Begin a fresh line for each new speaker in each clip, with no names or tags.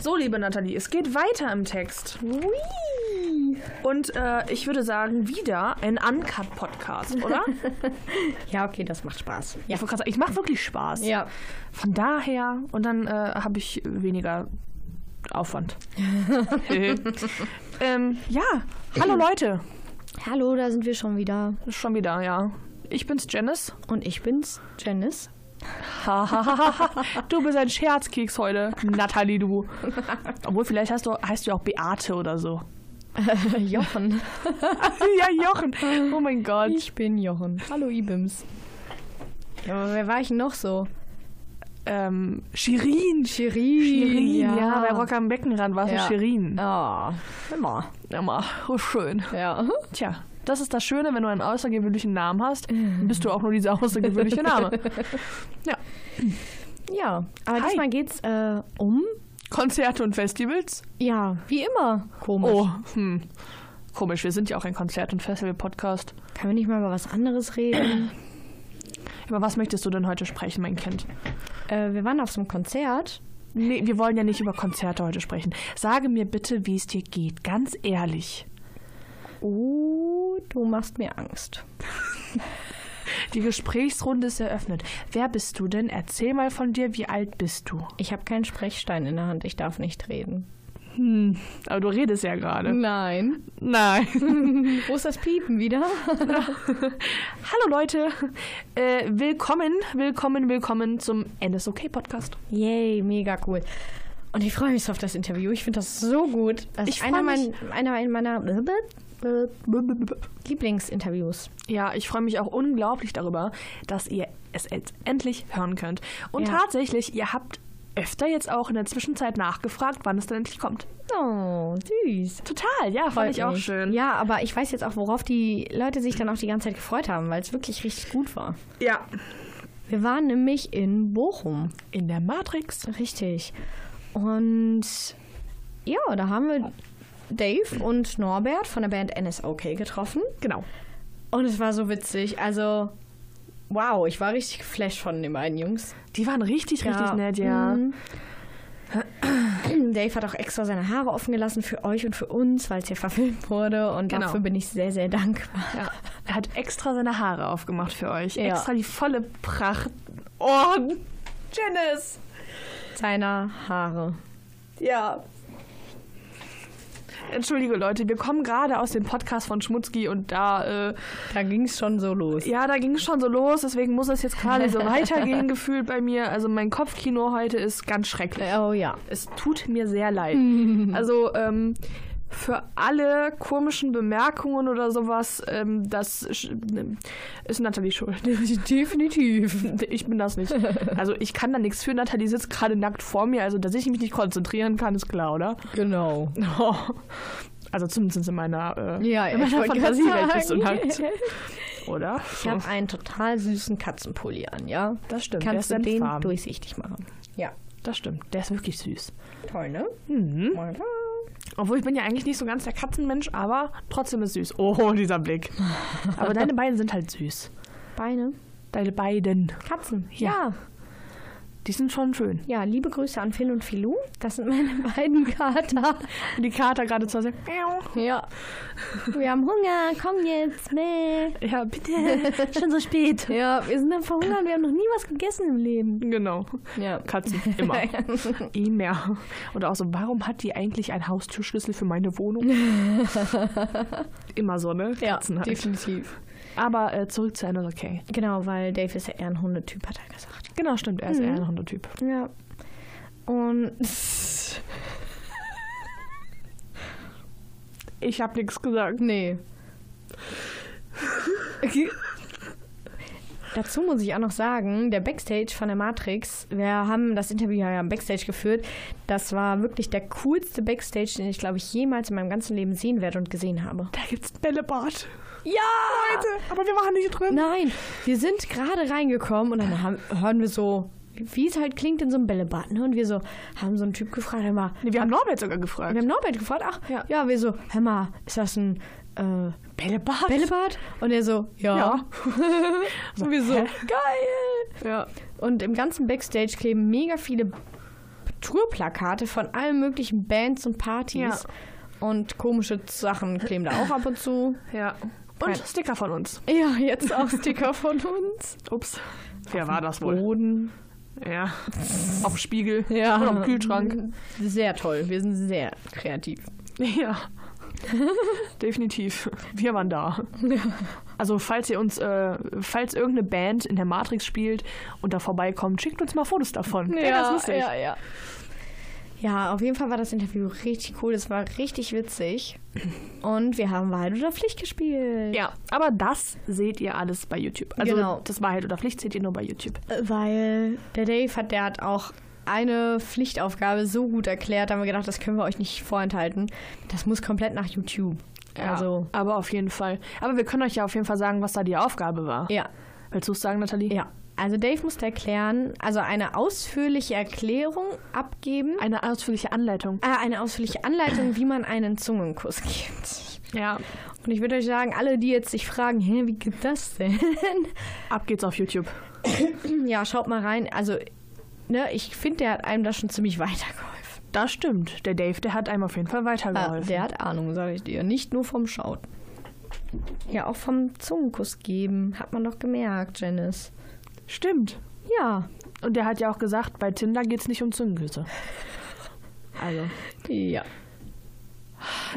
So, liebe Nathalie, es geht weiter im Text.
Hui.
Und äh, ich würde sagen, wieder ein Uncut-Podcast, oder?
Ja, okay, das macht Spaß.
Ich, wollte gerade sagen, ich mache wirklich Spaß.
Ja.
Von daher, und dann äh, habe ich weniger Aufwand. ähm, ja, hallo Leute.
Hallo, da sind wir schon wieder.
Schon wieder, ja. Ich bin's, Janice.
Und ich bin's, Janice.
du bist ein Scherzkeks heute, Nathalie, du. Obwohl, vielleicht heißt du, heißt du auch Beate oder so.
Jochen.
ja, Jochen. Oh mein Gott.
Ich bin Jochen. Hallo, Ibims. Ja, aber wer war ich denn noch so?
Ähm, Shirin.
Shirin.
Shirin, ja. Bei Rock am Beckenrand warst
Ja.
du Shirin.
Ah,
Immer. Immer. Oh, schön.
ja.
Tja, das ist das Schöne, wenn du einen außergewöhnlichen Namen hast, bist du auch nur dieser außergewöhnliche Name. Ja.
Ja, aber
Hi.
diesmal geht's äh, um,
Konzerte und Festivals?
ja, wie immer. Komisch.
Oh, hm. Komisch, wir sind ja auch ein Konzert- und Festival-Podcast.
Können wir nicht mal über was anderes reden?
Über was möchtest du denn heute sprechen, mein Kind?
äh, wir waren auf so einem Konzert.
Nee, wir wollen ja nicht über Konzerte heute sprechen. Sage mir bitte, wie es dir geht, ganz ehrlich.
Oh, du machst mir Angst.
Die Gesprächsrunde ist eröffnet. Wer bist du denn? Erzähl mal von dir, wie alt bist du?
Ich habe keinen Sprechstein in der Hand, ich darf nicht reden.
Hm, aber du redest ja gerade.
Nein.
Nein.
Wo ist das Piepen wieder?
Hallo Leute, äh, willkommen, willkommen, willkommen zum NSOK-Podcast.
Yay, mega cool. Und ich freue mich so auf das Interview. Ich finde das so gut. Das
Ich
ist einer,
freu mich-
mein, einer meiner Lieblingsinterviews.
Ja, ich freue mich auch unglaublich darüber, dass ihr es jetzt endlich hören könnt. Und
Ja.
tatsächlich, ihr habt öfter jetzt auch in der Zwischenzeit nachgefragt, wann es denn endlich kommt.
Oh, süß.
Total, ja, fand ich auch
mich.
schön.
Ja, aber ich weiß jetzt auch, worauf die Leute sich dann auch die ganze Zeit gefreut haben, weil es wirklich richtig gut war.
ja.
Wir waren nämlich in Bochum.
In der Matrix.
Richtig. Und ja, da haben wir Dave und Norbert von der Band NSOK getroffen.
Genau.
Und es war so witzig. Also, wow, ich war richtig geflasht von den beiden Jungs.
Die waren richtig, richtig nett, ja.
Mhm. Dave hat auch extra seine Haare offen gelassen für euch und für uns, weil es hier verfilmt wurde. Und
Genau.
dafür bin ich sehr, sehr dankbar.
ja. Er hat extra seine Haare aufgemacht für euch.
Ja.
Extra die volle Pracht. Oh, Janice.
Seiner Haare.
Ja. Entschuldige Leute, wir kommen gerade aus dem Podcast von Schmutzki und da äh,
Da ging es schon so los.
Ja, da ging es schon so los, deswegen muss es jetzt quasi so weitergehen, gefühlt bei mir. Also mein Kopfkino heute ist ganz schrecklich.
Oh ja.
Es tut mir sehr leid. Also ähm, für alle komischen Bemerkungen oder sowas, ähm, das sch- ist Nathalie schuld.
Definitiv.
Ich bin das nicht. Also ich kann da nichts für. Nathalie sitzt gerade nackt vor mir, also dass ich mich nicht konzentrieren kann, ist klar, oder?
Genau.
Also zumindest in meiner, äh,
Ja,
in
ich
meiner
wollte gerade
Fantasiewelt bist du
sagen.
nackt. Oder?
Ich habe einen total süßen Katzenpulli an, ja?
Das stimmt. Der ist
Kannst du den
senfarben.
durchsichtig machen? Ja.
Das stimmt. Der ist wirklich süß.
Toll, ne?
Mhm. Obwohl ich bin ja eigentlich nicht so ganz der Katzenmensch, aber trotzdem ist süß. Oh, dieser Blick. Aber deine beiden sind halt süß.
Beine.
Deine beiden.
Katzen.
Ja.
Ja.
Die sind schon schön.
ja. liebe Grüße an Phil und Filou. Das sind meine beiden Kater.
Und die Kater gerade zu Hause. Miau.
Ja. Wir haben Hunger. Komm jetzt mit.
Ja, bitte. schon so spät.
Ja, wir sind am Verhungern. Wir haben noch nie was gegessen im Leben.
Genau.
Ja.
Katzen. Immer. Immer. Und auch so, warum hat die eigentlich einen Haustürschlüssel für meine Wohnung? Immer so, ne?
Ja,
Katzen halt.
definitiv.
Aber äh, zurück zu Anna okay.
Genau, weil Dave ist ja eher ein Hundetyp, hat er gesagt.
Genau, stimmt. Er ist eher ein Hundetyp.
Ja. Und
Ich habe nichts gesagt.
Nee. Dazu muss ich auch noch sagen, der Backstage von der Matrix, wir haben das Interview ja im Backstage geführt, das war wirklich der coolste Backstage, den ich, glaube ich, jemals in meinem ganzen Leben sehen werde und gesehen habe.
Da gibt's ein Bällebad.
Ja!
Leute, aber wir machen nicht drin.
Nein, wir sind gerade reingekommen und dann haben, hören wir so, wie es halt klingt in so einem Bällebad. Ne? Und wir so, haben so einen Typ gefragt, hör mal,
Nee, wir haben Norbert sogar gefragt.
wir haben Norbert gefragt, ach,
Ja.
ja, wir so, hör mal, ist das ein äh,
Bällebad?
Bällebad? Und er so, ja.
Ja.
Sowieso.
Hä?
Geil!
Ja.
Und im ganzen Backstage kleben mega viele Tourplakate von allen möglichen Bands und Partys. Und komische Sachen kleben da auch ab und zu.
Ja. Und
Kein-
Sticker von uns.
Ja, jetzt auch Sticker von uns.
Ups. Wer war das wohl?
Boden.
Ja. Auf dem Spiegel.
Ja.
Oder am Kühlschrank.
Sehr toll. Wir sind sehr kreativ.
Ja. Definitiv. Wir waren da. Also falls ihr uns, äh, falls irgendeine Band in der Matrix spielt und da vorbeikommt, schickt uns mal Fotos davon. Ey, das ist lustig.
ja, ja. Ja, auf jeden Fall war das Interview richtig cool. Das war richtig witzig. Und wir haben Wahrheit oder Pflicht gespielt.
Ja, aber das seht ihr alles bei YouTube. Also
Genau.
das Wahrheit oder Pflicht seht ihr nur bei YouTube.
Weil der Dave hat, der hat auch eine Pflichtaufgabe so gut erklärt, da haben wir gedacht, das können wir euch nicht vorenthalten. Das muss komplett nach YouTube. Also,
Aber auf jeden Fall. Aber wir können euch ja auf jeden Fall sagen, was da die Aufgabe war.
ja,
Willst du es sagen, Nathalie?
ja. Also Dave musste erklären, also eine ausführliche Erklärung abgeben,
Eine ausführliche Anleitung.
äh, eine ausführliche Anleitung, wie man einen Zungenkuss gibt.
Ja.
Und ich würde euch sagen, alle, die jetzt sich fragen, hä, wie geht das denn?
Ab geht's auf YouTube.
ja, schaut mal rein. Also, ne, ich finde, der hat einem da schon ziemlich weitergeholfen.
Das stimmt. Der Dave, der hat einem auf jeden Fall
Ah,
weitergeholfen.
der hat Ahnung, sage ich dir. Nicht nur vom Schaut. Ja, auch vom Zungenkuss geben. Hat man doch gemerkt, Janice.
Stimmt.
Ja.
Und der hat ja auch gesagt, bei Tinder geht's nicht um Zungenküsse. Also.
Ja.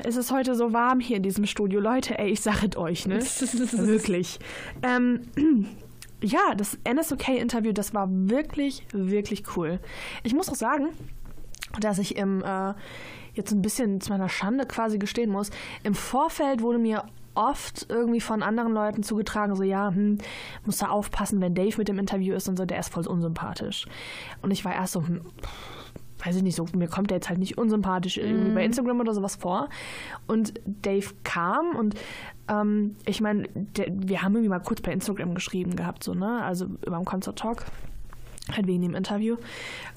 Es ist heute so warm hier in diesem Studio. Leute, ey, ich sage es euch, ne? wirklich. Ähm, ja, das NSOK-Interview, das war wirklich, wirklich cool. Ich muss auch sagen, dass ich im, äh, jetzt ein bisschen zu meiner Schande quasi gestehen muss, im Vorfeld wurde mir oft irgendwie von anderen Leuten zugetragen, so ja, hm, muss da aufpassen, wenn Dave mit dem Interview ist und so, der ist voll unsympathisch. Und ich war erst so, hm, weiß ich nicht, so, mir kommt der jetzt halt nicht unsympathisch irgendwie bei Instagram oder sowas vor. Und Dave kam und ähm, ich meine, der- wir haben irgendwie mal kurz bei Instagram geschrieben gehabt, so, ne? Also über dem Concert Talk. Halt wegen dem Interview.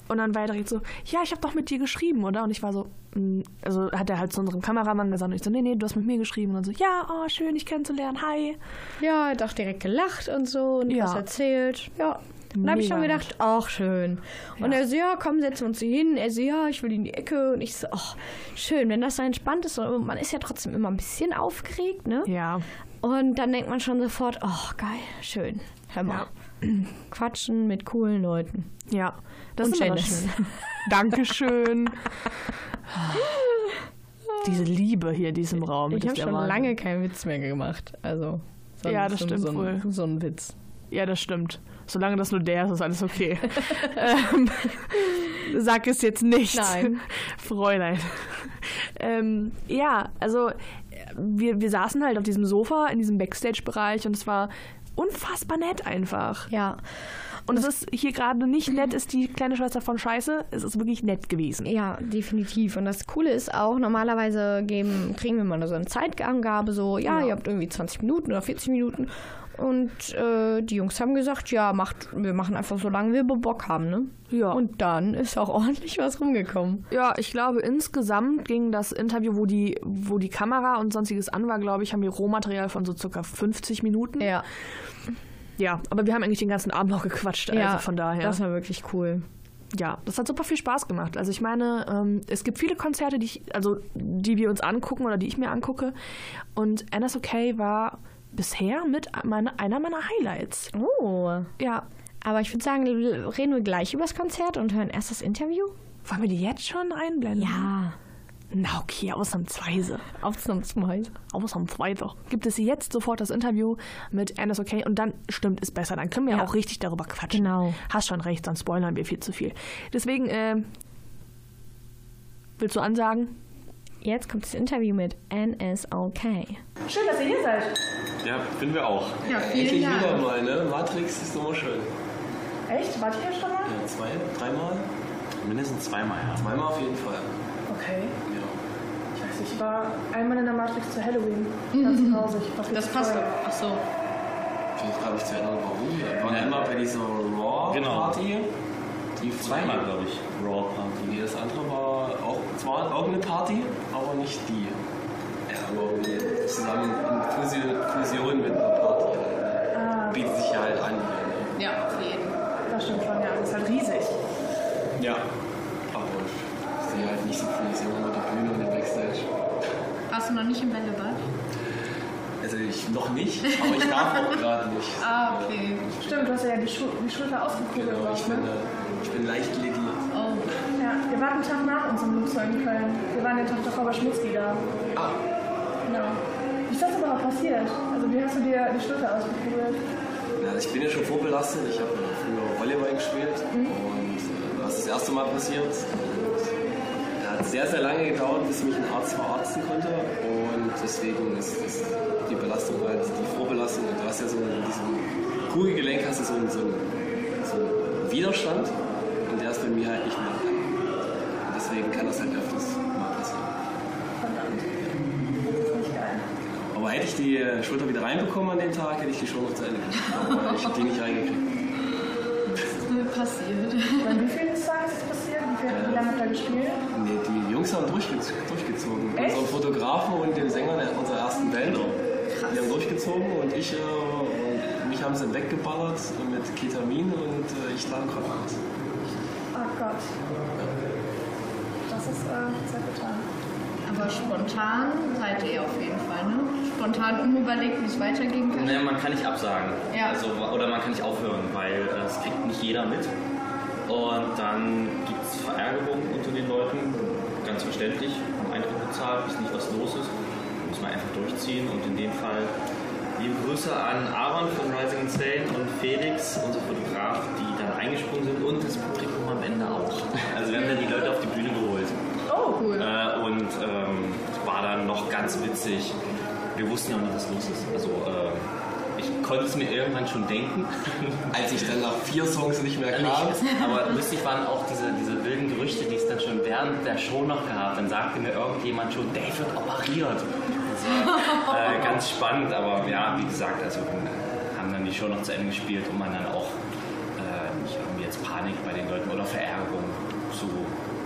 Und dann war er direkt so, ja, ich habe doch mit dir geschrieben, oder? Und ich war so, "Mm." also hat er halt zu unserem Kameramann gesagt und ich so, nee, nee, du hast mit mir geschrieben. Und dann so, ja, oh, schön, dich kennenzulernen, hi.
Ja, hat auch direkt gelacht und so und
Ja.
was erzählt. Ja. Dann habe ich
Mega
schon gedacht, ach schön. Und er so, ja, komm, setzen wir uns hier hin. Er so, ja, ich will in die Ecke. Und ich so, ach, schön, wenn das so entspannt ist. Und man ist ja trotzdem immer ein bisschen aufgeregt, ne?
Ja,
Und dann denkt man schon sofort, ach geil, schön. Hör mal. Quatschen mit coolen Leuten.
ja. Das
Und
ist immer das
Janice.
Schöne. Dankeschön. Diese Liebe hier in diesem Raum.
Ich
das
habe
ist der
schon
Wahnsinn.
lange keinen Witz mehr gemacht. Also so
Ja, das
so,
stimmt
so, ein-
wohl.
So ein Witz.
Ja, das stimmt. Solange das nur der ist, ist alles okay. ähm, sag es jetzt nicht.
Nein.
Fräulein. ähm, ja, also äh, wir, wir saßen halt auf diesem Sofa in diesem Backstage-Bereich und es war unfassbar nett einfach.
Ja,
Und es ist hier gerade nicht nett, ist die kleine Schwester von Scheiße. Es ist wirklich nett gewesen.
ja, definitiv. Und das Coole ist auch, normalerweise geben, kriegen wir mal so eine Zeitangabe, so, ja,
Ja.
ihr habt irgendwie 20 Minuten oder 40 Minuten. Und äh, die Jungs haben gesagt, ja, macht, wir machen einfach so lange wir Bock haben, ne?
Ja.
Und dann ist auch ordentlich was rumgekommen.
Ja, ich glaube, insgesamt ging das Interview, wo die, wo die Kamera und sonstiges an war, glaube ich, haben wir Rohmaterial von so circa 50 Minuten.
Ja,
Ja, aber wir haben eigentlich den ganzen Abend noch gequatscht, also
ja
von daher.
Das war wirklich cool.
ja, das hat super viel Spaß gemacht. Also ich meine, ähm, es gibt viele Konzerte, die ich, also die wir uns angucken oder die ich mir angucke. Und NSOK war bisher mit meine, einer meiner Highlights.
Oh.
Ja.
Aber ich würde sagen, reden wir gleich über das Konzert und hören erst das Interview?
Wollen wir die jetzt schon einblenden?
Ja.
Na okay, ausnahmsweise.
Ausnahmsweise.
Ausnahmsweise. Gibt es jetzt sofort das Interview mit NSOK und dann stimmt, ist besser. Dann können wir
Ja.
auch richtig darüber quatschen.
Genau.
Hast schon recht, sonst spoilern wir viel zu viel. Deswegen, äh, willst du ansagen?
Jetzt kommt das Interview mit NSOK.
Schön, dass ihr hier seid.
Ja, finden wir auch.
Ja, vielen
Endlich
Dank.
wieder mal, ne? Matrix ist immer schön.
Echt? Wart ihr schon mal?
Ja, zwei, dreimal?
Mindestens zweimal, ja.
Zweimal auf jeden Fall.
Okay.
Ja.
Ich weiß nicht, ich war einmal in der Matrix zu Halloween.
Mhm.
Ganz grausig. Was das passt doch.
Ich versuche gerade mich zu erinnern, warum wir. Wir waren einmal bei dieser Raw-Party.
Genau.
Die von-
Zweimal, glaube ich. Raw Party.
Nee, das andere war auch, zwar auch eine Party, aber nicht die. Ja. Raw Deal. Zusammen in Fusion, Fusion mit einer Party. halt,
Ah.
ne? Bietet sich ja halt an. hier,
Ja, auf jeden.
Das stimmt schon, ja. Das ist halt riesig.
ne? Ja. Aber ich sehe halt nicht so Fusion mit der Bühne und der Backstage.
Warst du noch nicht im Bällebad?
Also ich noch nicht, aber ich darf auch gerade nicht.
Ah, okay.
Stimmt, du hast ja die, Schu die Schulter ausgekugelt.
Genau, ich
drauf,
bin,
ne?
äh, ich bin leicht lediert.
Oh,
Ja, wir waren einen Tag nach unserem Nutzer in Köln. Wir waren den Tag davor bei Schmutzki da.
Ah,
Genau. Wie ist das überhaupt passiert? Also wie hast du dir die Schulter ausgekugelt?
na, ich bin ja schon vorbelastet. Ich habe früher Volleyball gespielt und äh, das ist das erste Mal passiert. Und Da hat sehr, sehr lange gedauert, bis mich ein Arzt verarzten konnte und deswegen ist, ist die Belastung halt die Vorbelastung. Und du hast ja so in diesem Kugelgelenk hast du so einen, so, einen, so einen Widerstand und der ist bei mir halt nicht mehr. Und deswegen kann das halt öfters mal passieren.
Verdammt. Das ist nicht geil.
Aber hätte ich die äh, Schulter wieder reinbekommen an dem Tag, hätte ich die Show noch zu Ende gemacht. Aber ich habe die nicht reingekriegt.
das ist mir passiert.
Wann wie vielen Tagen ist das passiert? Wie, viel, wie lange habt ihr gespielt?
Nee, die Jungs haben durchgez durchgezogen.
Echt?
Unser Fotografen und den Sänger der- unserer ersten Band. Die haben durchgezogen und ich äh, und mich haben sie weggeballert mit Ketamin und äh, ich lag gerade aus.
Oh Gott. Das ist äh, sehr getan.
Aber spontan seid ihr auf jeden Fall, ne? Spontan unüberlegt, wie es weitergehen kann.
Naja, Ne, man kann nicht absagen.
Ja.
Also, oder man kann nicht aufhören, weil äh, das kriegt nicht jeder mit. Und dann gibt es Verärgerungen unter den Leuten. Ganz verständlich. Haben Eintritt bezahlt, wissen nicht, was los ist. Muss man einfach durchziehen. Und in dem Fall liebe Grüße an Aaron von Rising Insane und Felix, unser Fotograf, die dann eingesprungen sind und das Publikum am Ende auch. Also wir haben dann die Leute auf die Bühne geholt.
Oh, cool.
Äh, und ähm, es war dann noch ganz witzig. Wir wussten ja auch nicht, was los ist. Also äh, ich konnte es mir irgendwann schon denken.
Als ich dann nach vier Songs nicht mehr kam.
Nicht, aber lustig waren auch diese, diese wilden Gerüchte, die es dann schon während der Show noch gab. Dann sagte mir irgendjemand schon, Dave wird operiert. Das war äh, ganz spannend, aber ja, wie gesagt, also wir haben dann die Show noch zu Ende gespielt, um man dann auch äh, nicht irgendwie jetzt Panik bei den Leuten oder Verärgerung zu.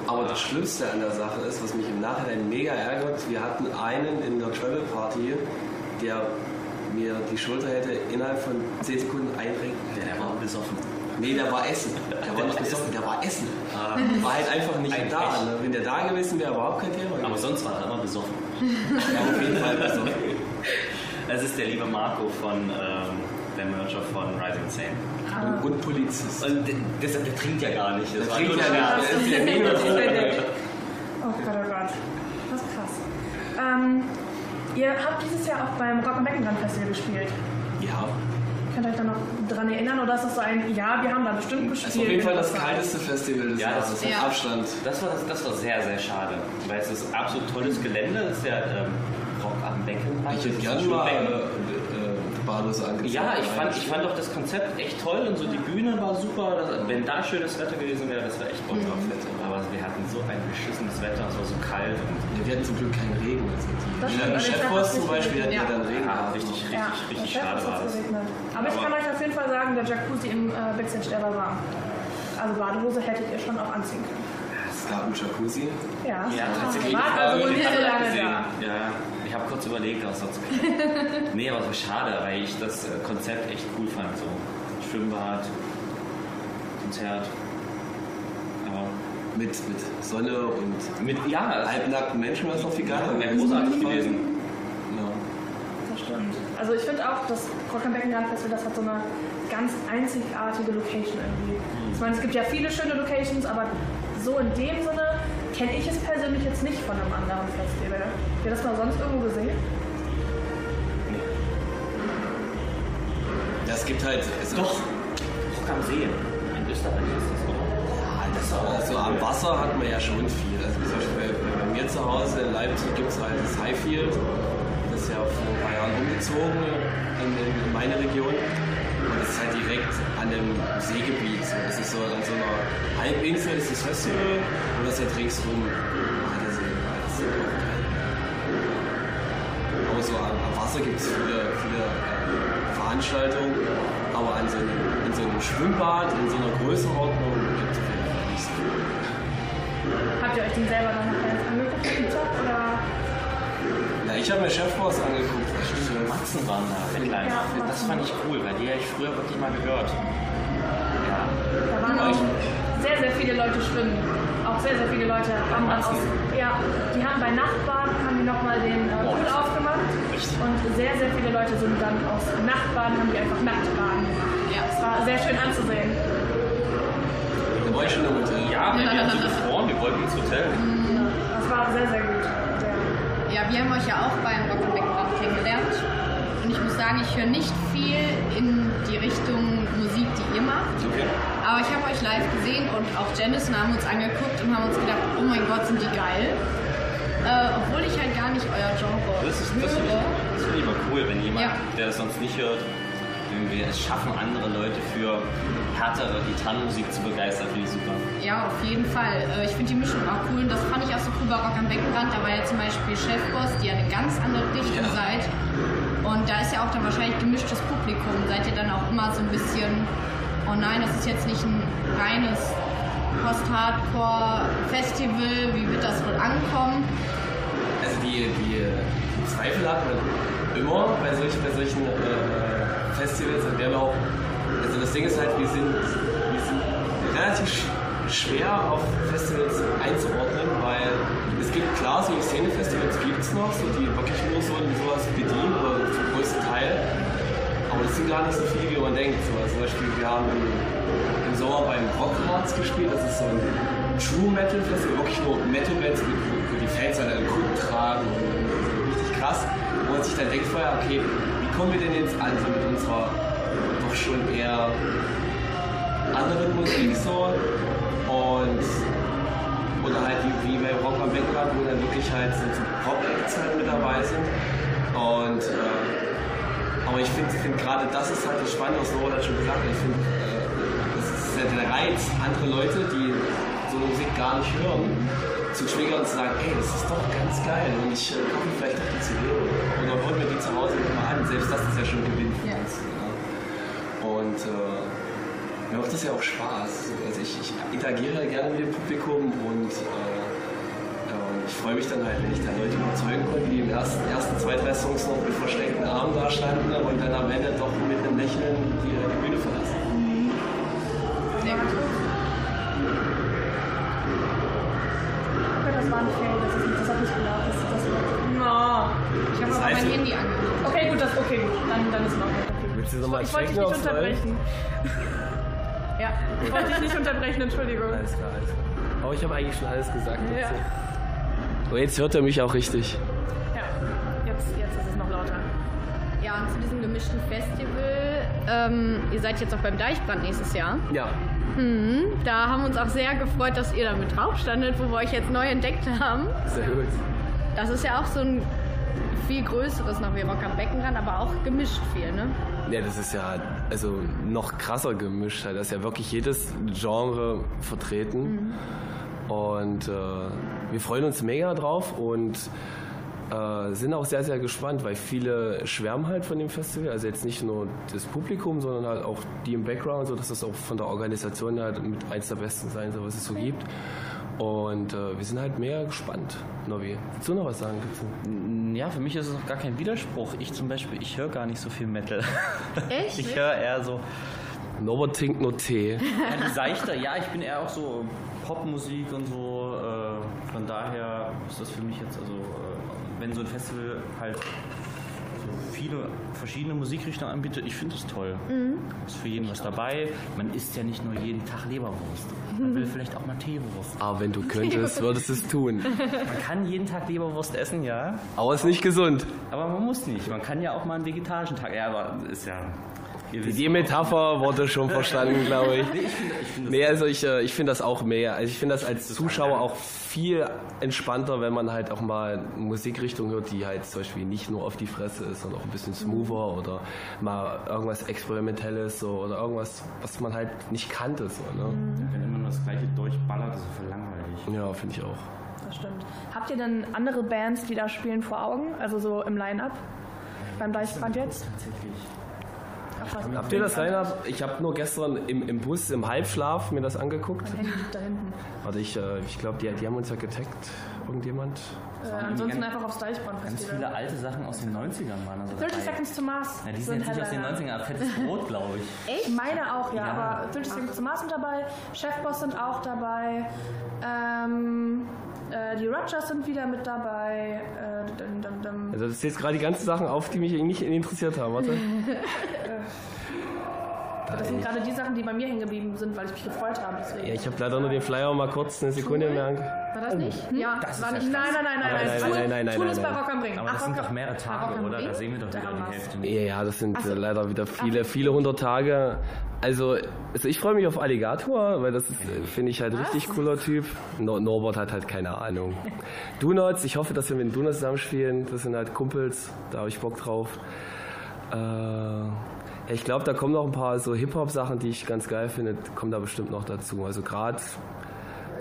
Aber das Schlimmste an der Sache ist, was mich im Nachhinein mega ärgert, wir hatten einen in der Travel Party, der mir die Schulter hätte innerhalb von 10 Sekunden einrenken.
Ja, der war besoffen.
Nee, der war Essen. Der war nicht besoffen, der war Essen. War halt einfach nicht
Ah. Ein
da.
Pech.
Ne? Wenn der da gewesen wäre, überhaupt kein Thema.
Aber sonst war er immer besoffen.
ja, auf jeden Fall besoffen.
Das ist der liebe Marco von ähm, der Manager von Rising Sane.
Und, und Polizist.
Und de- deshalb, der trinkt ja gar nicht. Das
Der
war
trinkt
nur
ja
der-
nicht, der ist
der-
ja
Oh Gott, oh Gott. Das ist krass. Ähm, ihr habt dieses Jahr auch beim Rock am Beckenrand Festival gespielt.
Ja.
Könnt ihr euch da noch dran erinnern? Oder ist das so ein, ja, wir haben da bestimmt gespielt?
Das war Also auf jeden Fall das kalteste Festival des
Ja, das
Jahres.
ist-
mit
ja.
Abstand.
Das war, das war sehr, sehr schade. Weil es ist absolut tolles Gelände. Es ist ja ähm, Rock am Becken.
Ich hätte
Das ist
gerne
schon
mal äh,
Becken.
äh, Badose angezogen.
Ja, ich fand, ich fand auch das Konzept echt toll und so die Bühne war super. Das, wenn da schönes Wetter gewesen wäre, das wäre echt Bock drauf. Aber wir hatten so ein beschissenes Wetter, es war so kalt und
Ja, Wir hatten zum Glück keinen Regen. Also
Das
die, die
stimmt, aber ich
Chefboss
fand das
zum Beispiel
nicht
hatten ja
schön.
dann Regen.
ja, Ah, richtig, richtig,
Ja, das
richtig
Wetter
schade
ist
war
jetzt
das.
geregnet. Aber ich
Aber-
kann euch auf jeden Fall sagen, der Jacuzzi im äh, Backstage, der war warm. Also Badehose hättet ihr schon auch anziehen können.
Es gab einen Jacuzzi.
Ah,
Ja,
Ja,
das
tatsächlich.
war also wohl
Ich
nicht so
hab
lange
gesehen.
da.
Ja, ich habe kurz überlegt, was sonst. nee, aber es war schade, weil ich das äh, Konzept echt cool fand. So Schwimmbad, Konzert. Aber
Mit, mit Sonne und
mit, ja, also,
halbnackten Menschen war es noch viel geiler.
ja, wäre großartig gewesen.
Genau.
Das stimmt. Also ich finde auch, das Rock am Beckenrand Festival, das hat so eine ganz einzigartige Location irgendwie. Ich meine, es gibt ja viele schöne Locations, aber so in dem Sinne kenne ich es persönlich jetzt nicht von einem anderen Festival. Habt ihr das mal sonst irgendwo gesehen?
Ja, es gibt halt. Also,
Doch, Rock am See. In Österreich ist das, oder?
Ja, das war- Also am Wasser hat man ja schon viel. Also zum Beispiel bei, bei mir zu Hause in Leipzig gibt es halt das Highfield. Das ist ja vor ein paar Jahren umgezogen in, in, in meine Region. Und das ist halt direkt an dem Seegebiet. So, Das ist so an so einer Halbinsel, ist das Festival. Und das ist halt ringsrum. Ah, der See. Das ist auch geil. Aber so am, am Wasser gibt es viele, viele äh, Veranstaltungen. Aber an so einem, in so einem Schwimmbad, in so einer Größenordnung gibt es auf jeden Fall nicht so viel.
Habt ihr euch den selber dann noch ganz angeguckt? auf dem Top, Oder?
Ja, Ja, ich habe mir Chefboss angeguckt.
Matzen waren da, der Kleine.
Ja, Matzen.
das fand ich cool, weil die habe ich früher wirklich mal gehört.
Da waren auch sehr, sehr viele Leute schwimmen. Auch sehr, sehr viele Leute haben dann aus. Ja, die haben bei Nachtbaden haben die nochmal den äh, Pool aufgemacht. Und sehr, sehr viele Leute sind dann aus Nachtbaden, haben die einfach Nachtbaden gemacht.
Ja.
Es war sehr schön anzusehen.
Da war ich schon im Hotel.
Ja, weil wir haben so gefroren, wir wollten ins Hotel.
Das war sehr, sehr gut. Ja.
Ja, wir haben euch ja auch beim Rock am Beckenrand kennengelernt. Und ich muss sagen, ich höre nicht viel in die Richtung Musik, die ihr macht.
Okay.
Aber ich habe euch live gesehen und auch Janice und haben uns angeguckt und haben uns gedacht, oh mein Gott, sind die geil. Äh, obwohl ich halt gar nicht euer Genre
Das ist
höre.
das finde ich, das finde ich immer cool, wenn jemand,
Ja.
der das sonst nicht hört, irgendwie es schaffen, andere Leute für härtere Gitarrenmusik zu begeistern, finde ich super.
Ja, auf jeden Fall. Äh, Ich finde die Mischung auch cool und das fand ich auch so cool bei Rock am Beckenrand. Da war ja zum Beispiel Chefboss, die ja eine ganz andere Richtung
Ja.
seid. Und da ist ja auch dann wahrscheinlich gemischtes Publikum. Seid ihr dann auch immer so ein bisschen, oh nein, das ist jetzt nicht ein reines Post-Hardcore-Festival, wie wird das wohl ankommen?
Also die, die, die Zweifel hat man immer bei solchen, bei solchen äh, Festivals, an der auch. Also das Ding ist halt, wir sind, wir sind relativ sch- schwer auf Festivals einzuordnen, weil es gibt klar solche Szene-Festivals gibt es noch, so die wirklich nur so sowas bedienen oder zum größten Teil. Aber das sind gar nicht so viele, wie man denkt. So, also zum Beispiel, wir haben im, im Sommer beim Rockharz gespielt. Das ist so ein True Metal Festival, wirklich nur Metal Bands, mit- wo wo die Fans halt einen Kunden tragen. Und, so richtig krass. Wo man sich dann denkt vorher, okay, wie kommen wir denn jetzt an so mit unserer doch schon eher anderen Musik so? Und oder halt wie, wie bei Rock am Beckenrad, wo dann wirklich halt so so Pop-Acts halt mit dabei sind. Und äh, aber ich finde find gerade das ist halt das Spannende, was Nora hat schon gesagt hat. Ich finde, äh, das ist ja der Reiz, andere Leute, die so eine Musik gar nicht hören, zu triggern und zu sagen, ey, das ist doch ganz geil und ich äh, kaufe mir vielleicht auch die CD oder hol mir die zu Hause mal an. Selbst das ist ja schon ein Gewinn für
Ja.
uns. Ja. Und äh, mir macht das ja auch Spaß. Also ich, ich interagiere halt gerne mit dem Publikum und äh, ähm, Ich freue mich dann halt, wenn ich da Leute überzeugen konnte, die im ersten, ersten zwei, drei Songs noch mit verschränkten Armen da standen und dann am Ende doch mit einem Lächeln die, die Bühne verlassen.
Sehr cool.
Das war ein Fail, das, ist, das hat nicht gelaufen. Das, das war,
Ich habe
Das
auch
heißt,
mein
ihr-
Handy angeguckt.
no. Okay, gut, das okay, gut. Dann, dann ist es noch okay.
Willst du nochmal
Ich wollte dich nicht unterbrechen.
Ja.
Ich wollte dich nicht unterbrechen, Entschuldigung.
Alles klar, alles klar. Aber ich habe eigentlich schon alles gesagt.
Ja.
Und jetzt hört er mich auch richtig.
Ja, jetzt, jetzt ist es noch lauter.
ja, und zu diesem gemischten Festival. Ähm, ihr seid jetzt auch beim Deichbrand nächstes Jahr.
Ja.
Mhm, da haben wir uns auch sehr gefreut, dass ihr damit draufstandet, wo wir euch jetzt neu entdeckt haben.
Sehr gut.
Das ist ja auch so ein viel größeres noch wie Rock am Beckenrand, aber auch gemischt viel, ne?
Ja, das ist ja also noch krasser gemischt. Halt. Da ist ja wirklich jedes Genre vertreten. Und äh, wir freuen uns mega drauf und äh, sind auch sehr, sehr gespannt, weil viele schwärmen halt von dem Festival. Also jetzt nicht nur das Publikum, sondern halt auch die im Background, so dass das auch von der Organisation halt mit eins der besten sein soll, was es so gibt. Und äh, wir sind halt mega gespannt, Nobby. Willst du noch was sagen dazu?
Ja, für mich ist es auch gar kein Widerspruch. Ich zum Beispiel, ich höre gar nicht so viel Metal.
Echt?
Ich höre eher so
Norbert trinkt nur Tee.
ja, seichter. Ja, ich bin eher auch so ähm, Popmusik und so. Äh, von daher ist das für mich jetzt, also äh, wenn so ein Festival halt so viele verschiedene Musikrichtungen anbietet, ich finde das toll. Ist für jeden was dabei. Man isst ja nicht nur jeden Tag Leberwurst. Man will vielleicht auch mal Teewurst.
Aber wenn du könntest, würdest du es tun.
Man kann jeden Tag Leberwurst essen, ja.
Aber ist nicht gesund.
Aber man muss nicht. Man kann ja auch mal einen vegetarischen Tag. Ja, aber ist ja. ihr wisst-
Die Metapher wurde schon verstanden, glaube ich. Nee, also ich, äh, ich finde das auch mega. Also ich finde das als Zuschauer auch viel entspannter, wenn man halt auch mal Musikrichtung hört, die halt zum Beispiel nicht nur auf die Fresse ist, sondern auch ein bisschen smoother oder mal irgendwas Experimentelles so, oder irgendwas, was man halt nicht kannte. So,
Mhm.
ne?
Wenn immer nur das gleiche durchballert, ist es voll langweilig.
Ja, finde ich auch.
Das stimmt. Habt ihr denn andere Bands, die da spielen, vor Augen? Also so im Line-Up? Beim Deichbrand jetzt?
Tatsächlich.
Habt ihr das Line-Up? Ich habe nur gestern im, im Bus, im Halbschlaf mir das angeguckt.
Da hinten.
Warte, ich, äh, ich glaube, die, die haben uns ja getaggt, irgendjemand.
Äh, ansonsten
ganz-
einfach aufs
Ganz
Deichbrand-Festival.
viele alte Sachen aus den 90ern waren also
30
dabei.
Seconds to Mars.
Ja, die
so
sind
ein
jetzt nicht aus den
Headliner.
90ern, aber fettes Brot, glaube ich.
Ich meine auch, ja,
Ja.
aber 30 Seconds to Mars sind dabei, Chefboss sind auch dabei, ähm, äh, die Rogers sind wieder mit dabei, äh, dum, dum, dum.
Also das sind jetzt gerade die ganzen Sachen auf, die mich nicht interessiert haben. Warte.
das sind gerade die Sachen, die bei mir hängen geblieben sind, weil ich mich gefreut habe, deswegen.
Ja, ich habe leider nur den Flyer mal kurz eine Sekunde mehr ange...
War das nicht?
hm?
Ja, das war nicht. Nein, nein, nein, nein,
Nein,
nein.
nein, nein, nein, nein,
Tun es
nein,
bei Rock am Ring.
Aber das
Ach, oh
sind
Rock
doch
am-
mehrere Tage,
am
oder? Da
Ring?
sehen wir doch wieder die
war's.
Hälfte nicht.
Ja, ja, das sind äh, leider wieder viele, viele hundert Tage. Also, also ich freue mich auf Alligator, weil das ist, äh, finde ich halt richtig cooler Typ. No, Norbert hat halt keine Ahnung. Donuts, ich hoffe, dass wir mit Donuts zusammenspielen. Das sind halt Kumpels, da habe ich Bock drauf. Äh, ja, ich glaube, da kommen noch ein paar so Hip-Hop-Sachen, die ich ganz geil finde, kommen da bestimmt noch dazu. Also gerade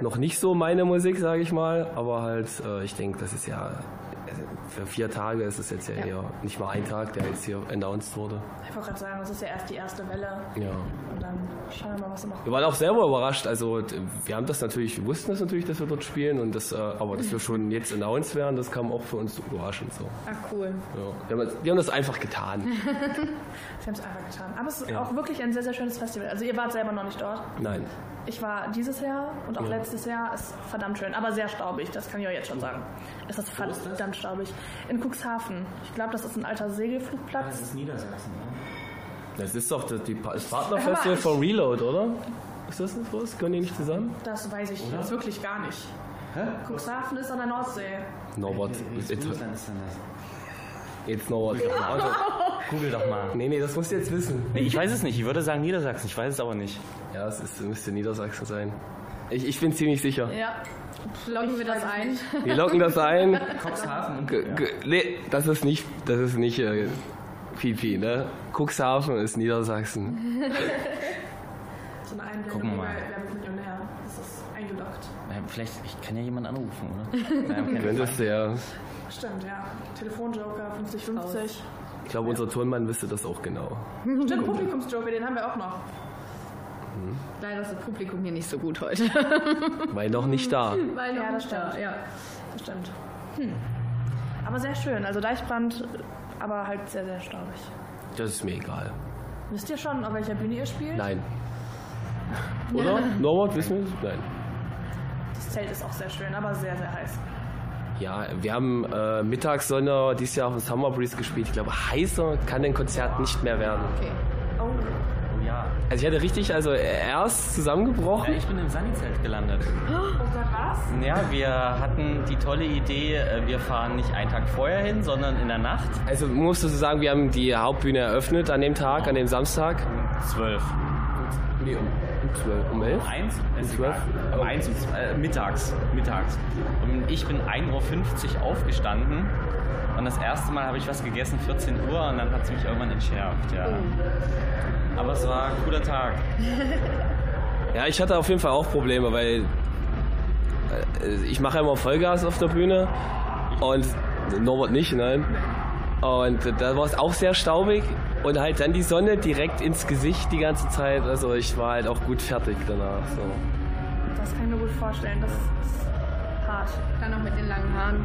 noch nicht so meine Musik, sage ich mal, aber halt, äh, ich denke, das ist ja also für vier Tage ist es jetzt ja, eher nicht mal ein Tag, der jetzt hier announced wurde.
Ich wollte gerade sagen, das ist ja erst die erste Welle.
Ja.
Und dann schauen wir mal, was er macht.
Wir waren auch selber überrascht. Also d- wir haben das natürlich, wir wussten das natürlich, dass wir dort spielen und das, äh, aber dass wir schon jetzt announced werden, das kam auch für uns überraschend so.
Ah, cool.
Ja. Wir, haben, das- wir haben das einfach getan.
Wir haben es einfach getan. Aber es ist auch wirklich ein sehr, sehr schönes Festival. Also ihr wart selber noch nicht dort.
Nein.
Ich war dieses Jahr und auch letztes Jahr. Ist verdammt schön, aber sehr staubig. Das kann ich euch jetzt schon sagen. Es ist verdammt staubig. In Cuxhaven. Ich glaube, das ist ein alter
Das
Segelflugplatz.
ist Niedersachsen, ne?
Das ist doch das, die Pa- das
Hör mal,
Partnerfestival
ich-
von Reload, oder? Ist das nicht was? Können die nicht zusammen?
Das weiß ich jetzt wirklich gar nicht. Cuxhaven ist an der Nordsee.
Norbert,
Welches
jetzt,
Bundesland ist denn das?
jetzt Norbert.
Google doch mal.
Nee, nee, das musst du jetzt wissen.
Nee, ich weiß es nicht. Ich würde sagen Niedersachsen. Ich weiß es aber nicht.
Ja, es ist, müsste Niedersachsen sein. Ich, ich bin ziemlich sicher.
Ja. Loggen wir das ein.
Wir locken das ein.
Cuxhaven und
G g nee, das ist nicht, das ist nicht äh, Pipi, ne? Cuxhaven ist Niedersachsen.
So eine Einblendung.
Gucken wir mal.
bei Wer wird Millionär? Das ist eingeloggt.
Ja, Vielleicht, ich kann ja jemanden anrufen, oder? Ja, okay.
Könntest du ja.
Stimmt, ja. Telefonjoker 50-50.
Ich glaube, unser Turnmann wüsste das auch genau.
Stimmt, Publikumsjoker, den haben wir auch noch.
Leider ist das Publikum hier nicht so gut heute.
Weil noch nicht da.
Weil
Ja,
noch
das
nicht da,
stimmt.
Ja.
Das stimmt. Hm. Aber sehr schön. Also Deichbrand, aber halt sehr, sehr staubig.
Das ist mir egal.
Wisst ihr schon, auf welcher Bühne ihr spielt?
Nein. Oder? Norbert, wissen wir das? Nein.
Das Zelt ist auch sehr schön, aber sehr, sehr heiß.
Ja, wir haben äh, Mittagssonne dieses Jahr auf dem Summer Breeze gespielt. Ich glaube, heißer kann ein Konzert nicht mehr werden.
Oh,
Oh ja.
Also ich hatte richtig, also äh, erst
Ja,
zusammengebrochen.
ich bin im Sunny-Zelt gelandet.
oh Gott, was?
Ja, wir hatten die tolle Idee, äh, wir fahren nicht einen Tag vorher hin, sondern in der Nacht.
Also musst du sagen, wir haben die Hauptbühne eröffnet an dem Tag, an dem Samstag.
um Zwölf.
Nee, um, um 12, um 11.
Eins? Ist
zwölf?
egal. Um eins und zwei- äh, mittags. Mittags. Und ich bin 1.50 Uhr aufgestanden. Und das erste Mal habe ich was gegessen, 14 Uhr, und dann hat es mich irgendwann entschärft, ja. Aber es war ein cooler Tag.
Ja, ich hatte auf jeden Fall auch Probleme, weil äh, ich mache ja immer Vollgas auf der Bühne und Norbert nicht, nein. Und da war es auch sehr staubig und halt dann die Sonne direkt ins Gesicht die ganze Zeit. Also ich war halt auch gut fertig danach. So.
Das kann ich mir gut vorstellen. Das ist hart.
Dann noch mit den langen Haaren.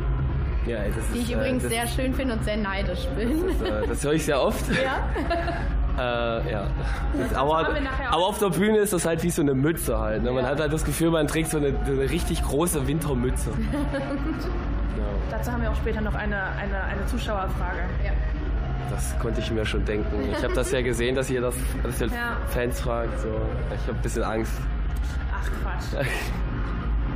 Ja, ey, das
Die ich
ist, äh,
übrigens
das,
sehr schön finde und sehr neidisch bin.
äh, das höre ich sehr oft. Ja. äh, ja. Das, aber,
haben wir nachher auch.
aber auf der Bühne ist das halt wie so eine Mütze halt. Ne? Man hat halt das Gefühl, man trägt so eine, so eine richtig große Wintermütze. ja.
Dazu haben wir auch später noch eine, eine, eine Zuschauerfrage.
Das konnte ich mir schon denken. Ich habe das ja gesehen, dass ihr das dass ihr
Ja.
Fans fragt. So. Ich habe ein bisschen Angst.
Ach Quatsch.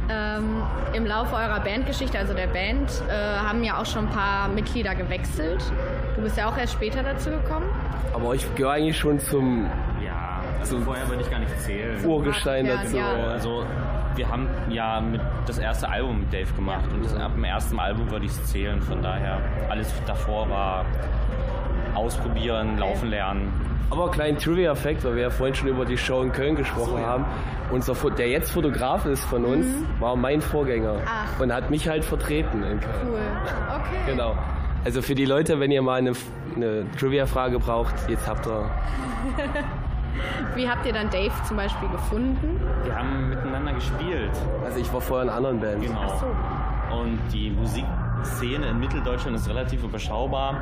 Ähm, Im Laufe eurer Bandgeschichte, also der Band, äh, haben ja auch schon ein paar Mitglieder gewechselt. Du bist ja auch erst später dazu gekommen.
Aber ich gehöre eigentlich schon zum
Ja, also vorher würde ich gar nicht zählen.
Urgestein
Ja,
dazu.
ja.
Also wir haben ja mit das erste Album mit Dave gemacht und das, ab dem ersten Album würde ich es zählen. Von daher, alles davor war ausprobieren, laufen lernen.
Aber kleinen Trivia-Fact, weil wir ja vorhin schon über die Show in Köln gesprochen haben. Unser, Fo- der jetzt Fotograf ist von uns,
Mhm.
war mein Vorgänger
Ach.
und hat mich halt vertreten in Köln.
Cool. Okay.
Genau. Also für die Leute, wenn ihr mal eine, eine Trivia-Frage braucht, jetzt habt ihr.
Wie habt ihr dann Dave zum Beispiel gefunden?
Wir haben miteinander gespielt.
Also ich war vorher in anderen Bands.
Genau. Und die Musikszene in Mitteldeutschland ist relativ überschaubar,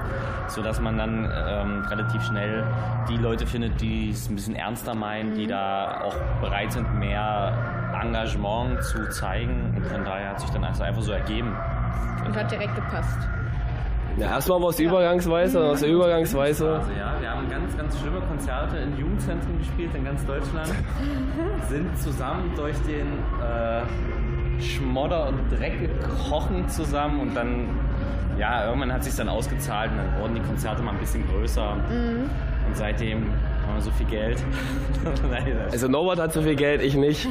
sodass man dann ähm, relativ schnell die Leute findet, die es ein bisschen ernster meinen, die da auch bereit sind, mehr Engagement zu zeigen. Und von daher hat sich dann also einfach so ergeben.
Und hat direkt gepasst.
Ja, erstmal war es übergangsweise, aus der Übergangsweise.
Also ja, wir haben ganz, ganz schlimme Konzerte in Jugendzentren gespielt in ganz Deutschland, sind zusammen durch den äh, Schmodder und Dreck gekrochen zusammen und dann, ja, irgendwann hat sich dann ausgezahlt und dann wurden die Konzerte mal ein bisschen größer und seitdem haben wir so viel Geld. Nein, das-
Also Norbert hat so viel Geld, ich nicht.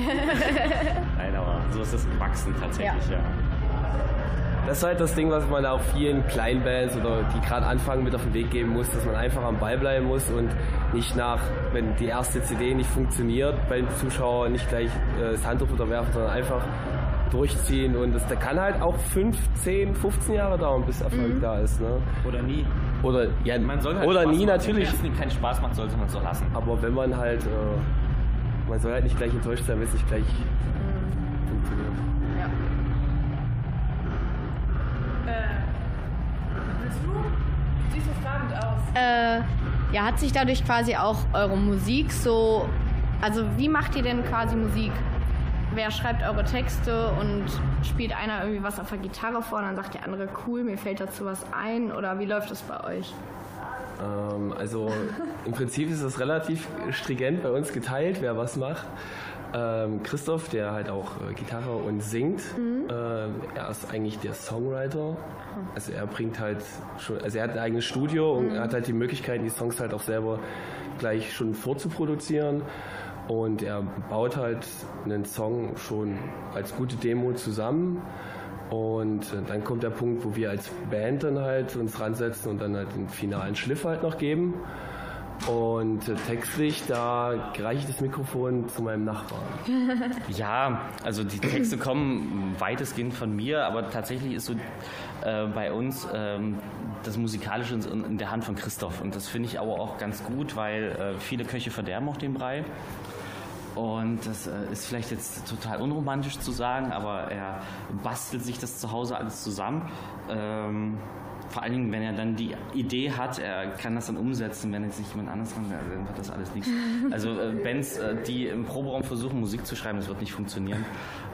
Nein, aber so ist es gewachsen tatsächlich, ja.
Das ist halt das Ding, was man auch vielen Kleinbands oder die gerade anfangen mit auf den Weg geben muss, dass man einfach am Ball bleiben muss und nicht nach, wenn die erste CD nicht funktioniert, beim Zuschauer nicht gleich äh, das Handtuch unterwerfen, sondern einfach durchziehen und das, da kann halt auch 5, 10, 15 Jahre dauern, bis Erfolg da ist. Ne?
Oder nie.
Oder, ja,
Man soll halt
oder
Spaß
nie
machen.
natürlich,
Wenn es keinen Spaß macht, sollte man es so lassen.
aber wenn man halt, äh, man soll halt nicht gleich enttäuscht sein, wenn es nicht gleich funktioniert.
Willst du? Du siehst so fragend aus.
Äh, ja, hat sich dadurch quasi auch eure Musik so. Also, wie macht ihr denn quasi Musik? Wer schreibt eure Texte und spielt einer irgendwie was auf der Gitarre vor und dann sagt der andere, cool, mir fällt dazu was ein? Oder wie läuft das bei euch?
Ähm, also im Prinzip ist es relativ stringent bei uns geteilt, wer was macht. Ähm, Christoph, der halt auch äh, Gitarre und singt, ähm, er ist eigentlich der Songwriter. Also er bringt halt schon, also er hat ein eigenes Studio und er hat halt die Möglichkeit, die Songs halt auch selber gleich schon vorzuproduzieren. Und er baut halt einen Song schon als gute Demo zusammen. Und äh, dann kommt der Punkt, wo wir als Band dann halt uns ransetzen und dann halt den finalen Schliff halt noch geben. Und äh, textlich, da reiche ich das Mikrofon zu meinem Nachbarn.
Ja, also die Texte kommen weitestgehend von mir, aber tatsächlich ist so äh, bei uns ähm, das Musikalische in, in der Hand von Christoph. Und das finde ich aber auch ganz gut, weil äh, viele Köche verderben auch den Brei. Und das äh, ist vielleicht jetzt total unromantisch zu sagen, aber er bastelt sich das zu Hause alles zusammen. Ähm, vor allen Dingen, wenn er dann die Idee hat, er kann das dann umsetzen, wenn jetzt nicht jemand anders kann, also dann wird das alles nichts. Also äh, Bands, äh, die im Proberaum versuchen, Musik zu schreiben, das wird nicht funktionieren.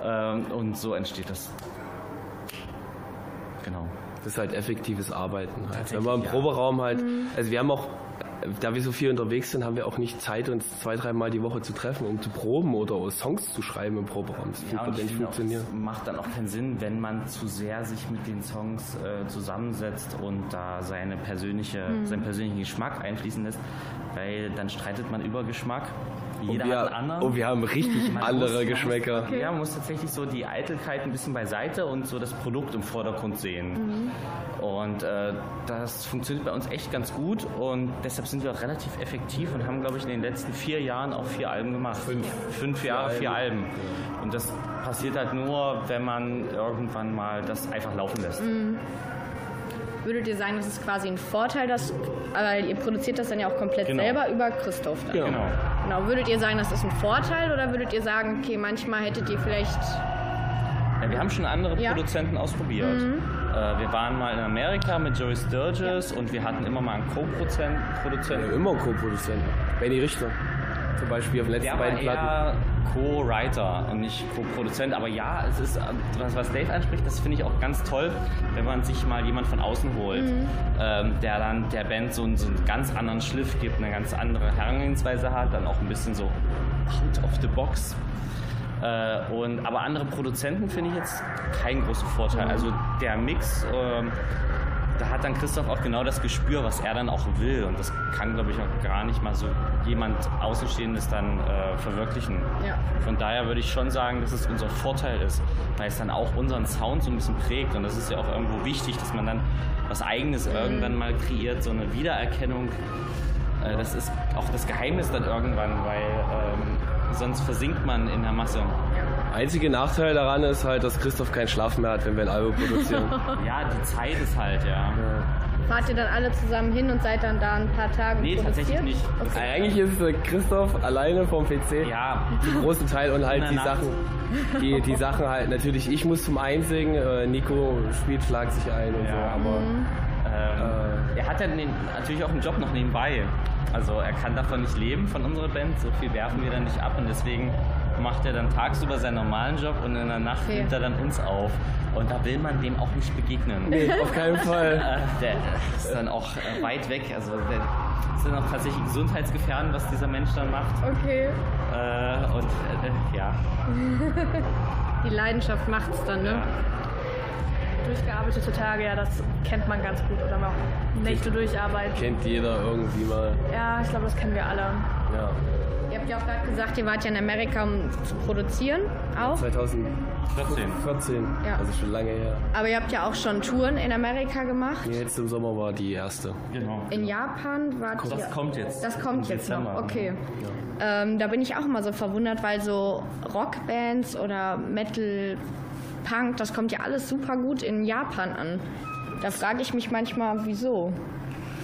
Ähm, und so entsteht das. Genau.
Das ist halt effektives Arbeiten. Halt. Wenn
Tatsächlich,
wir im
ja. Mhm.
Proberaum halt, also wir haben auch, äh, da wir so viel unterwegs sind, haben wir auch nicht Zeit, uns zwei, dreimal die Woche zu treffen, um zu proben oder Songs zu schreiben im Proberaum. Das
Ja, und
wird
ich
nicht
finde auch,
funktionieren.
es macht dann auch keinen Sinn, wenn man zu sehr sich mit den Songs äh, zusammensetzt und da seine persönliche, seinen persönlichen Geschmack einfließen lässt, weil dann streitet man über Geschmack. Jeder
und, wir,
hat einen anderen.
und wir haben richtig
Man muss-
andere
man
Geschmäcker.
Muss, Ja, man muss tatsächlich so die Eitelkeit ein bisschen beiseite und so das Produkt im Vordergrund sehen. Und äh, das funktioniert bei uns echt ganz gut und deshalb sind wir auch relativ effektiv und haben, glaube ich, in den letzten vier Jahren auch vier Alben gemacht. Fünf. Fünf Jahre, vier Alben. Und das passiert halt nur, wenn man irgendwann mal das einfach laufen lässt.
Würdet ihr sagen, das ist quasi ein Vorteil, dass, weil ihr produziert das dann ja auch komplett
Genau.
selber über Christoph dann?
Genau.
Genau. Würdet ihr sagen, das ist ein Vorteil oder würdet ihr sagen, okay, manchmal hättet ihr vielleicht.
Ja, wir haben schon andere
Ja.
Produzenten ausprobiert. Äh, wir waren mal in Amerika mit Joey Sturgis und wir hatten immer mal einen Co-Produzenten.
Immer ein Co-Produzent. Benny Richter. Zum Beispiel auf den letzten
Der war
beiden Platten.
eher Co-Writer und nicht Co-Produzent. Aber ja, es ist, äh, was, was Dave anspricht, das finde ich auch ganz toll, wenn man sich mal jemand von außen holt, ähm, der dann der Band so einen, so einen ganz anderen Schliff gibt, eine ganz andere Herangehensweise hat, dann auch ein bisschen so out of the box. Äh, und, aber andere Produzenten finde ich jetzt keinen großen Vorteil. Also der Mix, ähm, da hat dann Christoph auch genau das Gespür, was er dann auch will. Und das kann, glaube ich, auch gar nicht mal so jemand Außenstehendes dann äh, verwirklichen.
Ja.
Von daher würde ich schon sagen, dass es unser Vorteil ist, weil es dann auch unseren Sound so ein bisschen prägt. Und das ist ja auch irgendwo wichtig, dass man dann was Eigenes
Mhm.
irgendwann mal kreiert, so eine Wiedererkennung. Äh, das ist auch das Geheimnis dann irgendwann, weil ähm, sonst versinkt man in der Masse.
Einziger Nachteil daran ist halt, dass Christoph keinen Schlaf mehr hat, wenn wir ein Album produzieren.
Oh.
Ja, die Zeit ist halt, ja.
Fahrt ihr dann alle zusammen hin und seid dann da ein paar Tage
Nee, tatsächlich
produziert?
nicht.
Eigentlich ist äh, Christoph alleine vom PC.
Ja,
Zum großen Teil und halt
In der
die
Nacht.
Sachen. Die, die Sachen halt, natürlich, ich muss zum Einsingen, äh, Nico spielt, schlagt sich ein und
Ja.
so, aber
ähm, er hat dann den, natürlich auch einen Job noch nebenbei. Also er kann davon nicht leben, von unserer Band. So viel werfen wir dann nicht ab und deswegen macht er dann tagsüber seinen normalen Job und in der Nacht
Okay.
nimmt er dann uns auf. Und da will man dem auch nicht begegnen.
nee, auf keinen Fall.
Äh, der ist dann auch äh, weit weg. Also der ist dann auch tatsächlich gesundheitsgefährdend, was dieser Mensch dann macht.
Okay.
Äh, und äh, ja.
Die Leidenschaft macht's dann, ne?
Durchgearbeitete Tage, ja, das kennt man ganz gut. Oder man auch Nächte durcharbeiten.
Kennt jeder irgendwie mal.
Ja, ich glaube, das kennen wir alle.
Ja.
Ihr habt ja auch gerade gesagt, ihr wart ja in Amerika, um zu produzieren auch.
2014,
14.
Ja.
also schon lange her.
Aber ihr habt ja auch schon Touren in Amerika gemacht.
Nee, Jetzt im Sommer war die erste.
Genau.
In Japan wart
Das
ihr...
kommt jetzt.
Das kommt
Im
jetzt
Dezember.
noch, okay. Ähm, da bin ich auch mal so verwundert, weil so Rockbands oder Metal, Punk, das kommt ja alles super gut in Japan an. Da frage ich mich manchmal, wieso.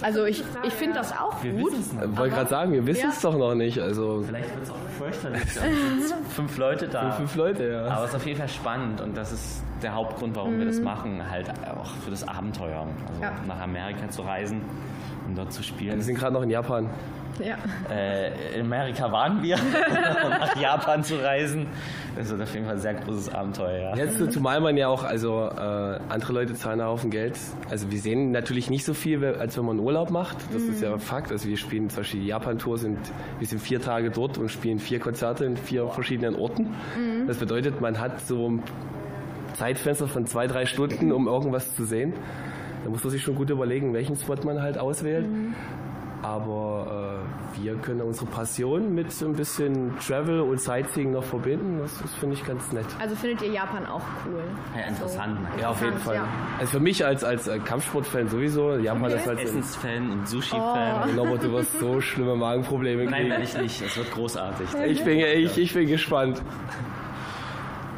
Also ich, ich finde das auch
Wir
gut.
wissen es noch.
Äh, Wollte gerade sagen, wir wissen es doch noch nicht. Also
Vielleicht wird es auch fürchterlich. Es sind fünf Leute da.
fünf Leute, ja.
Aber es ist auf jeden Fall spannend und das ist der Hauptgrund, warum wir das machen. Halt auch für das Abenteuer. Also
Ja.
nach Amerika zu reisen und dort zu
Wir
spielen.
sind gerade noch in Japan.
Ja.
Äh, in Amerika waren wir. und nach Japan zu reisen. Das wird auf jeden Fall ein sehr großes Abenteuer. Ja.
Jetzt, äh, zumal man ja auch, also äh, andere Leute zahlen einen Haufen Geld. Also wir sehen natürlich nicht so viel, we- als wenn man Urlaub macht. Das ist ja Fakt. Also wir spielen zum Beispiel die Japan-Tour, sind, wir sind vier Tage dort und spielen vier Konzerte in vier verschiedenen Orten. Das bedeutet, man hat so ein Zeitfenster von zwei, drei Stunden, um irgendwas zu sehen. Da muss man sich schon gut überlegen, welchen Spot man halt auswählt. Aber äh, wir können unsere Passion mit so ein bisschen Travel und Sightseeing noch verbinden. Das, das finde ich ganz nett.
Also findet ihr Japan auch cool.
interessant.
Ja, auf jeden Fall.
ja.
Also für mich als, als äh, Kampfsportfan sowieso, Japan ist halt so.
Essensfan und Sushi-Fan.
Norbert, du wirst so schlimme Magenprobleme
Nein,
kriegen.
werde ich nicht. Es wird großartig.
Ich bin, ich, ich bin gespannt.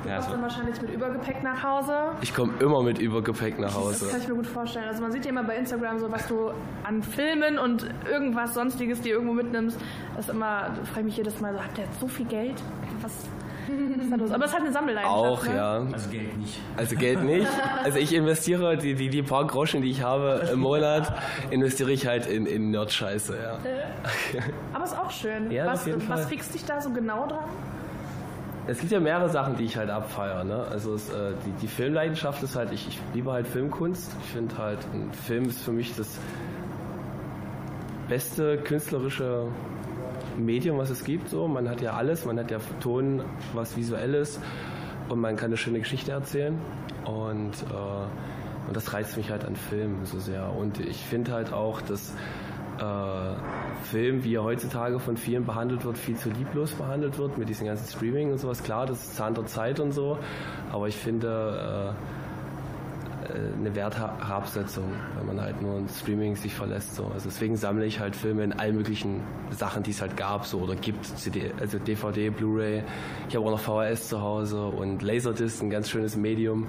Ja, es
Kommt dann
wird
wahrscheinlich mit Übergepäck nach Hause.
Ich komme immer mit Übergepäck nach
Das kann
Hause.
ich mir gut vorstellen. Also man sieht ja immer bei Instagram so, was du an Filmen und irgendwas sonstiges dir irgendwo mitnimmst. Das ist immer, da frage ich mich jedes Mal so, habt ihr jetzt so viel Geld? Was ist da los? Aber es hat eine Sammelleidenschaft.
Auch,
ne?
ja.
also Geld nicht.
Also Geld nicht. Also ich investiere die, die, die paar Groschen, die ich habe im Monat, investiere ich halt in, in Nerd-Scheiße, ja.
Aber ist auch schön.
Ja,
was,
auf jeden
was
Fall.
fixt dich da so genau dran?
Es gibt ja mehrere Sachen, die ich halt abfeiere. Ne? Also es, äh, die, die Filmleidenschaft ist halt, ich, ich liebe halt Filmkunst. Ich finde halt, ein Film ist für mich das beste künstlerische Medium, was es gibt. So, man hat ja alles, man hat ja Ton, was visuelles und man kann eine schöne Geschichte erzählen. Und, äh, und das reizt mich halt an Film so sehr. Und ich finde halt auch, dass äh, Film, wie er heutzutage von vielen behandelt wird, viel zu lieblos behandelt wird mit diesem ganzen Streaming und sowas. Klar, das ist Zahn der Zeit und so, aber ich finde äh, äh, eine Wertabsetzung, wenn man halt nur ein Streaming sich verlässt. So. Also deswegen sammle ich halt Filme in allen möglichen Sachen, die es halt gab so oder gibt, CD, also DVD, Blu-ray. Ich habe auch noch VHS zu Hause und Laserdisc, ein ganz schönes Medium.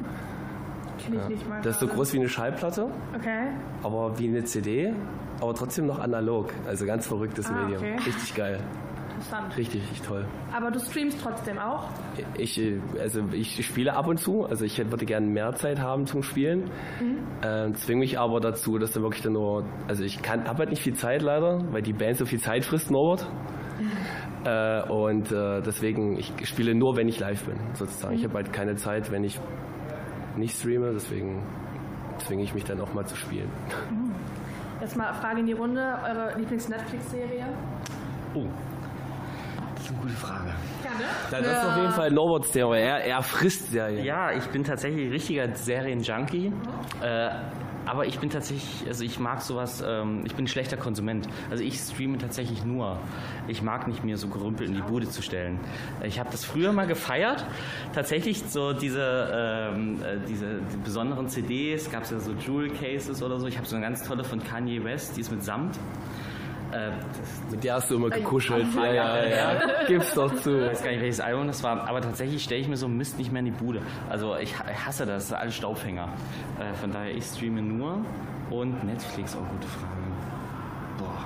Kenn ich nicht mal.
Das ist so
gerade.
groß wie eine Schallplatte,
Okay.
aber wie eine CD, aber trotzdem noch analog. Also ganz verrücktes
Ah,
Medium.
okay.
Richtig geil.
Interessant.
Richtig, richtig toll.
Aber du streamst trotzdem auch.
Ich, äh, also ich spiele ab und zu, also ich hätte- würde gerne mehr Zeit haben zum Spielen,
Mhm.
ähm, zwinge mich aber dazu, dass dann wirklich dann nur, also ich kann, habe halt nicht viel Zeit leider, weil die Band so viel Zeit frisst, Norbert. Äh, und äh, deswegen, ich spiele nur, wenn ich live bin, sozusagen.
Mhm.
Ich habe halt keine Zeit, wenn ich nicht streame, deswegen zwinge ich mich dann auch mal zu spielen.
Jetzt mal Frage in die Runde. Eure Lieblings-Netflix-Serie?
Oh. Das ist eine gute Frage.
Ja, das ist auf jeden Fall Norberts Serie, er, er frisst Serie.
Ja, ich bin tatsächlich richtiger Serienjunkie. Äh, aber ich bin tatsächlich, also ich mag sowas, ähm, ich bin ein schlechter Konsument. Also ich streame tatsächlich nur. Ich mag nicht mir so gerümpelt in die Bude zu stellen. Äh, Ich habe das früher mal gefeiert. Tatsächlich so diese, ähm, äh, diese die besonderen CDs, gab es ja so Jewel Cases oder so. Ich habe so eine ganz tolle von Kanye West, die ist mit Samt. Äh,
Mit der hast du immer gekuschelt.
Ach,
Ja, ja, ja. Gib's doch zu.
ich weiß gar nicht, welches Album das war, aber tatsächlich stelle ich mir so Mist nicht mehr in die Bude. Also ich ha- ich hasse das, das sind alles Staubfänger. Äh, von daher, ich streame nur und Netflix, auch gute Frage. Boah,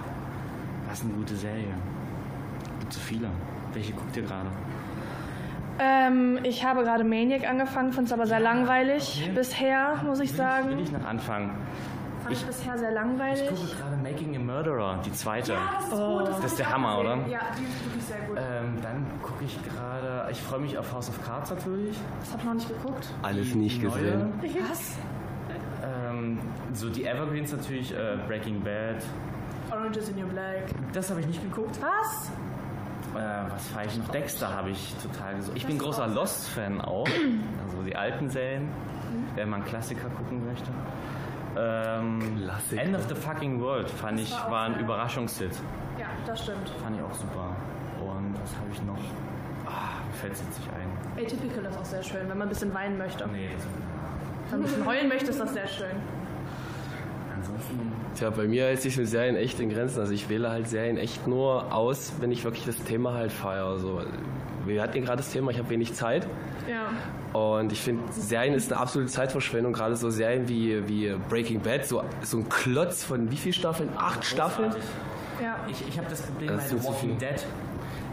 was eine gute Serie. Gibt so viele. Welche guckt ihr gerade?
Ähm, ich habe gerade Maniac angefangen, finde es aber sehr langweilig
okay.
bisher, muss ich
Will
sagen.
Will ich noch anfangen?
Fand ich bisher sehr langweilig.
Ich gucke gerade Making a Murderer, die zweite. Oh.
ist gut. Das,
ist der Hammer, oder?
Ja, die ist wirklich sehr gut.
Ähm, dann gucke ich gerade, ich freue mich auf House of Cards natürlich.
Das habe ich noch nicht geguckt.
Alles nicht
Neue.
gesehen.
Was?
Ähm, so die Evergreens natürlich, äh, Breaking Bad.
Orange is in your black.
Das habe ich nicht geguckt.
Was?
Äh, was fahre ich noch? Dexter habe ich total gesucht. Ich bin großer Lost-Fan auch. Also die alten Serien,
Mhm.
wenn man Klassiker gucken möchte. Ähm,
Klassiker.
End of the Fucking World fand ich, war ein Überraschungshit.
Ja, das stimmt.
Fand ich auch super. Und was habe ich noch? Ah, mir fällt es jetzt nicht ein.
Atypical ist auch sehr schön, wenn man ein bisschen weinen möchte.
Nee, das
Wenn man ein bisschen heulen möchte, ist das sehr schön.
Ansonsten.
Tja, bei mir hält sich mit Serien echt in Grenzen. Also ich wähle halt Serien echt nur aus, wenn ich wirklich das Thema halt feiere. So. Wir hatten ja gerade das Thema, ich habe wenig Zeit.
Ja.
Und ich finde, Serien ist eine absolute Zeitverschwendung. Gerade so Serien wie, wie Breaking Bad, so, so ein Klotz von wie viel Staffeln? Acht Staffeln?
Großartig.
Ja.
Ich, ich habe das Problem
Das
bei
ist
The
so zu
Walking
viel.
Dead.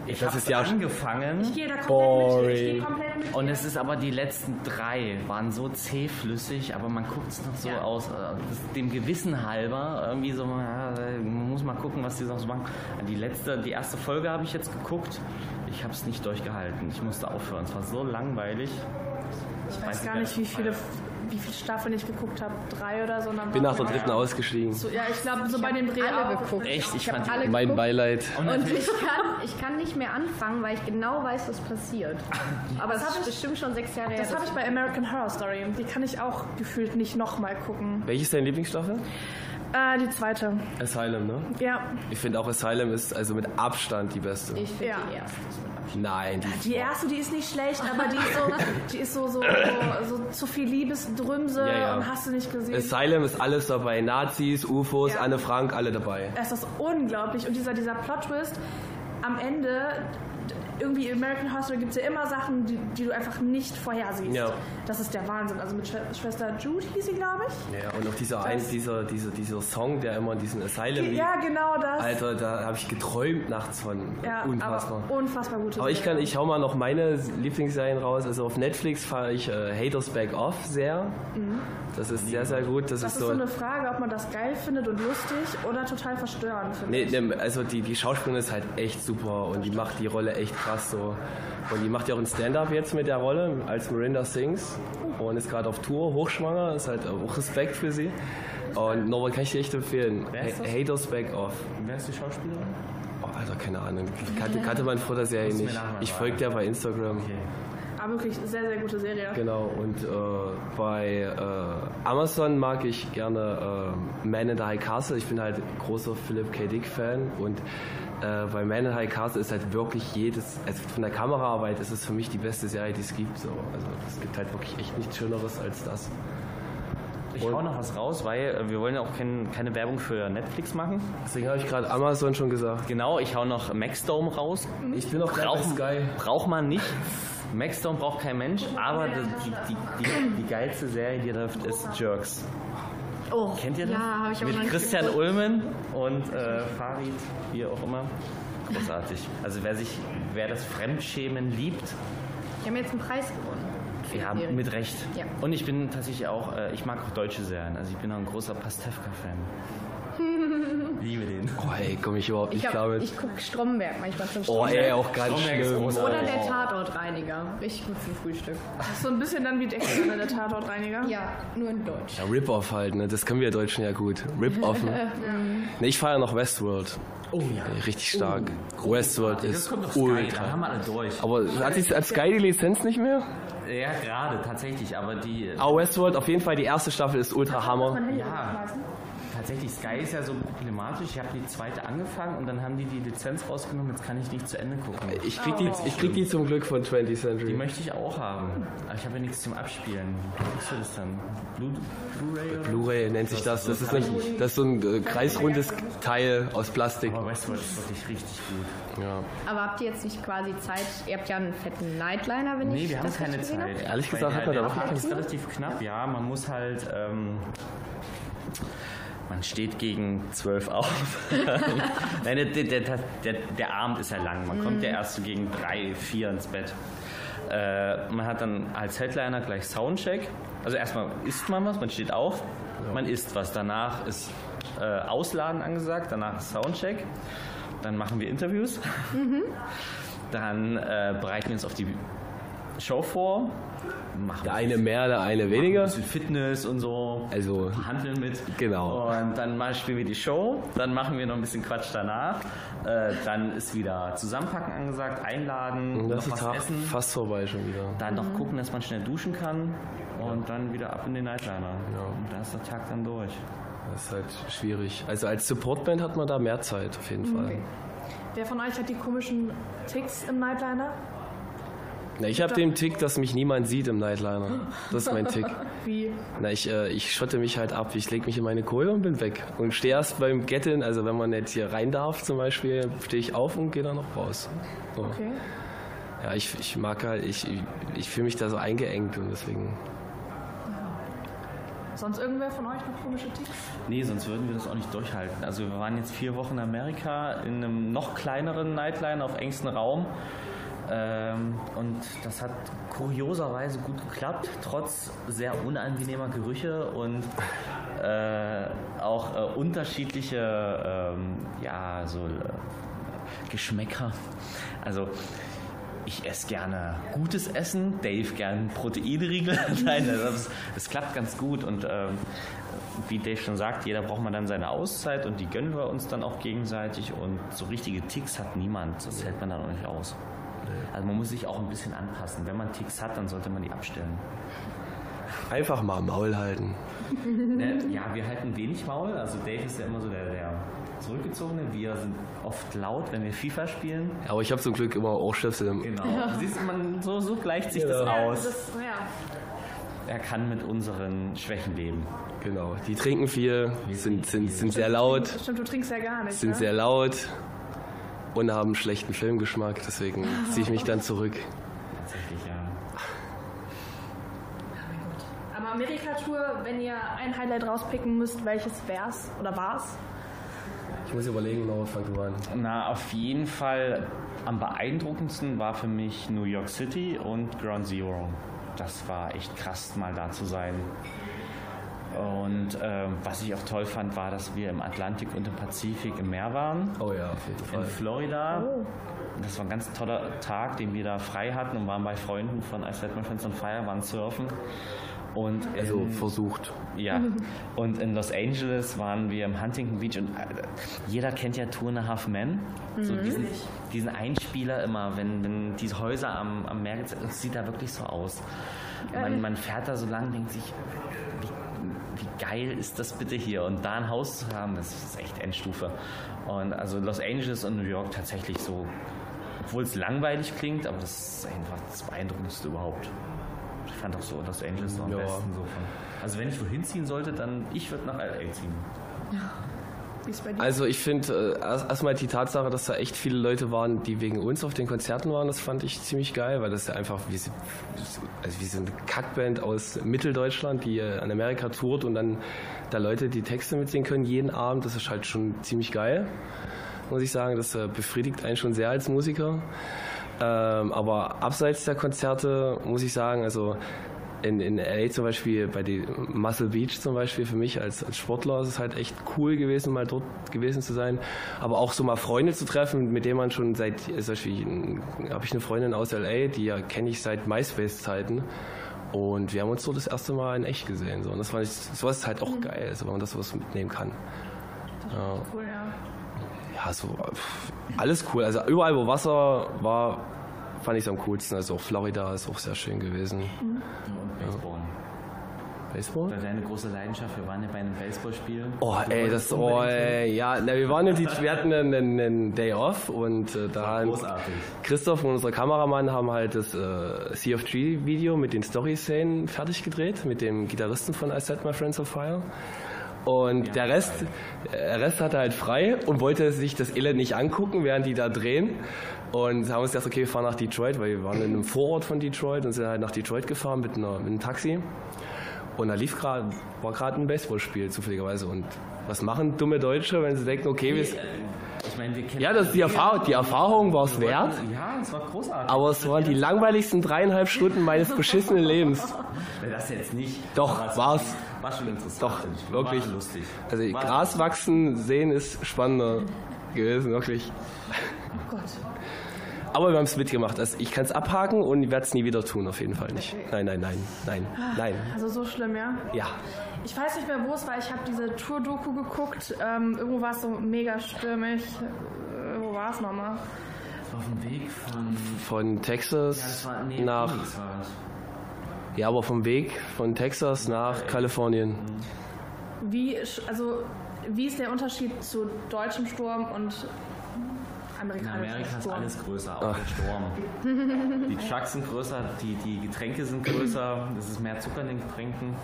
Ich
Das
habe
ist ja schon-
angefangen.
Ich gehe da komplett mit. Ich gehe
Boring.
komplett mit.
Und es ist aber die letzten drei waren so zähflüssig, aber man guckt es noch so aus, äh, das, dem Gewissen halber, irgendwie so, ja, man muss mal gucken, was die noch so machen. Die letzte, die erste Folge habe ich jetzt geguckt, ich habe es nicht durchgehalten, ich musste aufhören, es war so langweilig.
Ich weiß gar nicht, wie viele, wie viele Staffeln ich geguckt habe. Drei oder so. und dann
Bin
war
nach der
ich-
dritten ausgestiegen.
So, ja, ich glaube, so bei den Dreh
alle
auch.
geguckt.
Echt, ich fand
alle
Mein
geguckt.
Beileid.
äh,
Und ich kann, ich kann nicht mehr anfangen, weil ich genau weiß, was passiert. Aber es ist bestimmt schon sechs Jahre her.
Das habe ich bei American Horror Story. Die kann ich auch gefühlt nicht nochmal gucken.
Welche ist deine Lieblingsstaffel?
Äh, die zweite.
Asylum, ne?
Ja.
Ich finde auch Asylum ist also mit Abstand die beste.
Ich finde
Ja.
die erste.
Nein, die
Die erste, die ist nicht schlecht, aber die ist so, ne, die ist so, so, so, so zu viel Liebesdrümse
Ja, ja.
und hast du nicht gesehen.
Asylum ist alles dabei. Nazis, UFOs,
Ja.
Anne Frank, alle dabei.
Es ist unglaublich. Und dieser, dieser Plot-Twist am Ende, d- irgendwie in American Hostel gibt es ja immer Sachen, die, die du einfach nicht vorhersiehst.
Ja.
Das ist der Wahnsinn. Also mit Schwe- Schwester Jude hieß sie, glaube ich.
Ja, und auch dieser, ein, dieser, dieser, dieser Song, der immer in diesem Asylum liegt.
Ja, genau das.
Alter, da habe ich geträumt nachts von.
ja,
Unfassbar.
Aber unfassbar gute
Aber ich kann,
Serie.
ich hau mal noch meine Lieblingsserien raus. Also auf Netflix fahre ich äh, Haters Back Off sehr. Das ist sehr, sehr gut. Das,
Mhm. Das
ist
ist so eine Frage, ob man das geil findet und lustig oder total verstörend findet.
Nee, nee, also die, die Schauspielerin ist halt echt super und die macht die Rolle echt krass so. Und die macht ja auch ein Stand-up jetzt mit der Rolle als Miranda Sings und ist gerade auf Tour, hochschwanger, ist halt auch Respekt für sie. Und Norbert kann ich dir echt empfehlen.
Wer ist
Ha-
das?
Haters Back Off.
Wer ist die Schauspielerin?
Oh, Alter, keine Ahnung. Kannte, kannte man vor der Serie
Muss mir
nicht.
nachher mal
Ich
sagen.
folge der bei Instagram.
Aber wirklich sehr, sehr gute Serie.
Genau, und äh, bei äh, Amazon mag ich gerne äh, Man in the High Castle. Ich bin halt großer Philip K. Dick-Fan und äh, bei Man in the High Castle ist halt wirklich jedes, also von der Kameraarbeit ist es für mich die beste Serie, die es gibt. So. Also es gibt halt wirklich echt nichts Schöneres als das.
Ich hau noch was raus, weil äh, wir wollen ja auch kein, keine Werbung für Netflix machen.
Deswegen habe ich gerade Amazon schon gesagt.
Genau, ich hau noch Maxdome raus.
Ich bin auch gerade bei
Braucht,
Sky.
braucht man nicht. Maxdome braucht kein Mensch, aber die, die, die, die, die geilste Serie, die läuft, ist Jerks.
Oh,
Kennt ihr das?
Ja, habe ich aber noch
Mit
nicht
Christian
geguckt.
Ulmen und äh, Farid, wie auch immer. Großartig. Also wer sich, wer das Fremdschämen liebt,
Die haben jetzt einen Preis gewonnen. für die
ja,
Serie.
mit Recht.
Ja.
Und ich bin tatsächlich auch, äh, ich mag auch deutsche Serien. Also ich bin auch ein großer Pastewka-Fan. Liebe den.
Oh ey, komme ich überhaupt
Ich,
nicht klar
hab-
mit.
ich gucke Stromberg manchmal zum
Oh
Stromberg.
ey, auch ganz
Stromberg ist
schlimm.
großartig.
Oder der Tatortreiniger. Richtig gut zum Frühstück.
Das ist so ein bisschen dann wie Dexter, ne, der Tatortreiniger.
Ja, nur in Deutsch.
Ja, Rip-Off halt, ne? das können wir Deutschen ja gut. Rip-Off. Ne? Ne, ich fahre ja noch Westworld.
Oh ja.
Äh, Richtig stark. Oh. Westworld
Das
ist
kommt doch Sky, dann
ultra.
haben wir alle durch.
Aber hat, sich, hat Sky die Lizenz nicht mehr?
Ja, gerade, tatsächlich, aber die.
Aber Westworld, auf jeden Fall die erste Staffel ist ultra Hammer.
Ja. tatsächlich, Sky ist ja so problematisch. Ich habe die zweite angefangen und dann haben die die Lizenz rausgenommen. Jetzt kann ich nicht zu Ende gucken.
Ich krieg, die, ich krieg die zum Glück von 20th
Die
Century.
möchte ich auch haben. Aber ich habe ja nichts zum Abspielen. Wie kriegst du das dann? Blu- Blu-ray? oder?
Blu-ray nennt sich das. Das ist, ein, das ist so ein äh, kreisrundes Teil aus Plastik.
Aber Westworld ist wirklich richtig gut.
Ja.
Aber habt ihr jetzt nicht quasi Zeit? Ihr habt ja einen fetten Nightliner, wenn
Nee,
ich
wir haben
das
keine
richtig gesehen
Zeit.
Ehrlich
Weil
gesagt
der-
hat man
der
da wirklich
Tag
keine
ist relativ knapp, ja. Man muss halt. Ähm, man steht gegen zwölf auf. Nein, der, der, der, der, der Abend ist ja lang. Man kommt ja erst so gegen drei, vier ins Bett. Äh, man hat dann als Headliner gleich Soundcheck. Also erstmal isst man was, man steht auf, man isst was. Danach ist äh, Ausladen angesagt, danach ist Soundcheck. Dann machen wir Interviews. Dann äh, bereiten wir uns auf die Show vor. Machen
Der
ein
eine mehr, der eine
bisschen- ein
weniger.
bisschen Fitness und so.
Also,
Handeln mit.
Genau.
Und dann mal spielen wir die Show, dann machen wir noch ein bisschen Quatsch danach. Äh, dann ist wieder Zusammenpacken angesagt, einladen,
Mhm, das
noch
ist
was
Tag
essen.
fast vorbei schon wieder.
Dann noch gucken, dass man schnell duschen kann und dann wieder ab in den Nightliner.
Ja.
Und da ist der Tag dann durch.
Das ist halt schwierig. Also als Supportband hat man da mehr Zeit auf jeden
Mhm.
Fall.
Wer von euch hat die komischen Ticks im Nightliner?
Na, ich habe den Tick, dass mich niemand sieht im Nightliner. Das ist mein Tick.
Wie?
Na, ich, äh, ich schotte mich halt ab. Ich lege mich in meine Kohle und bin weg. Und stehe erst beim Get-In, also wenn man jetzt hier rein darf zum Beispiel, stehe ich auf und gehe dann noch raus. So.
Okay.
Ja, ich, ich mag halt, ich, ich- ich fühle mich da so eingeengt und deswegen.
Sonst irgendwer von euch noch komische Ticks?
Nee, sonst würden wir das auch nicht durchhalten. Also wir waren jetzt vier Wochen in Amerika in einem noch kleineren Nightliner auf engstem Raum. Ähm, und das hat kurioserweise gut geklappt, trotz sehr unangenehmer Gerüche und äh, auch äh, unterschiedliche ähm, ja, so, äh, Geschmäcker. Also ich esse gerne gutes Essen, Dave gern Proteinriegel. Nein, das, das klappt ganz gut. Und ähm, wie Dave schon sagt, jeder braucht mal dann seine Auszeit und die gönnen wir uns dann auch gegenseitig. Und so richtige Ticks hat niemand. Das hält man dann auch nicht aus. Also man muss sich auch ein bisschen anpassen. Wenn man Ticks hat, dann sollte man die abstellen.
Einfach mal Maul halten.
Ne, ja, wir halten wenig Maul. Also Dave ist ja immer so der, der Zurückgezogene. Wir sind oft laut, wenn wir FIFA spielen.
Aber ich habe zum Glück immer Ohrstöpsel im.
Genau. Siehst du, man, so, so gleicht sich das aus. Er kann mit unseren Schwächen leben.
Genau. Die trinken viel, sind, sind, sind sehr laut.
Stimmt, du trinkst ja gar nicht.
sind
ne?
sehr laut und haben schlechten Filmgeschmack, deswegen ziehe ich mich dann zurück.
Tatsächlich, ja.
Aber Amerika-Tour, wenn ihr ein Highlight rauspicken müsst, welches wär's oder war's?
Ich muss überlegen, Norbert, fang du an.
Na, auf jeden Fall am beeindruckendsten war für mich New York City und Ground Zero. Das war echt krass, mal da zu sein. Und ähm, was ich auch toll fand, war, dass wir im Atlantik und im Pazifik im Meer waren.
Oh ja, auf jeden
in
Fall.
Florida. Das war ein ganz toller Tag, den wir da frei hatten und waren bei Freunden von Ice Light Machines on Fire, waren surfen. Und
Also
in,
versucht.
ja, und in Los Angeles waren wir im Huntington Beach und äh, jeder kennt ja Tour and a Half Men. So diesen, diesen Einspieler immer, wenn, wenn diese Häuser am, am Meer gezeigt das sieht da wirklich so aus. Man, man fährt da so lang, denkt sich, wie, wie geil ist das bitte hier? Und da ein Haus zu haben, das ist echt Endstufe. Und also Los Angeles und New York tatsächlich so, obwohl es langweilig klingt, aber das ist einfach das Beeindruckendste überhaupt. Ich fand auch so Los Angeles noch am
Ja.
besten. So von. Also wenn ich wohin ziehen sollte, dann ich würde nach LA ziehen.
Also ich finde äh, erst- erstmal die Tatsache, dass da echt viele Leute waren, die wegen uns auf den Konzerten waren, das fand ich ziemlich geil, weil das ja einfach wie, so- also wie so eine Kackband aus Mitteldeutschland, die äh, an Amerika tourt und dann da Leute die Texte mitsingen können jeden Abend, das ist halt schon ziemlich geil, muss ich sagen. Das äh, befriedigt einen schon sehr als Musiker. Ähm, aber abseits der Konzerte muss ich sagen, also in, in LA zum Beispiel, bei die Muscle Beach zum Beispiel, für mich als, als Sportler ist es halt echt cool gewesen, mal dort gewesen zu sein. Aber auch so mal Freunde zu treffen, mit denen man schon seit, äh, zum Beispiel habe ich eine Freundin aus LA, die ja kenne ich seit MySpace-Zeiten. Und wir haben uns so das erste Mal in echt gesehen. So. Und das fand ich, sowas ist halt auch geil, also wenn man das sowas mitnehmen kann.
Cool, ja.
Ja, so pff, alles cool. Also überall, wo Wasser war, fand ich es am coolsten. Also auch Florida ist auch sehr schön gewesen.
Und Baseball.
Baseball?
Weil deine große Leidenschaft, wir waren ja bei einem Baseballspiel.
Oh,
Du
ey,
wolltest
das, oh,
unbedingt hin.
ey, ja, na, wir waren im Dienst, wir hatten einen, einen, einen Day Off und äh, da haben
großartig.
Christoph und unser Kameramann haben halt das äh, Sea of Tree Video mit den Story-Szenen fertig gedreht, mit dem Gitarristen von I Set My Friends on Fire. Und der Rest, der Rest hatte halt frei und wollte sich das Elend nicht angucken, während die da drehen. Und haben uns gesagt, okay, wir fahren nach Detroit, weil wir waren in einem Vorort von Detroit und sind halt nach Detroit gefahren mit, einer, mit einem Taxi. Und da lief gerade, war gerade ein Baseballspiel zufälligerweise. Und was machen dumme Deutsche, wenn sie denken, okay, wir,
Ich meine, wir kennen
ja, das ist die Erfahrung, die Erfahrung war es wert,
Ja, es war großartig.
aber es waren die langweiligsten dreieinhalb Stunden meines beschissenen Lebens.
das jetzt nicht.
Doch,
Aber es
war's.
War schon interessant.
Doch,
War
wirklich.
schon lustig.
Also
War-
Gras wachsen sehen ist spannender gewesen, wirklich. Aber wir haben es mitgemacht. Also ich kann es abhaken und ich werde es nie wieder tun, auf jeden Fall nicht. Nein, nein, nein, nein, nein.
Also so schlimm, ja?
Ja.
Ich weiß nicht mehr, wo es war. Ich habe diese Tour-Doku geguckt. Ähm, irgendwo war es so mega stürmig. Äh, wo war es nochmal?
Das war auf dem Weg von.
Von
Ja, das
Texas
war, nee,
nach,
Phoenix war das.
ja, aber vom Weg von Texas nach Kalifornien.
Wie, sch- also, wie ist der Unterschied zu deutschem Sturm und
In
amerikanischem
Amerika ist
Sturm?
alles größer, auch der Sturm. Die Trucks sind größer, die, die Getränke sind größer, es ist mehr Zucker in den Getränken.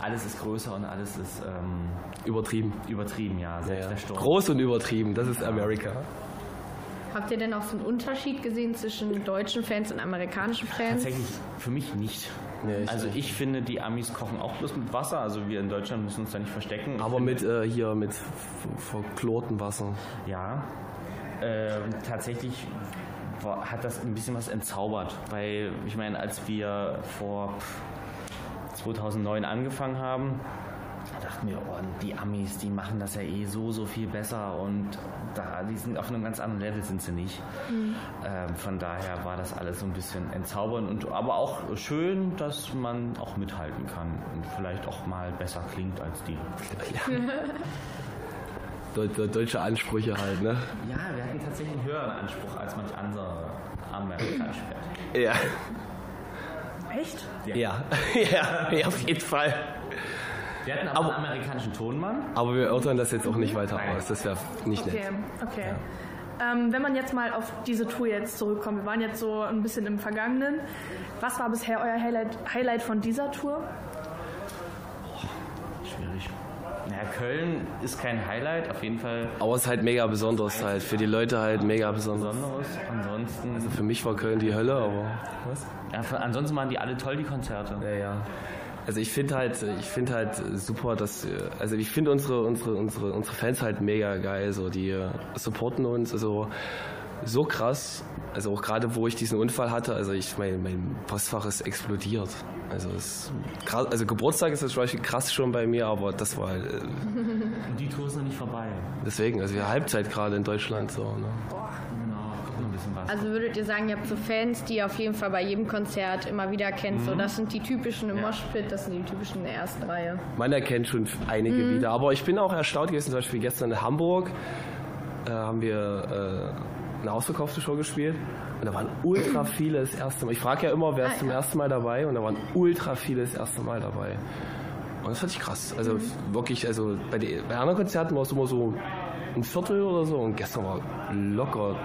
Alles ist größer und alles ist ähm,
Übertrieben.
übertrieben, ja. Selbst
Ja.
der Sturm.
Groß und übertrieben, das ist Amerika.
Habt ihr denn auch so einen Unterschied gesehen zwischen deutschen Fans und amerikanischen Fans?
Tatsächlich für mich nicht.
Nee, ich
also
nicht.
ich finde, die Amis kochen auch bloß mit Wasser. Also wir in Deutschland müssen uns da nicht verstecken. Ich
Aber
finde-
mit äh, hier mit f- verklortem Wasser.
Ja. Ähm, tatsächlich war, hat das ein bisschen was entzaubert, weil ich meine, als wir vor pff, 2009 angefangen haben, da dachten wir, oh, die Amis, die machen das ja eh so, so viel besser und da, die sind auf einem ganz anderen Level sind sie nicht. Ähm, von daher war das alles so ein bisschen entzaubernd und aber auch schön, dass man auch mithalten kann und vielleicht auch mal besser klingt als die.
Deu- deu- Deutsche Ansprüche halt, ne?
Ja, wir hatten tatsächlich einen höheren Anspruch als manch andere amerikanische Band.
Ja.
Echt?
Ja. ja. Ja, auf jeden Fall.
Wir hatten aber,
Aber-
einen amerikanischen Tonmann.
Aber wir örtern das jetzt auch nicht weiter
Nein.
aus. Das wäre nicht
Okay,
nett.
okay. Ähm, wenn man jetzt mal auf diese Tour jetzt zurückkommt, wir waren jetzt so ein bisschen im Vergangenen. Was war bisher euer Highlight, Highlight von dieser Tour?
Schwierig. Naja, Köln ist kein Highlight, auf jeden Fall
Aber es ist halt mega besonders halt. Für die Leute halt mega besonders.
besonderes. Ansonsten,
Also Für mich war Köln die Hölle, aber.
ja, für- ansonsten waren die alle toll, die Konzerte.
Ja, ja. Also ich finde halt, ich finde halt super, dass äh, also ich finde unsere unsere unsere unsere Fans halt mega geil, so die äh, supporten uns, also so krass. Also auch gerade wo ich diesen Unfall hatte, also ich mein, mein Postfach ist explodiert. Also es ist krass, also Geburtstag ist zum Beispiel krass schon bei mir, aber das war äh,
Und die Tour ist noch nicht vorbei.
deswegen, also wir haben Halbzeit gerade in Deutschland so. Ne?
Genau, guck mal ein bisschen was.
Also würdet ihr sagen, ihr habt so Fans, die ihr auf jeden Fall bei jedem Konzert immer wieder kennt. So, das sind die typischen im
Ja.
Moshpit, das sind die typischen in der ersten Reihe.
Man erkennt schon einige wieder. Aber ich bin auch erstaunt gewesen, zum Beispiel gestern in Hamburg äh, haben wir äh, eine ausverkaufte Show gespielt und da waren ultra viele das erste Mal. Ich frage ja immer, wer ist zum ersten Mal dabei und da waren ultra viele das erste Mal dabei. Und das fand ich krass. Also wirklich, also bei, den, bei anderen Konzerten war es immer so ein Viertel oder so und gestern war locker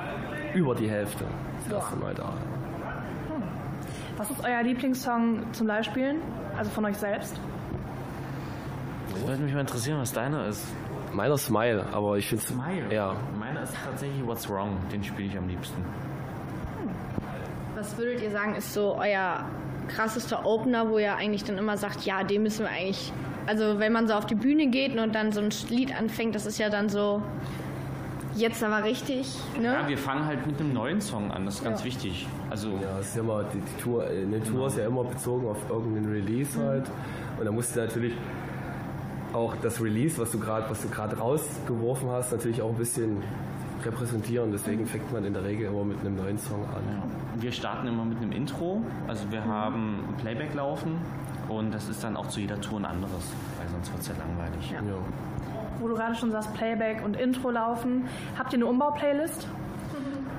über die Hälfte das erste Mal da.
Was ist euer Lieblingssong zum Live-Spielen? Also von euch selbst?
würde mich mal interessieren, was deiner ist.
Meiner Smile, aber ich finde
Meine?
Ja.
Meiner ist tatsächlich What's Wrong, den spiele ich am liebsten.
Was würdet ihr sagen, ist so euer krassester Opener, wo ihr eigentlich dann immer sagt, ja, den müssen wir eigentlich. Also wenn man so auf die Bühne geht und dann so ein Lied anfängt, das ist ja dann so jetzt aber richtig, ne?
Ja, wir fangen halt mit einem neuen Song an, das ist ganz wichtig. Also,
Ja, es ist ja immer, die, die Tour, äh, eine Tour ist ja immer bezogen auf irgendeinen Release halt. Und da musst du natürlich auch das Release, was du gerade, was du gerade rausgeworfen hast, natürlich auch ein bisschen repräsentieren. Deswegen fängt man in der Regel immer mit einem neuen Song an.
Wir starten immer mit einem Intro. Also wir haben ein Playback laufen und das ist dann auch zu jeder Tour ein anderes, weil sonst wird es ja langweilig.
Ja.
Wo du gerade schon sagst, Playback und Intro laufen. Habt ihr eine Umbau-Playlist?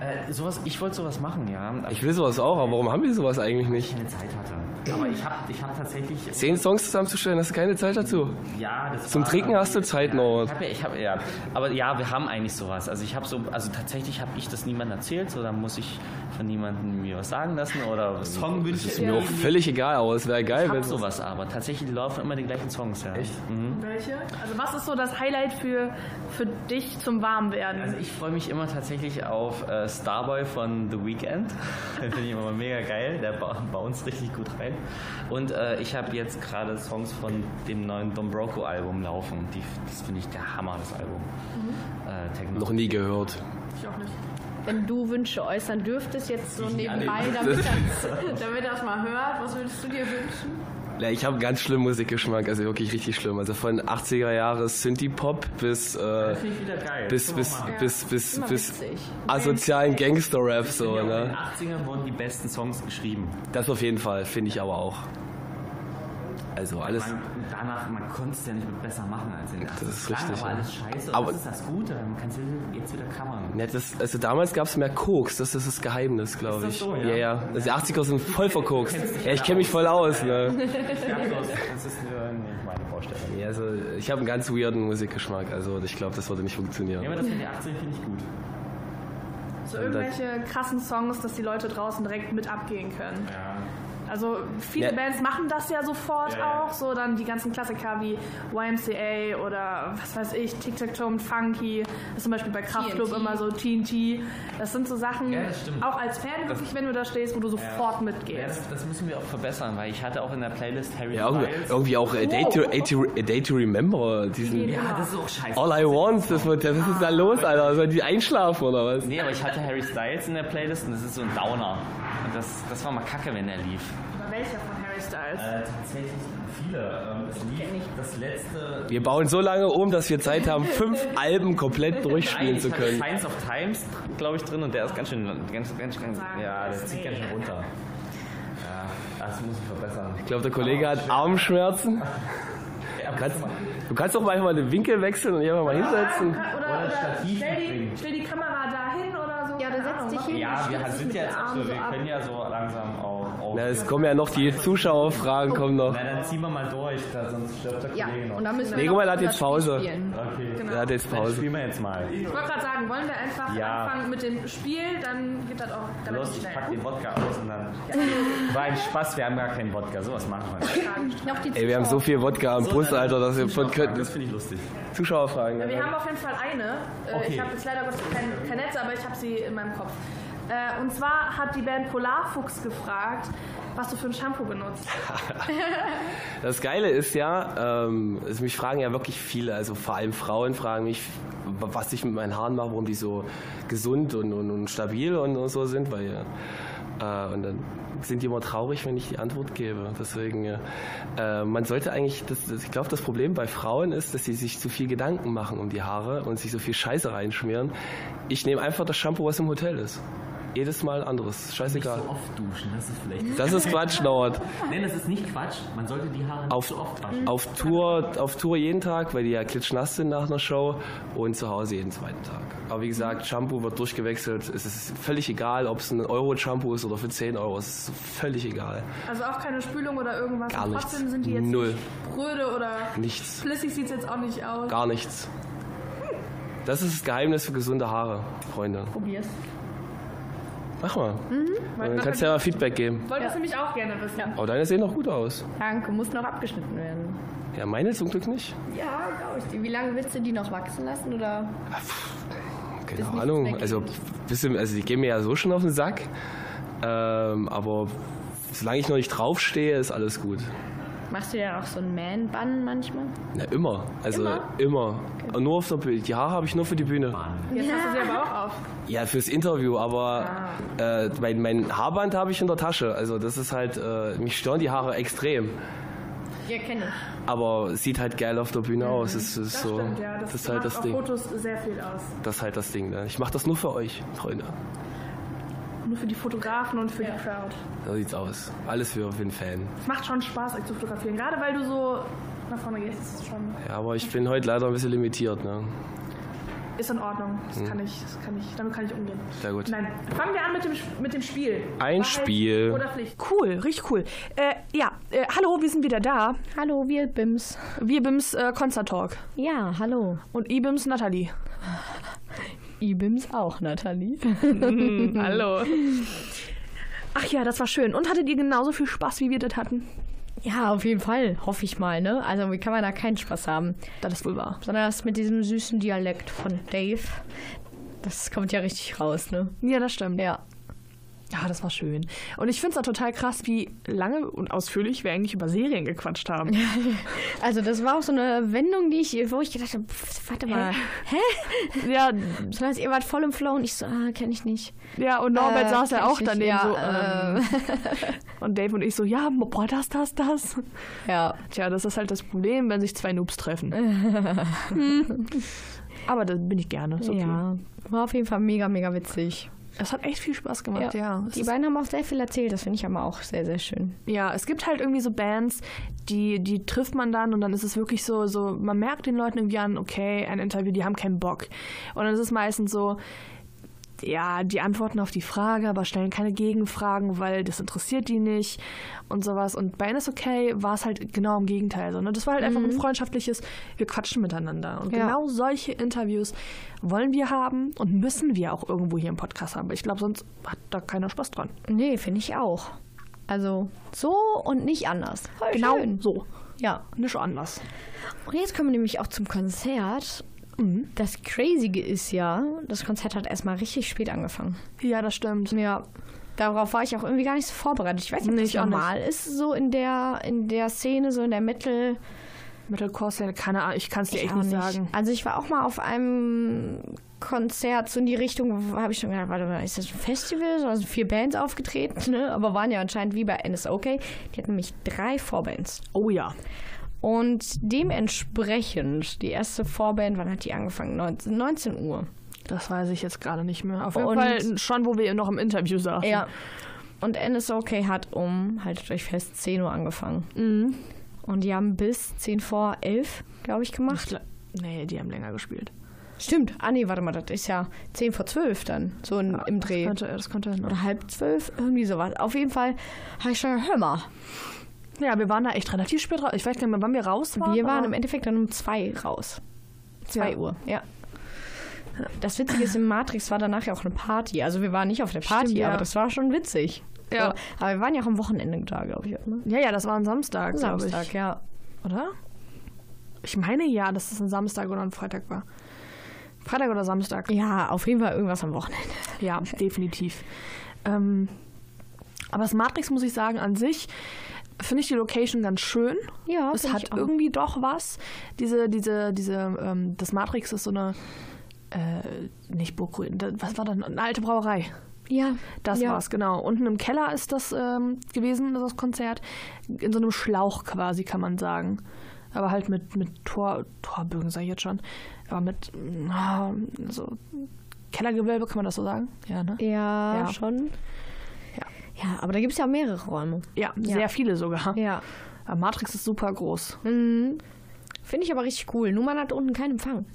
Äh, sowas, ich wollte sowas machen, ja. aber
Ich will sowas auch, aber warum haben wir sowas eigentlich nicht?
keine Zeit hatte. Aber ich habe ich hab tatsächlich.
Zehn Songs zusammenzustellen, hast du keine Zeit dazu.
Ja, das
Zum
war-
Trinken hast du Zeit
ja,
noch.
Ich hab, ja- ich hab, ja. Aber ja, wir haben eigentlich sowas. Also ich habe so, also tatsächlich habe ich das niemandem erzählt, so dann muss ich von niemandem mir was sagen lassen oder Songwünsche.
Ist mir auch völlig egal, aber es wäre
Ich
geil, wenn
hab sowas aber. Tatsächlich laufen immer die gleichen Songs, ja. Echt?
Welche? Also was ist so das Highlight für, für dich zum Warmwerden?
Also ich freue mich immer tatsächlich auf äh, Starboy von The Weeknd. Den finde ich immer mega geil. Der ba- bei uns richtig gut rein. Und äh, ich habe jetzt gerade Songs von dem neuen Dombroco-Album laufen. Die, das finde ich der Hammer, das Album. Äh, Techno.
noch nie gehört.
Wenn du Wünsche äußern dürftest, jetzt so nebenbei, damit das, damit das mal hört, was würdest du dir wünschen?
Ja, ich habe ganz schlimmen Musikgeschmack, also wirklich richtig schlimm. Also von 80er Jahre Synthie-Pop bis äh,
Das finde ich wieder geil.
bis
Können wir
bis
mal machen.
bis bis
Immer
bis
witzig.
asozialen Gangster-Rap so,
Ja, in den
ne?
80ern wurden die besten Songs geschrieben.
Das auf jeden Fall finde ich aber auch. Also alles.
Man, danach, man konnte es ja nicht mehr besser machen als in den 80ern.
ist
Klar,
richtig,
aber
ja.
alles scheiße.
Aber-
Aber das ist das Gute. Man kann es jetzt wieder covern.
Ja, das, also damals gab es mehr Koks, das ist das Geheimnis, glaube
das
ich.
so, ja?
ja, ja. Also die 80er sind voll verkokst. Ja, ich kenne mich voll aus, ne?
Das ist nur meine Vorstellung.
Ja, also ich habe einen ganz weirden Musikgeschmack, also ich glaube, das würde nicht
Ja,
funktionieren.
aber das mit der 18 finde ich gut.
so irgendwelche krassen Songs, dass die Leute draußen direkt mit abgehen können.
Ja.
Also viele
Ja.
Bands machen das ja sofort
Ja, ja.
auch, so dann die ganzen Klassiker wie YMCA oder was weiß ich, Tic Tac Toe und Funky, das ist zum Beispiel bei Kraftklub
TNT.
immer so TNT. Das sind so Sachen,
Ja, das stimmt.
auch als Fan wirklich, wenn du da stehst, wo du sofort mitgehst.
Das, das müssen wir auch verbessern, weil ich hatte auch in der Playlist Harry
Ja, irgendwie,
Styles.
irgendwie auch A Day, to, A, to, A Day to Remember, diesen
Ja, das ist auch scheiße.
All I Want, das, wird- was ist da los, Alter? Sollen die einschlafen oder was?
Nee, aber ich hatte Harry Styles in der Playlist und das ist so ein Downer. Und das, das war mal kacke, wenn er lief.
Aber welcher von Harry Styles?
Äh, tatsächlich viele. Ähm, es lief das letzte.
Wir bauen so lange um, dass wir Zeit haben, fünf Alben komplett durchspielen
Nein,
zu
ich hatte
können.
Science of Times, glaube ich, drin und der ist ganz schön. Ganz, ganz, ganz,
Ah,
ja, der zieht ganz schön runter. Ja, das muss ich verbessern.
Ich glaube, der Kollege hat Armschmerzen.
Ja, aber
Kannst, du kannst doch manchmal den Winkel wechseln und hier einfach mal hinsetzen.
Oder,
Oder das
oder
Stativ
stell, die,
mitbringen.
stell die Kamera dahin oder so.
Ja,
keine
dann setz
Ahnung,
dich
mach
hin.
Ja,
stützt
wir
dich
sind
mit
ja
den
jetzt,
Armen
also
so
wir
ab.
können ja so langsam auf. auf.
Na, es kommen ja noch die Zuschauerfragen, kommen noch.
Na, dann ziehen wir mal durch, da, sonst stirbt der
Ja,
Kollege noch.
genau. und dann müssen wir
Lego
noch
Mal hat
unser
jetzt
Spiel
Pause.
Spielen.
okay,
Er hat jetzt
dann
Pause.
spielen wir jetzt mal.
Ich wollte gerade sagen, wollen wir einfach
Ja.
anfangen mit dem Spiel, dann geht das auch damit
Los, ich
schnell.
pack den Wodka aus und dann. War ein Spaß, wir haben gar keinen Wodka, sowas machen wir nicht.
Noch die
Ey, wir haben so viel Wodka am Brust,
dann-
Alter, dass wir von könnten.
Das finde ich lustig.
Zuschauerfragen.
Wir haben auf jeden Fall eine. Äh,
Okay.
Ich habe jetzt leider Gottes kein, kein Netz, aber ich habe sie in meinem Kopf. Äh, Und zwar hat die Band Polarfuchs gefragt, was du für ein Shampoo benutzt.
Das Geile ist ja, ähm, es mich fragen ja wirklich viele, also vor allem Frauen fragen mich, was ich mit meinen Haaren mache, warum die so gesund und, und, und stabil und, und so sind, weil äh, und dann sind die immer traurig, wenn ich die Antwort gebe. Deswegen, ja. äh, man sollte eigentlich, das, das, ich glaube, das Problem bei Frauen ist, dass sie sich zu viel Gedanken machen um die Haare und sich so viel Scheiße reinschmieren. Ich nehme einfach das Shampoo, was im Hotel ist. Jedes Mal ein anderes, scheißegal.
oft duschen, das ist vielleicht.
Das ist Quatsch, Norbert.
Nein, das ist nicht Quatsch. Man sollte die Haare nicht
Auf,
so oft waschen.
auf, Tour, auf Tour jeden Tag, weil die ja klitschnass sind nach einer Show und zu Hause jeden zweiten Tag. Aber wie gesagt, Shampoo wird durchgewechselt. Es ist völlig egal, ob es ein Euro-Shampoo ist oder für 10 Euro. Es ist völlig egal.
Also auch keine Spülung oder irgendwas.
Gar
Und
nichts.
Trotzdem sind die jetzt
Null.
nicht bröde oder
Nichts.
flüssig sieht es jetzt auch nicht aus.
Gar nichts. Das ist das Geheimnis für gesunde Haare, Freunde.
Probier's. Mhm.
Mach mal. Dann kannst du ja mal Feedback geben.
Wollte das nämlich auch gerne wissen.
Aber deine sehen noch gut aus.
Danke, muss noch abgeschnitten werden.
Ja, meine zum Glück nicht.
Ja, glaube ich. dir. Wie lange willst du die noch wachsen lassen? Oder?
Keine
nichts
Ahnung.
weggeht.
Also, bisschen, also die gehen mir ja so schon auf den Sack. Ähm, aber solange ich noch nicht draufstehe, ist alles gut.
Machst du dir dann auch so einen Man-Bun manchmal?
Na, immer. Also immer. Und Nur auf der Bühne. Die Haare habe ich nur für die Bühne.
Jetzt hast du sie aber auch auf.
Ja, fürs Interview, aber äh, mein, mein Haarband habe ich in der Tasche. Also das ist halt, äh, mich stören die Haare extrem.
Ja, kenne ich.
Aber es sieht halt geil auf der Bühne aus. Das ist, so,
Stimmt, ja. Das,
das ist halt
macht
das
auf
Ding.
Fotos sehr viel aus.
Das ist halt das Ding. Ne? Ich mache das nur für euch, Freunde.
Nur für die Fotografen und für die Crowd.
So sieht's aus. Alles für, für den Fan.
Es macht schon Spaß, euch zu fotografieren. Gerade weil du so nach vorne gehst, ist es schon.
Ja, aber ich bin heute leider ein bisschen limitiert. Ne?
Ist in Ordnung. Das kann ich, das kann ich, damit kann ich umgehen.
Sehr gut.
Nein. Fangen wir an mit dem, Sch- mit dem Spiel.
Ein
Wahrheit
Spiel.
Oder Pflicht.
Cool, richtig cool. Äh, ja, äh, hallo, wir sind wieder da.
Hallo, wir Bims.
Wir bims äh, Concert Talk
Ja, hallo.
und Ibims Nathalie.
Ibims auch, Nathalie.
hallo. Ach ja, das war schön. Und hattet ihr genauso viel Spaß, wie wir das hatten?
Ja, auf jeden Fall, hoffe ich mal, ne? Also, wie kann man da keinen Spaß haben?
Das ist wohl wahr.
Besonders mit diesem süßen Dialekt von Dave. Das kommt ja richtig raus, ne?
Ja, das stimmt.
Ja.
Ja, das war schön. Und ich finde es auch total krass, wie lange und ausführlich wir eigentlich über Serien gequatscht haben.
Also, das war auch so eine Wendung, die ich, wo ich gedacht habe, pff, warte mal. Hä?
Ja,
Besonders ihr wart voll im Flow und ich so, ah, kenne ich nicht.
ja und Norbert
Äh,
saß ja
kenn
auch
ich nicht.
daneben
Ja,
so. ähm, Und Dave und ich so, ja, boah, das, das, das.
Ja.
Tja, das ist halt das Problem, wenn sich zwei Noobs treffen. hm. Aber da bin ich gerne. Ist okay.
Ja. War auf jeden Fall mega, mega witzig.
Es hat echt viel Spaß gemacht, ja. Es
Die
ist-
beiden haben auch sehr viel erzählt, das finde ich aber auch sehr, sehr schön.
Ja, es gibt halt irgendwie so Bands, die, die trifft man dann und dann ist es wirklich so, so, man merkt den Leuten irgendwie an, okay, ein Interview, die haben keinen Bock. Und dann ist es meistens so, ja, die antworten auf die Frage, aber stellen keine Gegenfragen, weil das interessiert die nicht und sowas. Und bei NSOK war es halt genau im Gegenteil. So, ne? Das war halt einfach ein freundschaftliches, wir quatschen miteinander. Und
Mhm. Ja.
genau solche Interviews wollen wir haben und müssen wir auch irgendwo hier im Podcast haben. Ich glaube, sonst hat da keiner Spaß dran.
Nee, finde ich auch. Also so und nicht anders. Voll
Genau
Ah, schön.
so.
Ja.
Nicht anders.
Und jetzt kommen wir nämlich auch zum Konzert. Das Crazige ist ja, das Konzert hat erstmal richtig spät angefangen.
Ja, das stimmt.
Ja. Darauf war ich auch irgendwie gar nicht so vorbereitet. Ich weiß nicht, ob
Nee,
das
ich auch nicht.
normal ist, so in der, in der Szene, so in der Metal.
Metalcore-Szene, keine Ahnung, ich kann es dir echt
auch
nicht sagen.
Also ich war auch mal auf einem Konzert so in die Richtung, wo- habe ich schon gedacht, warte mal, ist das ein Festival? Da sind vier Bands aufgetreten, ne? aber waren ja anscheinend wie bei NSOK. Die hatten nämlich drei Vorbands.
Oh ja.
Und dementsprechend, die erste Vorband, wann hat die angefangen? 19, 19 Uhr.
Das weiß ich jetzt gerade nicht mehr. Auf jeden
Und-
Fall schon, wo wir noch im Interview saßen.
Ja. Und NSOK hat um, haltet euch fest, 10 Uhr angefangen.
Mhm.
Und die haben bis 10 vor 11, glaube ich,
Ich
gemacht.
gla- Nee, die haben länger gespielt.
Stimmt. Ah, nee, warte mal, das ist ja 10 vor 12 dann, so in, im Dreh.
Das könnte, das könnte
oder halb zwölf, irgendwie sowas. Auf jeden Fall habe ich schon gedacht, hör mal.
ja, wir waren da echt relativ spät raus. Ich weiß gar nicht mehr, wann wir raus waren.
Wir waren im
aber-
Endeffekt dann um zwei raus. Zwei
Ja.
Uhr, ja. Das Witzige ist, im Matrix war danach ja auch eine Party. Also wir waren nicht auf der Party,
Stimmt, ja.
aber das war schon witzig.
Ja.
So, aber wir waren ja auch am Wochenende da, glaube ich. auch, Ne?
Ja, ja, das war ein Samstag, glaube
Samstag,
ich.
ja.
Oder? Ich meine ja, dass es ein Samstag oder ein Freitag war. Freitag oder Samstag?
Ja, auf jeden Fall irgendwas am Wochenende.
Ja, definitiv. Ähm, aber das Matrix, muss ich sagen, an sich finde ich die Location ganz schön.
Ja,
es
find
hat
ich auch.
irgendwie doch was. Diese, diese, diese, ähm, das Matrix ist so eine, äh, nicht Burgruin, da- was war das? Eine alte Brauerei.
Ja,
Das
ja.
war's, genau. Unten im Keller ist das ähm, gewesen, das Konzert. In so einem Schlauch quasi, kann man sagen. Aber halt mit, mit Tor, Torbögen, sag ich jetzt schon. Aber mit ah, so Kellergewölbe, kann man das so sagen? Ja, ne?
Ja,
Ja.
schon.
Ja.
ja, aber da gibt es ja mehrere Räume.
Ja, sehr viele sogar.
Ja.
Aber Matrix ist super groß.
Mhm. Finde ich aber richtig cool. Nur man hat unten keinen Empfang.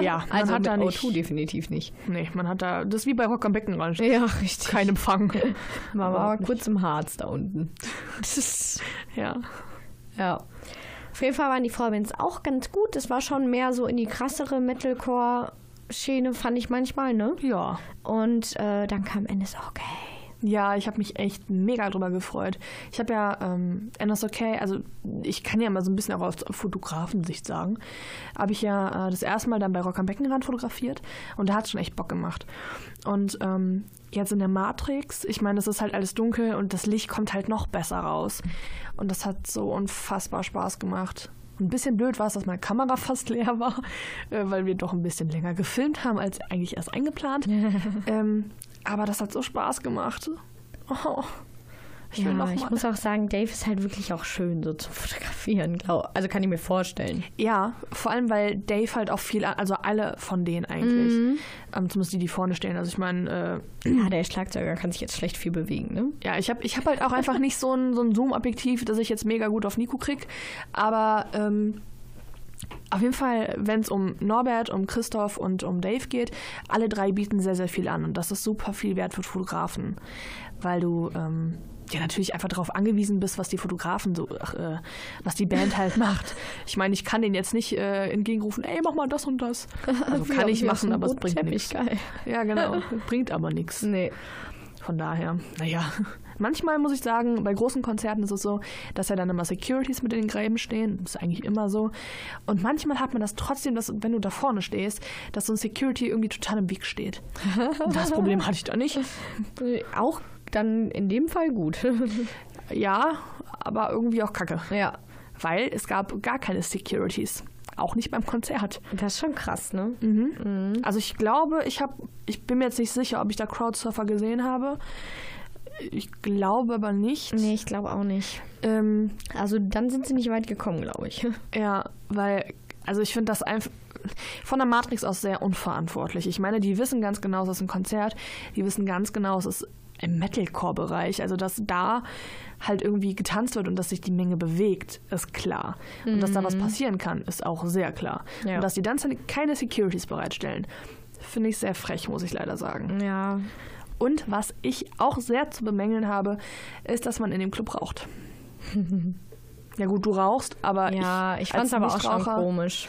Ja, man
also
hat da
mit
nicht.
O2 definitiv nicht.
Nee, man hat da. Das ist wie bei Rock am Beckenrand.
Ja, richtig.
Kein Empfang.
Man war
Überhaupt
aber kurz im Harz da unten.
ja.
ja. Auf jeden Fall waren die Vorbands auch ganz gut. Es war schon mehr so in die krassere Metalcore-Schiene, fand ich manchmal, ne?
Ja.
Und äh, dann kam NSOK. Okay.
Ja, ich habe mich echt mega drüber gefreut. Ich habe ja ähm, NSOK, also ich kann ja mal so ein bisschen auch aus Fotografensicht sagen, habe ich ja äh, das erste Mal dann bei Rock am Beckenrand fotografiert und da hat es schon echt Bock gemacht. Und ähm, jetzt in der Matrix, ich meine, es ist halt alles dunkel und das Licht kommt halt noch besser raus. Und das hat so unfassbar Spaß gemacht. Ein bisschen blöd war es, dass meine Kamera fast leer war, äh, weil wir doch ein bisschen länger gefilmt haben, als eigentlich erst eingeplant. ähm, aber das hat so Spaß gemacht. Oh, ich will
Ja,
noch
ich
mal.
muss auch sagen, Dave ist halt wirklich auch schön so zu fotografieren. Glaub. Also kann ich mir vorstellen.
Ja, vor allem, weil Dave halt auch viel, also alle von denen eigentlich,
Mhm.
ähm, zumindest die, die vorne stehen. Also ich meine, äh,
Ja, der Schlagzeuger kann sich jetzt schlecht viel bewegen, ne?
Ja, ich hab ich hab halt auch einfach nicht so ein, so ein Zoom-Objektiv, das ich jetzt mega gut auf Nico krieg. Aber ähm, Auf jeden Fall, wenn es um Norbert, um Christoph und um Dave geht, alle drei bieten sehr, sehr viel an. Und das ist super viel wert für Fotografen, weil du ähm, ja natürlich einfach darauf angewiesen bist, was die Fotografen so, ach, äh, was die Band halt macht. Ich meine, ich kann denen jetzt nicht äh, entgegenrufen, ey, mach mal das und das. Also
Wie
kann
auf-
ich
wie auf
machen,
dem
aber es
roten
bringt
Teppich,
nichts.
geil.
Ja, genau. bringt aber nichts.
Nee.
Von daher, naja. Manchmal muss ich sagen, bei großen Konzerten ist es so, dass ja dann immer Securities mit in den Gräben stehen. Das ist eigentlich immer so. Und manchmal hat man das trotzdem, dass, wenn du da vorne stehst, dass so ein Security irgendwie total im Weg steht. Das Problem hatte ich da nicht.
Äh, Auch dann in dem Fall gut.
Ja, aber irgendwie auch kacke.
ja.
Weil es gab gar keine Securities. Auch nicht beim Konzert.
Das ist schon krass, ne?
Also ich glaube, ich habe, ich bin mir jetzt nicht sicher, ob ich da Crowdsurfer gesehen habe. Ich glaube aber nicht.
Nee, ich glaube auch nicht.
Ähm,
Also dann sind sie nicht weit gekommen, glaube ich.
Ja, weil, also ich finde das einfach von der Matrix aus sehr unverantwortlich. Ich meine, die wissen ganz genau, es ist ein Konzert, die wissen ganz genau, es ist im Metalcore-Bereich, also dass da halt irgendwie getanzt wird und dass sich die Menge bewegt, ist klar. Und dass da was passieren kann, ist auch sehr klar.
Ja.
Und dass die dann keine Securities bereitstellen, finde ich sehr frech, muss ich leider sagen.
Ja.
Und was ich auch sehr zu bemängeln habe, ist, dass man in dem Club raucht. ja gut, du rauchst, aber
Ja, ich
ich
fand es
als
aber auch schon
Nichtraucher-
komisch.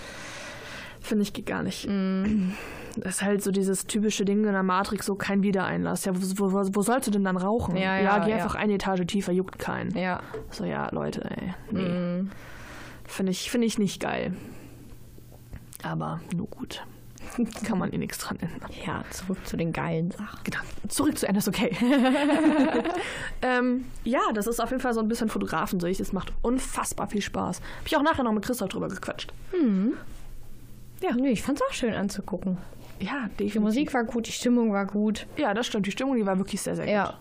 Finde ich geht gar nicht.
Mhm.
Das ist halt so dieses typische Ding in der Matrix, so kein Wiedereinlass. Ja, wo, wo, wo sollst du denn dann rauchen?
Ja, ja,
geh
ja.
einfach eine Etage tiefer, juckt keinen.
Ja. Mhm.
So, ja, Leute, ey. Nee. Finde ich, finde ich nicht geil. Aber nur gut. Kann man eh nichts dran ändern.
Ja, zurück zu den geilen Sachen.
Genau. Zurück zu NSOK. ähm, ja, das ist auf jeden Fall so ein bisschen Fotografensicht. Es macht unfassbar viel Spaß. Hab ich auch nachher noch mit Christoph drüber gequatscht.
Ja. Nee, ich fand es auch schön anzugucken.
Ja,
Die Musik war gut, die Stimmung war gut.
Ja, das stimmt. Die Stimmung, die war wirklich sehr, sehr gut.
Ja.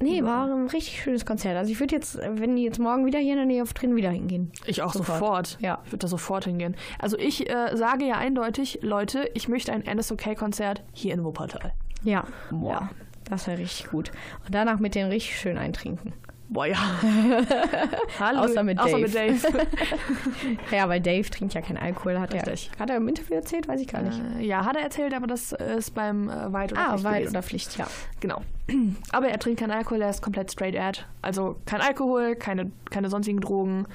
Nee, war ein richtig schönes Konzert. Also ich würde jetzt, äh, wenn die jetzt morgen wieder hier in der Nähe auftreten, wieder hingehen.
Ich auch sofort.
Ja.
Ich würde da sofort hingehen. Also ich äh, sage ja eindeutig, Leute, ich möchte ein NSOK-Konzert hier in Wuppertal.
Ja. Boah. Ja. Das wäre richtig gut. Und danach mit denen richtig schön eintrinken.
Boah, ja. Hallo.
Außer mit
Außer mit Dave.
Ja, weil Dave trinkt ja keinen Alkohol, hat
Richtig.
er. Hat er im Interview erzählt? Weiß ich gar nicht.
Äh, ja, hat er erzählt, aber das äh, ist beim äh, Weit oder
ah,
Pflicht
Wein
gewesen.
oder Pflicht, ja.
Genau. Aber er trinkt keinen Alkohol, er ist komplett straight ad. Also kein Alkohol, keine, keine sonstigen Drogen,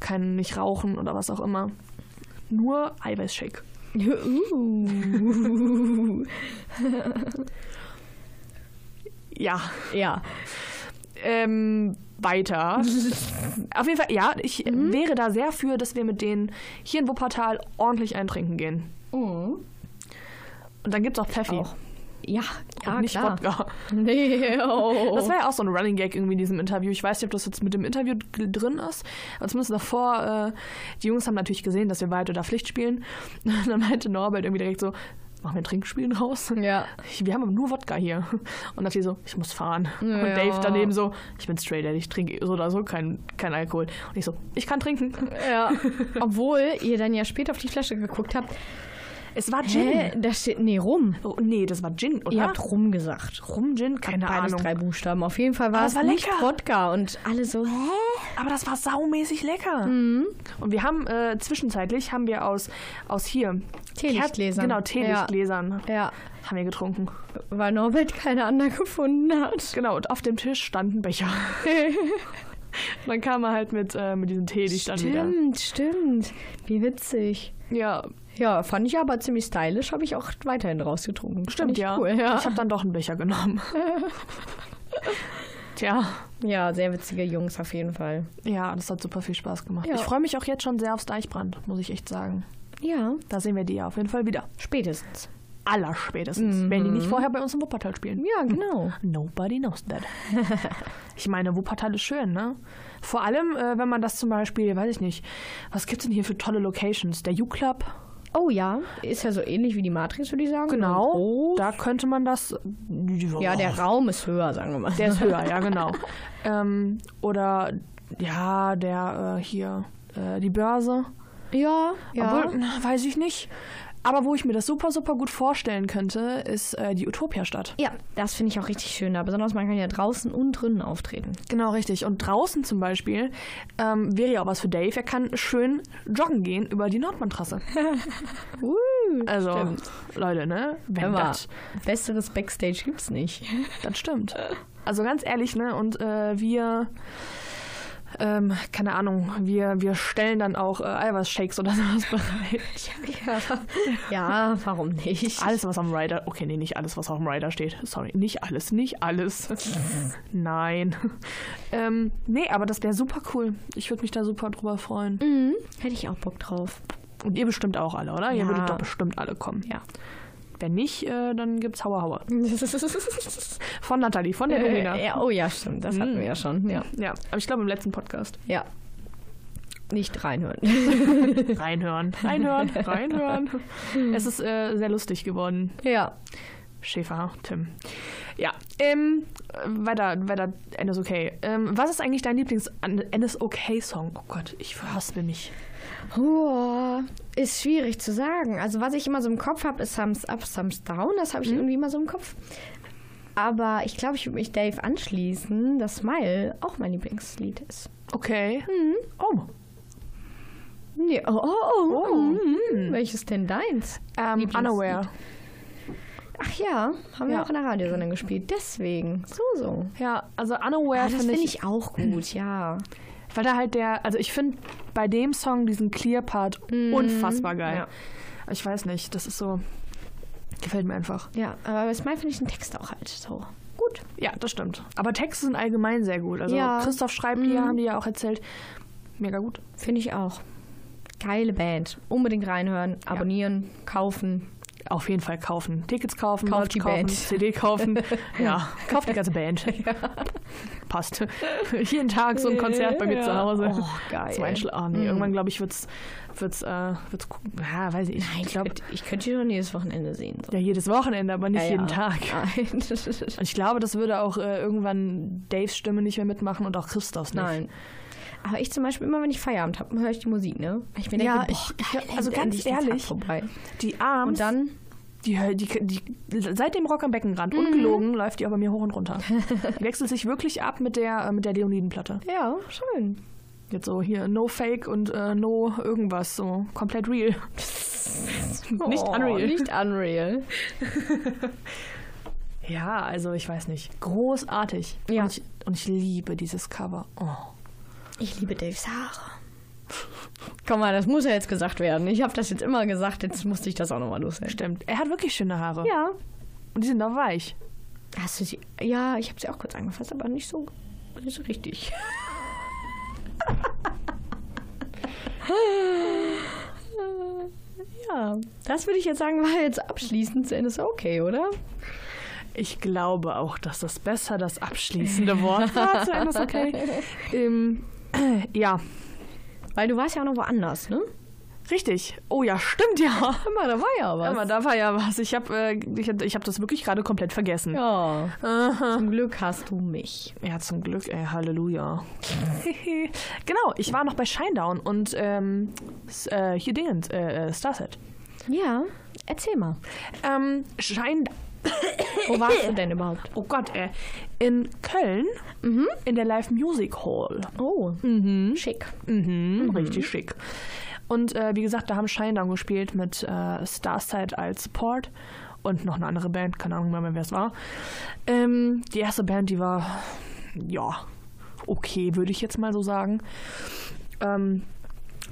kein nicht rauchen oder was auch immer. Nur Eiweißshake.
uh.
Ja.
Ja.
Ähm, weiter. Auf jeden Fall, ja, ich äh,
Mhm.
wäre da sehr für, dass wir mit denen hier in Wuppertal ordentlich eintrinken gehen. Und dann gibt's auch Pfeffi.
Auch. Mhm. Ja, ja,
und nicht
klar.
Wodka.
Nee, oh.
Das war ja auch so ein Running Gag irgendwie in diesem Interview. Ich weiß nicht, ob das jetzt mit dem Interview g- drin ist, aber zumindest davor, äh, die Jungs haben natürlich gesehen, dass wir Weit oder Pflicht spielen. Und dann meinte Norbert irgendwie direkt so, machen wir ein Trinkspiel draus?
Ja.
Ich, wir haben aber nur Wodka hier. Und dachte ich so, ich muss fahren. Und
Ja.
Dave daneben so, ich bin straight, Edge, ich trinke so oder so kein, kein Alkohol. Und ich so, ich kann trinken.
ja. Obwohl ihr dann ja später auf die Flasche geguckt habt.
Es war Gin.
Hä? Da steht, nee, rum.
Oh, nee, das war Gin, oder?
Ihr habt rum gesagt.
Rum Gin, keine
Ah. Beides
Ahnung.
drei Buchstaben. Auf jeden Fall war
Aber
es
war
nicht
lecker.
Wodka. Und alle so, hä?
Aber das war saumäßig lecker.
Mhm.
Und wir haben äh, zwischenzeitlich haben wir aus, aus hier
Teelichtgläsern.
Kerz- Genau, Teelichtgläsern
Ja,
haben wir getrunken.
weil Norbert keine anderen gefunden hat.
Genau, und auf dem Tisch stand ein Becher. Und dann kam er halt mit, äh, mit diesem Teelichtern wieder.
Stimmt, stimmt. Wie witzig.
Ja,
Ja, fand ich aber ziemlich stylisch. Habe ich auch weiterhin rausgetrunken. fand
stimmt,
ich
ja.
Cool, ja.
Ich habe dann doch einen Becher genommen. Tja,
ja, sehr witzige Jungs auf jeden Fall.
ja, das hat super viel Spaß gemacht.
Ja.
Ich freue mich auch jetzt schon sehr aufs Deichbrand, muss ich echt sagen.
Ja,
Da sehen wir die ja auf jeden Fall wieder.
spätestens.
Allerspätestens, wenn die
Mhm.
nicht vorher bei uns im Wuppertal spielen.
Ja, genau.
Nobody knows that. ich meine, Wuppertal ist schön, ne? Vor allem, äh, wenn man das zum Beispiel, weiß ich nicht, was gibt's denn hier für tolle Locations? Der U-Club?
Oh ja, ist ja so ähnlich wie die Matrix, würde ich sagen. oh,
Genau.
Groß.
Da könnte man das. oh,
ja, der Raum Oh. ist höher, sagen wir mal.
Der ist höher, ja, genau. ähm, oder, ja, der äh, hier, äh, die Börse.
ja, ja.
Obwohl, na, weiß ich nicht. Aber wo ich mir das super, super gut vorstellen könnte, ist äh, die Utopia-Stadt.
Ja, das finde ich auch richtig schön da. Besonders man kann ja draußen und drinnen auftreten.
Genau, richtig. Und draußen zum Beispiel ähm, wäre ja auch was für Dave. Er kann schön joggen gehen über die Nordbahntrasse. also, Leute, ne? Wenn
Immer.
das,
Besseres Backstage gibt's nicht.
das stimmt. Also ganz ehrlich, ne? Und äh, wir. Ähm, keine Ahnung, wir, wir stellen dann auch äh, Eiweiß-Shakes oder sowas bereit.
Ja, ja warum nicht?
Alles, was am Rider. Okay, nee, nicht alles, was auf dem Rider steht. Sorry. Nicht alles, nicht alles. Nein. Ähm, nee, aber das wäre super cool. Ich würde mich da super drüber freuen.
Mhm. Hätte ich auch Bock drauf.
Und ihr bestimmt auch alle, oder? Ihr
Ja.
würdet doch bestimmt alle kommen.
Ja.
Wenn nicht, äh, dann gibt's Hauer Hauer. Von Nathalie, von der Domina.
Äh, ja, oh ja, stimmt. Das hatten wir ja schon. Ja.
Ja, aber ich glaube im letzten Podcast.
ja. Nicht reinhören.
Reinhören, reinhören, reinhören. es ist äh, sehr lustig geworden.
ja.
Schäfer, Tim. Ja, ähm, weiter, weiter, NSOK. Ähm, was ist eigentlich dein Lieblings-NSOK-Song? Oh Gott, ich verhaspel mich.
Boah, ist schwierig zu sagen. Also was ich immer so im Kopf habe, ist Thumbs Up, Thumbs Down. Das habe ich irgendwie immer so im Kopf. Aber ich glaube, ich würde mich Dave anschließen, dass Smile auch mein Lieblingslied ist.
Okay. Oh.
Ja, oh, oh, oh,
Oh.
mhm. Welches denn deins?
Ähm,
Lieblingslied.
Unaware.
Ach ja, haben wir
Ja.
auch in der Radiosendung gespielt. Deswegen, so, so.
Ja, also Unaware
Ah, das
finde
finde
ich,
ich auch gut, ja.
Weil da halt der, also ich finde bei dem Song diesen Clear-Part
Mhm.
unfassbar geil. Ich weiß nicht, das ist so. Gefällt mir einfach.
Ja, aber bei Smile finde ich den Text auch halt so gut.
Ja, das stimmt. Aber Texte sind allgemein sehr gut. Also
Ja. Mhm.
Christoph schreibt die, haben die ja auch erzählt. Mega gut.
Finde ich auch. Geile Band. Unbedingt reinhören, abonnieren, kaufen.
Auf jeden Fall kaufen. Tickets kaufen,
Kauft
Merch
die
kaufen,
Band.
CD kaufen. ja, kauft die ganze Band. Passt. Jeden Tag so ein Konzert bei mir zu Hause.
Oh, geil. Mhm.
Zum Einschlafen. Nee, Irgendwann, glaube ich, wird's, wird's, äh, wird's gucken. Ja, weiß ich. nicht.
Nein,
ich
ich,
glaube,
könnte, ich könnte die schon jedes Wochenende sehen. So.
ja, jedes Wochenende, aber nicht
Ja, ja.
jeden Tag.
Nein.
Und ich glaube, das würde auch äh, irgendwann Daves Stimme nicht mehr mitmachen und auch Christophs nicht.
Nein. Aber ich zum Beispiel immer, wenn ich Feierabend habe, höre ich die Musik, ne? Weil Ich mir denke,
Ja,
boah,
ich- ich-
geil,
also
endlich
ganz
ist der Tag
ehrlich.
Vorbei.
Die Arms,
Und dann,
die, hö- die, die, seit dem Rock am
Mhm.
Beckenrand, ungelogen, läuft die auch bei mir hoch und runter. Die wechselt sich wirklich ab mit der, äh, mit der Leonidenplatte.
ja, schön.
Jetzt so hier no fake und äh, no irgendwas, so komplett real. nicht
Oh,
unreal.
Nicht unreal.
Ja, also ich weiß nicht. Großartig.
Ja.
Und, ich, und ich liebe dieses Cover. Oh.
Ich liebe Dave's Haare. Komm mal, das muss ja jetzt gesagt werden. Ich habe das jetzt immer gesagt, jetzt musste ich das auch nochmal loswerden.
Stimmt. Er hat wirklich schöne Haare.
Ja.
Und die sind auch weich.
Hast du sie? Ja, ich habe sie auch kurz angefasst, aber nicht so nicht so richtig. ja, das würde ich jetzt sagen, war jetzt abschließend zu Ende. Ist okay, oder?
Ich glaube auch, dass das besser das abschließende Wort war. Zu Ende ist okay. ähm, ja,
Weil du warst ja auch noch woanders, ne?
richtig. Oh ja, stimmt ja.
Immer, da war ja was.
Aber da war ja was. Ich habe äh, ich hab, ich hab das wirklich gerade komplett vergessen.
Ja. Zum Glück hast du mich.
Ja, zum Glück, ey, Halleluja. genau, ich war noch bei Shinedown und ähm, s- äh, hier Dingens, äh, äh, Starset.
Ja, erzähl mal.
Ähm, Shinedown,
Wo warst du denn überhaupt?
oh Gott, ey, in Köln, in der Live Music Hall.
Oh, schick.
Mhm, Richtig schick. Und äh, wie gesagt, da haben Shinedown gespielt mit äh, Starside als Support und noch eine andere Band, keine Ahnung mehr, wer es war. Ähm, die erste Band, die war, ja, okay, würde ich jetzt mal so sagen. Ähm,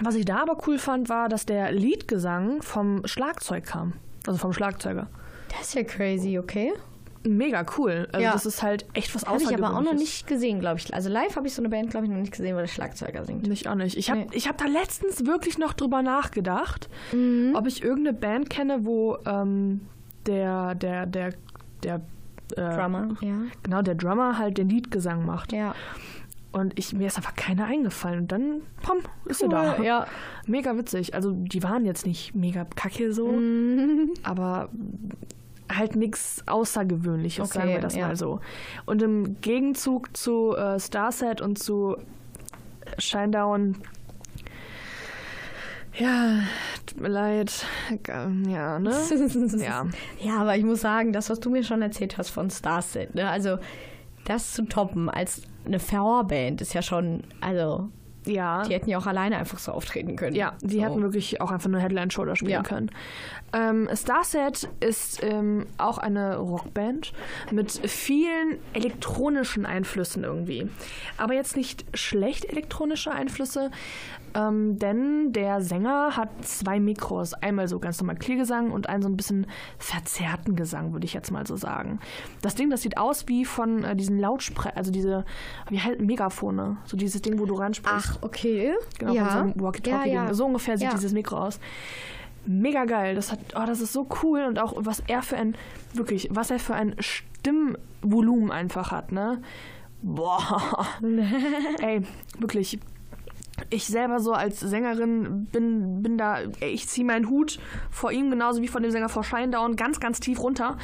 was ich da aber cool fand, war, dass der Liedgesang vom Schlagzeug kam. Also vom Schlagzeuger.
Das ist ja crazy, okay?
Mega cool. Also
Ja.
das ist halt echt was
Habe ich
Außergewöhnliches.
aber auch noch nicht gesehen, glaube ich. Also live habe ich so eine Band, glaube ich, noch nicht gesehen, weil der Schlagzeuger singt.
Ich auch nicht. Ich habe
Nee.
ich hab da letztens wirklich noch drüber nachgedacht,
Mhm.
ob ich irgendeine Band kenne, wo ähm, der, der, der, der äh,
Drummer, ja.
Genau, der Drummer halt den Liedgesang macht.
Ja.
Und ich, mir ist einfach keiner eingefallen. Und dann, pom, ist er da.
Ja.
Mega witzig. Also die waren jetzt nicht mega kacke so,
Mhm.
aber halt nichts Außergewöhnliches,
Okay,
sagen wir das
ja.
mal so. Und im Gegenzug zu äh, Starset und zu Shinedown, ja, tut mir leid. Ja, ne? Ja.
Ja, aber ich muss sagen, das, was du mir schon erzählt hast von Starset, ne? also das zu toppen als eine Vorband ist ja schon, also
Ja.
die hätten ja auch alleine einfach so auftreten können.
Ja, die
so.
hätten wirklich auch einfach nur Headline Shoulder spielen
Ja.
können. Ähm, Starset ist ähm, auch eine Rockband mit vielen elektronischen Einflüssen irgendwie. Aber jetzt nicht schlecht elektronische Einflüsse, ähm, denn der Sänger hat zwei Mikros. Einmal so ganz normal Kliergesang und einen so ein bisschen verzerrten Gesang, würde ich jetzt mal so sagen. Das Ding, das sieht aus wie von äh, diesen Lautsprechern, also diese, wie halt Megafone. So dieses Ding, wo du reinsprichst.
Ach, okay.
Genau,
ja.
von so einem Walkie-Talkie-Ding.
Ja, ja.
So ungefähr sieht
Ja.
dieses Mikro aus. Mega geil. Das hat, oh, das ist so cool und auch was er für ein, wirklich, was er für ein Stimmvolumen einfach hat, ne? Boah. Ey, wirklich. Ich selber so als Sängerin bin, bin da, ey, ich ziehe meinen Hut vor ihm genauso wie von dem Sänger vor Shinedown ganz, ganz tief runter.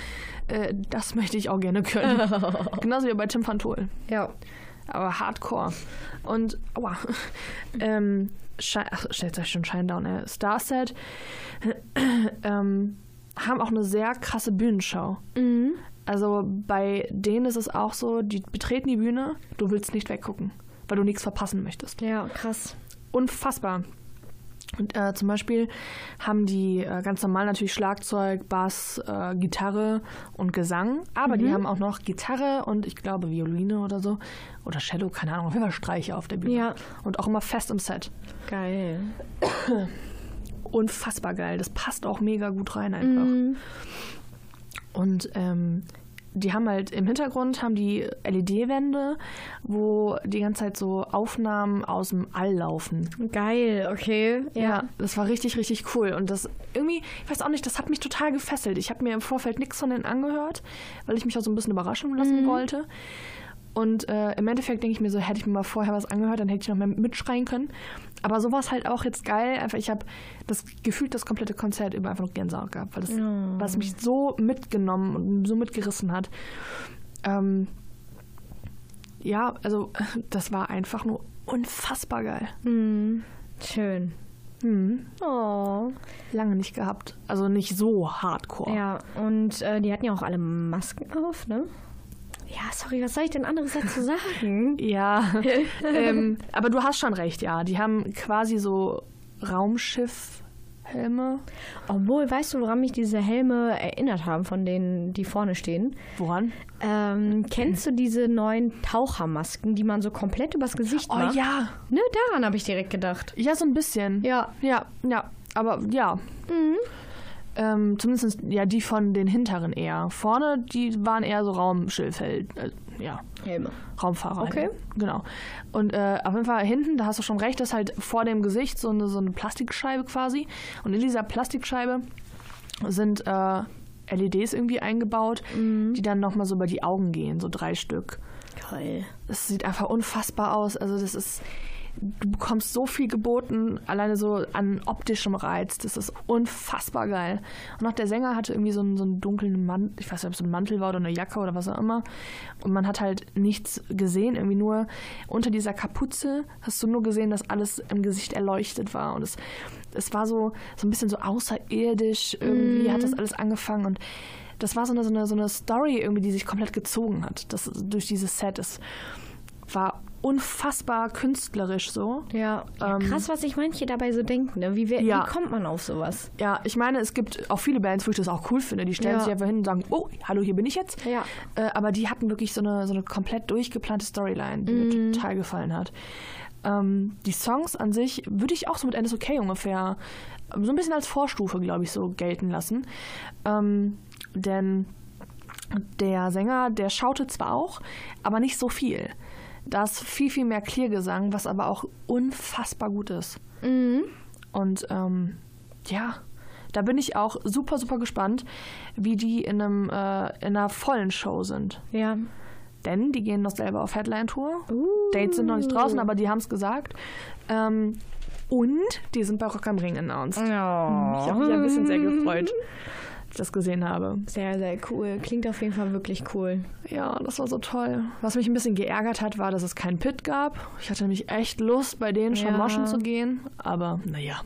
Äh, das möchte ich auch gerne können. genauso wie bei Tim van Tol
Ja.
aber hardcore. Und, aua, ähm, Shi- ach, stellt euch schon Shinedown, äh, Starset, ähm, haben auch eine sehr krasse Bühnenschau. Also bei denen ist es auch so, die betreten die Bühne, du willst nicht weggucken, weil du nichts verpassen möchtest
Ja, krass.
unfassbar. Und, äh, zum Beispiel haben die äh, ganz normal natürlich Schlagzeug, Bass, äh, Gitarre und Gesang, aber die haben auch noch Gitarre und ich glaube Violine oder so oder Cello, keine Ahnung, auf jeden Fall Streicher auf der Bühne.
Ja.
Und auch immer fest im Set.
Geil.
Unfassbar geil, das passt auch mega gut rein einfach. Und ähm, die haben halt im Hintergrund haben die LED-Wände, wo die ganze Zeit so Aufnahmen aus dem All laufen.
Geil, okay. Ja.
Ja, das war richtig, richtig cool. Und das irgendwie, ich weiß auch nicht, das hat mich total gefesselt. Ich habe mir im Vorfeld nichts von denen angehört, weil ich mich auch so ein bisschen überraschen lassen wollte. Und äh, im Endeffekt denke ich mir so, hätte ich mir mal vorher was angehört, dann hätte ich noch mehr mitschreien können. Aber so war es halt auch jetzt geil. Einfach, ich habe das gefühlt das komplette Konzert über einfach nur Gänsehaut gehabt, weil das, was mich so mitgenommen und so mitgerissen hat. Ähm, ja, also das war einfach nur unfassbar geil.
Schön.
Mhm.
Oh.
lange nicht gehabt. Also nicht so hardcore.
Ja, und äh, die hatten ja auch alle Masken auf, ne? Ja, sorry, was soll ich denn anderes dazu sagen?
Ja. ähm, aber du hast schon recht, ja. Die haben quasi so Raumschiff-Helme.
Obwohl, weißt du, woran mich diese Helme erinnert haben, von denen, die vorne stehen?
Woran?
Ähm, kennst du diese neuen Tauchermasken, die man so komplett übers Gesicht
Oh
macht?
ja.
Ne, daran habe ich direkt gedacht.
Ja, so ein bisschen.
Ja.
Ja, ja. Aber ja. Ähm, zumindest ja die von den hinteren eher. Vorne, die waren eher so Raumschifffeld. Äh, ja.
Helme.
Raumfahrer.
Okay.
Genau. Und äh, auf jeden Fall hinten, da hast du schon recht, ist halt vor dem Gesicht so eine, so eine Plastikscheibe quasi. Und in dieser Plastikscheibe sind äh, LEDs irgendwie eingebaut, die dann nochmal so über die Augen gehen, so drei Stück.
Toll.
Es sieht einfach unfassbar aus. Also das ist, du bekommst so viel geboten, alleine so an optischem Reiz. Das ist unfassbar geil. Und auch der Sänger hatte irgendwie so einen, so einen dunklen Mantel, ich weiß nicht, ob es ein Mantel war oder eine Jacke oder was auch immer. Und man hat halt nichts gesehen, irgendwie nur unter dieser Kapuze hast du nur gesehen, dass alles im Gesicht erleuchtet war. Und es, es war so, so ein bisschen so außerirdisch, irgendwie hat das alles angefangen und das war so eine, so, eine, so eine Story irgendwie, die sich komplett gezogen hat, das, durch dieses Set. Es war unfassbar künstlerisch so.
Ja. ja
Ähm.
krass, was sich manche dabei so denken, ne? Wie, wer,
Ja.
wie kommt man auf sowas?
Ja, ich meine, es gibt auch viele Bands, wo ich das auch cool finde. Die stellen
Ja.
sich einfach hin und sagen, oh, hallo, hier bin ich jetzt.
Ja.
Äh, aber die hatten wirklich so eine, so eine komplett durchgeplante Storyline, die
Mhm.
mir total gefallen hat. Ähm, die Songs an sich würde ich auch so mit Alice Okay ungefähr äh, so ein bisschen als Vorstufe, glaube ich, so gelten lassen. Ähm, denn der Sänger, der schaute zwar auch, aber nicht so viel. Da ist viel, viel mehr Kliergesang, was aber auch unfassbar gut ist. Und ähm, ja, da bin ich auch super, super gespannt, wie die in, einem, äh, in einer vollen Show sind.
Ja.
Denn die gehen noch selber auf Headline-Tour. Dates sind noch nicht draußen, aber die haben es gesagt. Ähm, und die sind bei Rock am Ring announced. Ich habe mich ein bisschen sehr gefreut, als ich das gesehen habe.
Sehr, sehr cool. Klingt auf jeden Fall wirklich cool.
Ja, das war so toll. Was mich ein bisschen geärgert hat, war, dass es keinen Pit gab. Ich hatte nämlich echt Lust, bei denen schon
Ja.
moschen zu gehen. Aber naja.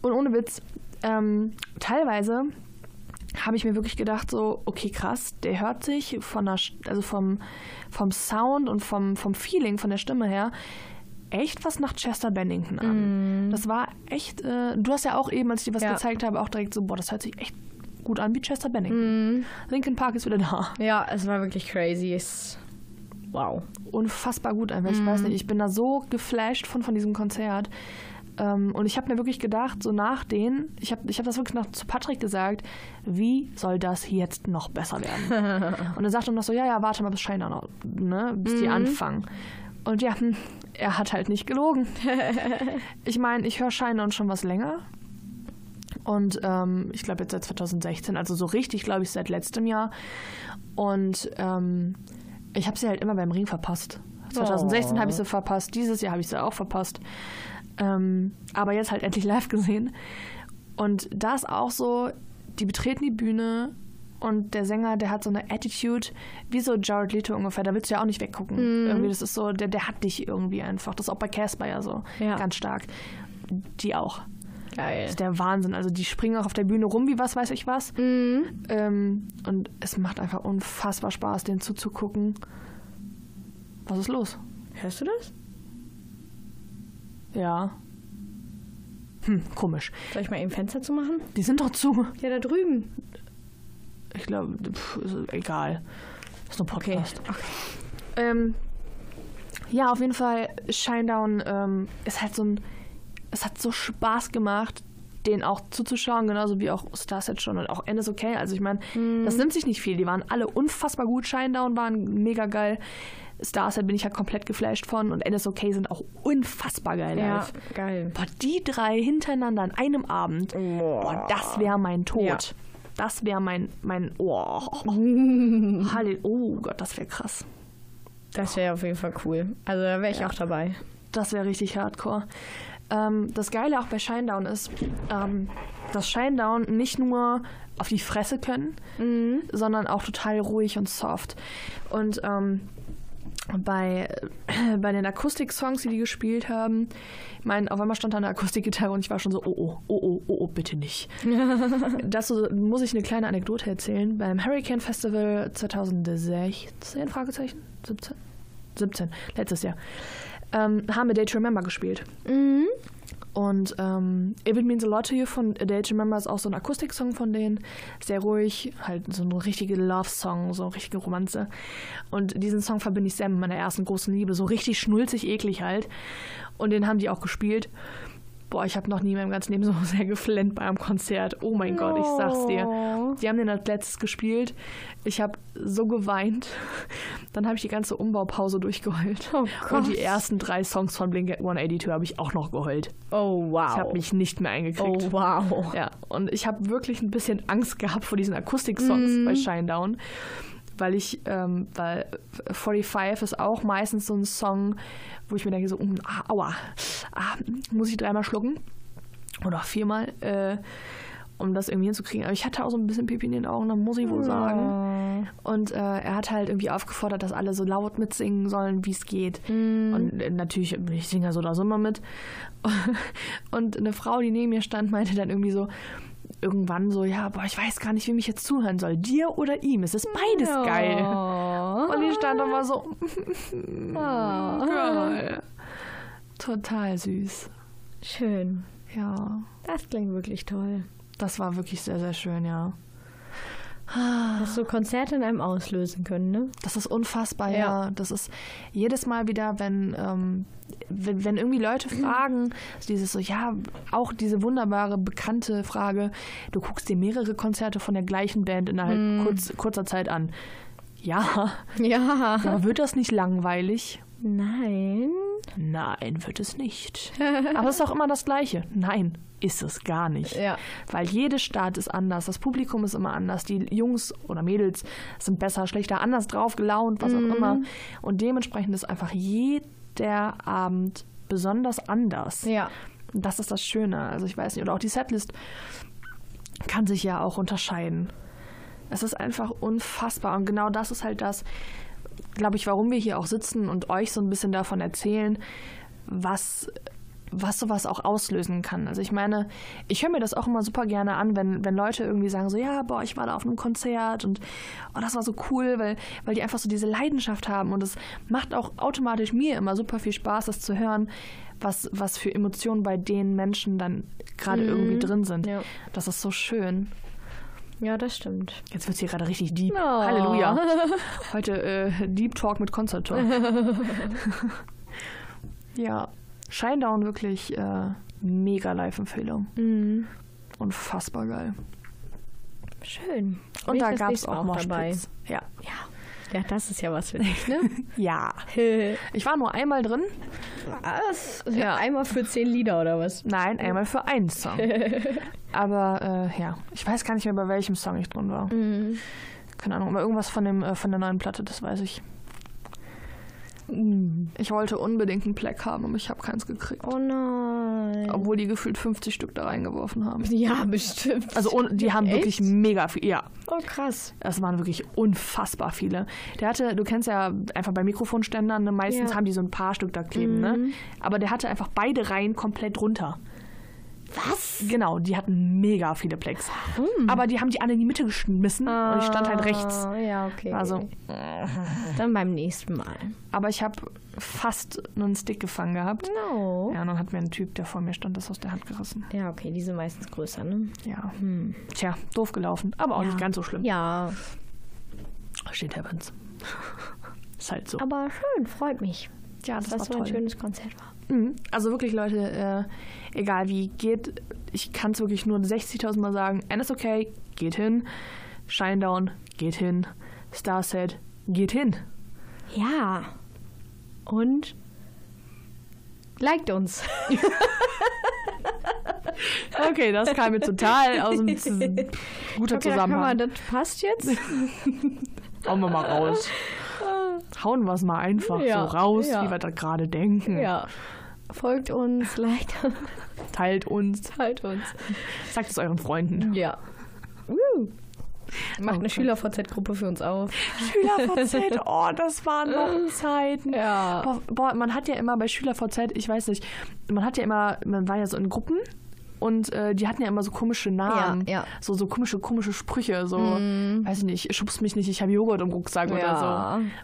Und ohne Witz, ähm, teilweise habe ich mir wirklich gedacht, so, okay, krass, der hört sich von der, St- also vom, vom Sound und vom, vom Feeling, von der Stimme her, echt was nach Chester Bennington an. Das war echt, äh, du hast ja auch eben, als ich dir was
Mhm. Ja.
gezeigt habe, auch direkt so, boah, das hört sich echt gut an wie Chester
Mhm.
Bennington. Linkin Park ist wieder da.
Ja, es war wirklich crazy. Es, wow.
unfassbar gut einfach. Ich weiß nicht, ich bin da so geflasht von, von diesem Konzert. Ähm, und ich habe mir wirklich gedacht, so nach den, ich habe ich hab das wirklich noch zu Patrick gesagt, wie soll das jetzt noch besser werden? und er sagte noch so, ja, ja, warte mal bis Shine noch, ne, bis die anfangen. Und ja, hm, er hat halt nicht gelogen. ich meine, ich höre Shine und schon was länger. Und ähm, ich glaube jetzt seit 2016, also so richtig, glaube ich, seit letztem Jahr. Und ähm, ich habe sie halt immer beim Ring verpasst. 2016 habe ich sie verpasst, dieses Jahr habe ich sie auch verpasst. Ähm, aber jetzt halt endlich live gesehen. Und da ist auch so, die betreten die Bühne und der Sänger, der hat so eine Attitude, wie so Jared Leto ungefähr. Da willst du ja auch nicht weggucken. Irgendwie, das ist so, der, der hat dich irgendwie einfach. Das ist auch bei Casper ja so
Ja.
ganz stark. Die auch.
Geil.
Das ist der Wahnsinn. Also die springen auch auf der Bühne rum wie was weiß ich was. Ähm, und es macht einfach unfassbar Spaß, denen zuzugucken. Was ist los?
Hörst du das?
Ja. Hm, komisch.
Soll ich mal eben Fenster zumachen?
Die sind doch zu.
Ja, da drüben.
Ich glaube, pf, ist egal. Ist nur Podcast. Ähm, ja, auf jeden Fall, Shinedown ähm, ist halt so ein. Es hat so Spaß gemacht, den auch zuzuschauen, genauso wie auch Starset schon und auch Endes okay. Also ich meine, das nimmt sich nicht viel. Die waren alle unfassbar gut. Shinedown waren mega geil. Starset bin ich halt komplett geflasht von und Endes okay sind auch unfassbar geil
Ja,
live.
geil.
Boah, die drei hintereinander an einem Abend. Boah, das wäre mein Tod.
Ja.
Das wäre mein, mein, oh, Halle- oh Gott, das wäre krass.
Das wäre auf jeden Fall cool. Also da wäre ich auch dabei.
Das wäre richtig hardcore. Ähm, das Geile auch bei Shinedown ist, ähm, dass Shinedown nicht nur auf die Fresse können, sondern auch total ruhig und soft. Und ähm, bei, bei den Akustik-Songs, die die gespielt haben, ich meine, auf einmal stand da eine Akustikgitarre und ich war schon so, oh, oh, oh, oh, oh, oh bitte nicht. Dazu muss ich eine kleine Anekdote erzählen. Beim Hurricane Festival 2016, Fragezeichen, 17? 17, letztes Jahr, ähm, haben wir Day to Remember gespielt. Und ähm, It Would Means a Lot to You von A Day to Remember ist auch so ein Akustik-Song von denen. Sehr ruhig, halt so eine richtige Love-Song, so eine richtige Romanze. Und diesen Song verbinde ich sehr mit meiner ersten großen Liebe. So richtig schnulzig, eklig halt. Und den haben die auch gespielt. Boah, ich habe noch nie in meinem ganzen Leben so sehr geflennt bei einem Konzert. Oh mein Gott, ich sag's dir. Die haben den als letztes gespielt. Ich habe so geweint. Dann habe ich die ganze Umbaupause durchgeheult. Und die ersten drei Songs von Blink 182 habe ich auch noch geheult.
Oh, wow.
Ich habe mich nicht mehr
oh,
eingekriegt.
wow.
Ja, und ich habe wirklich ein bisschen Angst gehabt vor diesen Akustik-Songs bei Shinedown, weil ich, ähm, weil 45 ist auch meistens so ein Song, wo ich mir denke, so, mm, ah, aua, ah, mm, muss ich dreimal schlucken oder viermal, äh, um das irgendwie hinzukriegen. Aber ich hatte auch so ein bisschen Pipi in den Augen, das muss ich wohl sagen. Und äh, er hat halt irgendwie aufgefordert, dass alle so laut mitsingen sollen, wie es geht. Und äh, natürlich, ich singe ja so oder so immer mit. Und eine Frau, die neben mir stand, meinte dann irgendwie so, irgendwann so, ja, boah, ich weiß gar nicht, wem ich jetzt zuhören soll, dir oder ihm. Es ist beides geil. Und die stand dann mal so, girl. Total süß.
Schön.
Ja,
Das klingt wirklich toll.
das war wirklich sehr, sehr schön, ja.
Dass so Konzerte in einem auslösen können, ne?
Das ist unfassbar, ja.
Ja.
Das ist jedes Mal wieder, wenn, ähm, wenn, wenn irgendwie Leute fragen, so dieses so, ja, auch diese wunderbare, bekannte Frage, du guckst dir mehrere Konzerte von der gleichen Band innerhalb kurz, kurzer Zeit an. Ja,
Ja.
aber wird das nicht langweilig?
Nein.
Nein, wird es nicht. Aber es ist auch immer das Gleiche. Nein, ist es gar nicht.
Ja.
Weil jede Stadt ist anders, das Publikum ist immer anders, die Jungs oder Mädels sind besser, schlechter, anders drauf, gelaunt, was
Mhm.
auch immer. Und dementsprechend ist einfach jeder Abend besonders anders.
Ja.
Und das ist das Schöne. Also ich weiß nicht, oder auch die Setlist kann sich ja auch unterscheiden. Es ist einfach unfassbar. Und genau das ist halt das, glaube ich, warum wir hier auch sitzen und euch so ein bisschen davon erzählen, was, was sowas auch auslösen kann. Also ich meine, ich höre mir das auch immer super gerne an, wenn, wenn Leute irgendwie sagen so, ja, boah, ich war da auf einem Konzert und oh, das war so cool, weil, weil die einfach so diese Leidenschaft haben und es macht auch automatisch mir immer super viel Spaß, das zu hören, was, was für Emotionen bei den Menschen dann gerade irgendwie drin sind.
Ja.
Das ist so schön.
Ja, das stimmt.
Jetzt wird's hier gerade richtig deep.
Oh.
Halleluja. Heute äh, Deep Talk mit Concert Talk. ja, Shinedown wirklich äh, mega Live-Empfehlung. Unfassbar geil.
Schön.
Und da gab's auch Moshpits.
dabei.
Ja.
Ja, das ist ja was für dich, ne?
Ja. Ich war nur einmal drin.
was? Ja. Ah, Einmal für zehn Lieder oder was?
Nein, einmal für einen Song. Aber äh, ja, ich weiß gar nicht mehr, bei welchem Song ich drin war. Keine Ahnung, aber irgendwas von, dem, äh, von der neuen Platte, das weiß ich. Ich wollte unbedingt ein Plack haben, aber ich habe keins gekriegt.
Oh nein.
Obwohl die gefühlt 50 Stück da reingeworfen haben.
Ja, bestimmt.
Also ohne- die haben
Echt?
wirklich mega viel. Ja,
Oh, krass.
das waren wirklich unfassbar viele. Der hatte, du kennst ja einfach bei Mikrofonständern, ne, meistens
Ja. Mhm.
haben die so ein paar Stück da kleben, ne? Aber der hatte einfach beide Reihen komplett runter. Was? Genau, die hatten mega viele Plex. Aber die haben die alle in die Mitte geschmissen und ich stand halt rechts.
Hm. Ah, Ja, okay.
Also,
Dann beim nächsten Mal.
aber ich habe fast einen Stick gefangen gehabt.
No.
Ja, und dann hat mir ein Typ, der vor mir stand, das aus der Hand gerissen.
Ja, okay, die sind meistens größer, ne?
Ja. Tja, doof gelaufen. Aber auch
Ja.
nicht ganz so schlimm.
Ja,
Steht Heavens. Ist halt so.
aber schön, freut mich,
ja,
dass das so ein schönes Konzert war.
Mhm. Also wirklich, Leute, äh, egal wie, geht. Ich kann es wirklich nur 60.000 Mal sagen. NSOK, geht hin. Shinedown, geht hin. Starset, geht hin.
Ja. Und liked uns.
Okay, das kam mir total aus dem Z- guter
Okay, da kann
Zusammenhang.
man, das passt jetzt.
Hauen wir mal raus. Hauen wir es mal einfach
Ja,
so raus,
ja.
wie wir da gerade denken.
ja. Folgt uns, liked uns,
Teilt uns,
teilt uns.
sagt es euren Freunden.
Ja. Woo. Macht eine Schüler-VZ-Gruppe für uns auf.
SchülerVZ, oh, das waren noch Zeiten.
Äh, Ja.
Boah, boah, man hat ja immer bei SchülerVZ, ich weiß nicht, man hat ja immer, man war ja so in Gruppen und äh, die hatten ja immer so komische Namen.
Ja, ja.
So, so komische, komische Sprüche, so, weiß ich nicht, schubst mich nicht, ich habe Joghurt im Rucksack
Ja.
oder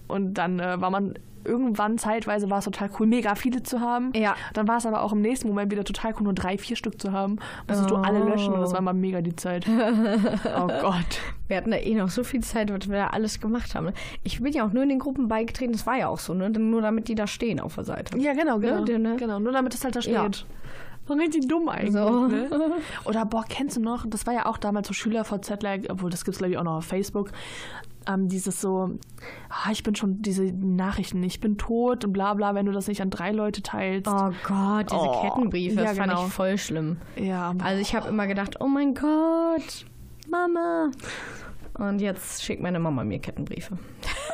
so. Und dann äh, war man irgendwann zeitweise war es total cool, mega viele zu haben.
Ja.
Dann war es aber auch im nächsten Moment wieder total cool, nur drei, vier Stück zu haben. Musstest du alle löschen und das war mal mega die Zeit. oh Gott.
Wir hatten da eh noch so viel Zeit, was wir da alles gemacht haben. Ich bin ja auch nur in den Gruppen beigetreten, das war ja auch so, ne? Nur damit die da stehen auf der Seite.
Ja, genau, genau.
der, ne?
Genau, nur damit es halt da steht.
Ja.
So richtig dumm eigentlich.
So.
Ne? Oder boah, kennst du noch, das war ja auch damals so Schüler VZ, like, obwohl das gibt es glaube ich auch noch auf Facebook, ähm, dieses so, ah, ich bin schon, diese Nachrichten, ich bin tot und bla bla, wenn du das nicht an drei Leute teilst.
Oh Gott, diese
Oh,
Kettenbriefe, das
ja,
fand
genau.
ich voll schlimm.
Ja,
Also ich habe immer gedacht, oh mein Gott, Mama. Und jetzt schickt meine Mama mir Kettenbriefe.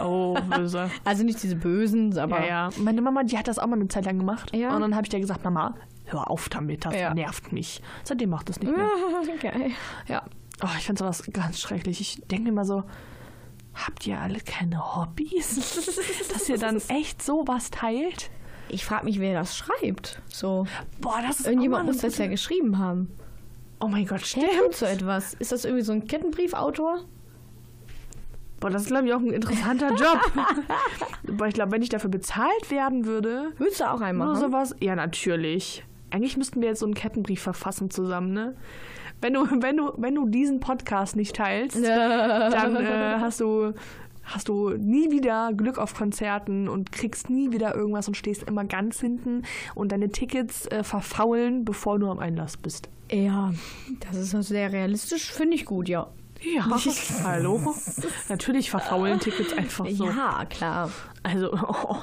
oh, böse.
Also nicht diese bösen, aber
ja, ja. Meine Mama, die hat das auch mal eine Zeit lang gemacht.
Ja.
Und dann habe ich dir gesagt, Mama, hör auf damit, das
Ja. Mhm.
nervt mich. Seitdem macht das nicht mehr.
Geil.
Ja. Oh, ich finde sowas ganz schrecklich. Ich denke mir immer so, habt ihr alle keine Hobbys? Dass ihr dann echt sowas teilt?
Ich frage mich, wer das schreibt. So,
Boah, das ist
irgendjemand
auch mal
muss das ja
eine gute-
geschrieben haben.
Oh mein Gott,
Der tut so
stimmt.
etwas. Ist das irgendwie so ein Kettenbriefautor?
Boah, das ist, glaube ich, auch ein interessanter Job. Boah, ich glaube, wenn ich dafür bezahlt werden würde,
Würdest du auch einen
nur
machen?
sowas. Ja, natürlich. Eigentlich müssten wir jetzt so einen Kettenbrief verfassen zusammen, ne? Wenn du, wenn du, wenn du diesen Podcast nicht teilst, dann äh, hast du hast du nie wieder Glück auf Konzerten und kriegst nie wieder irgendwas und stehst immer ganz hinten und deine Tickets äh, verfaulen, bevor du am Einlass bist.
Ja, das ist auch sehr realistisch, finde ich gut, ja.
Ja, hallo. Natürlich verfaulen Tickets einfach so.
Ja, klar.
Also oh.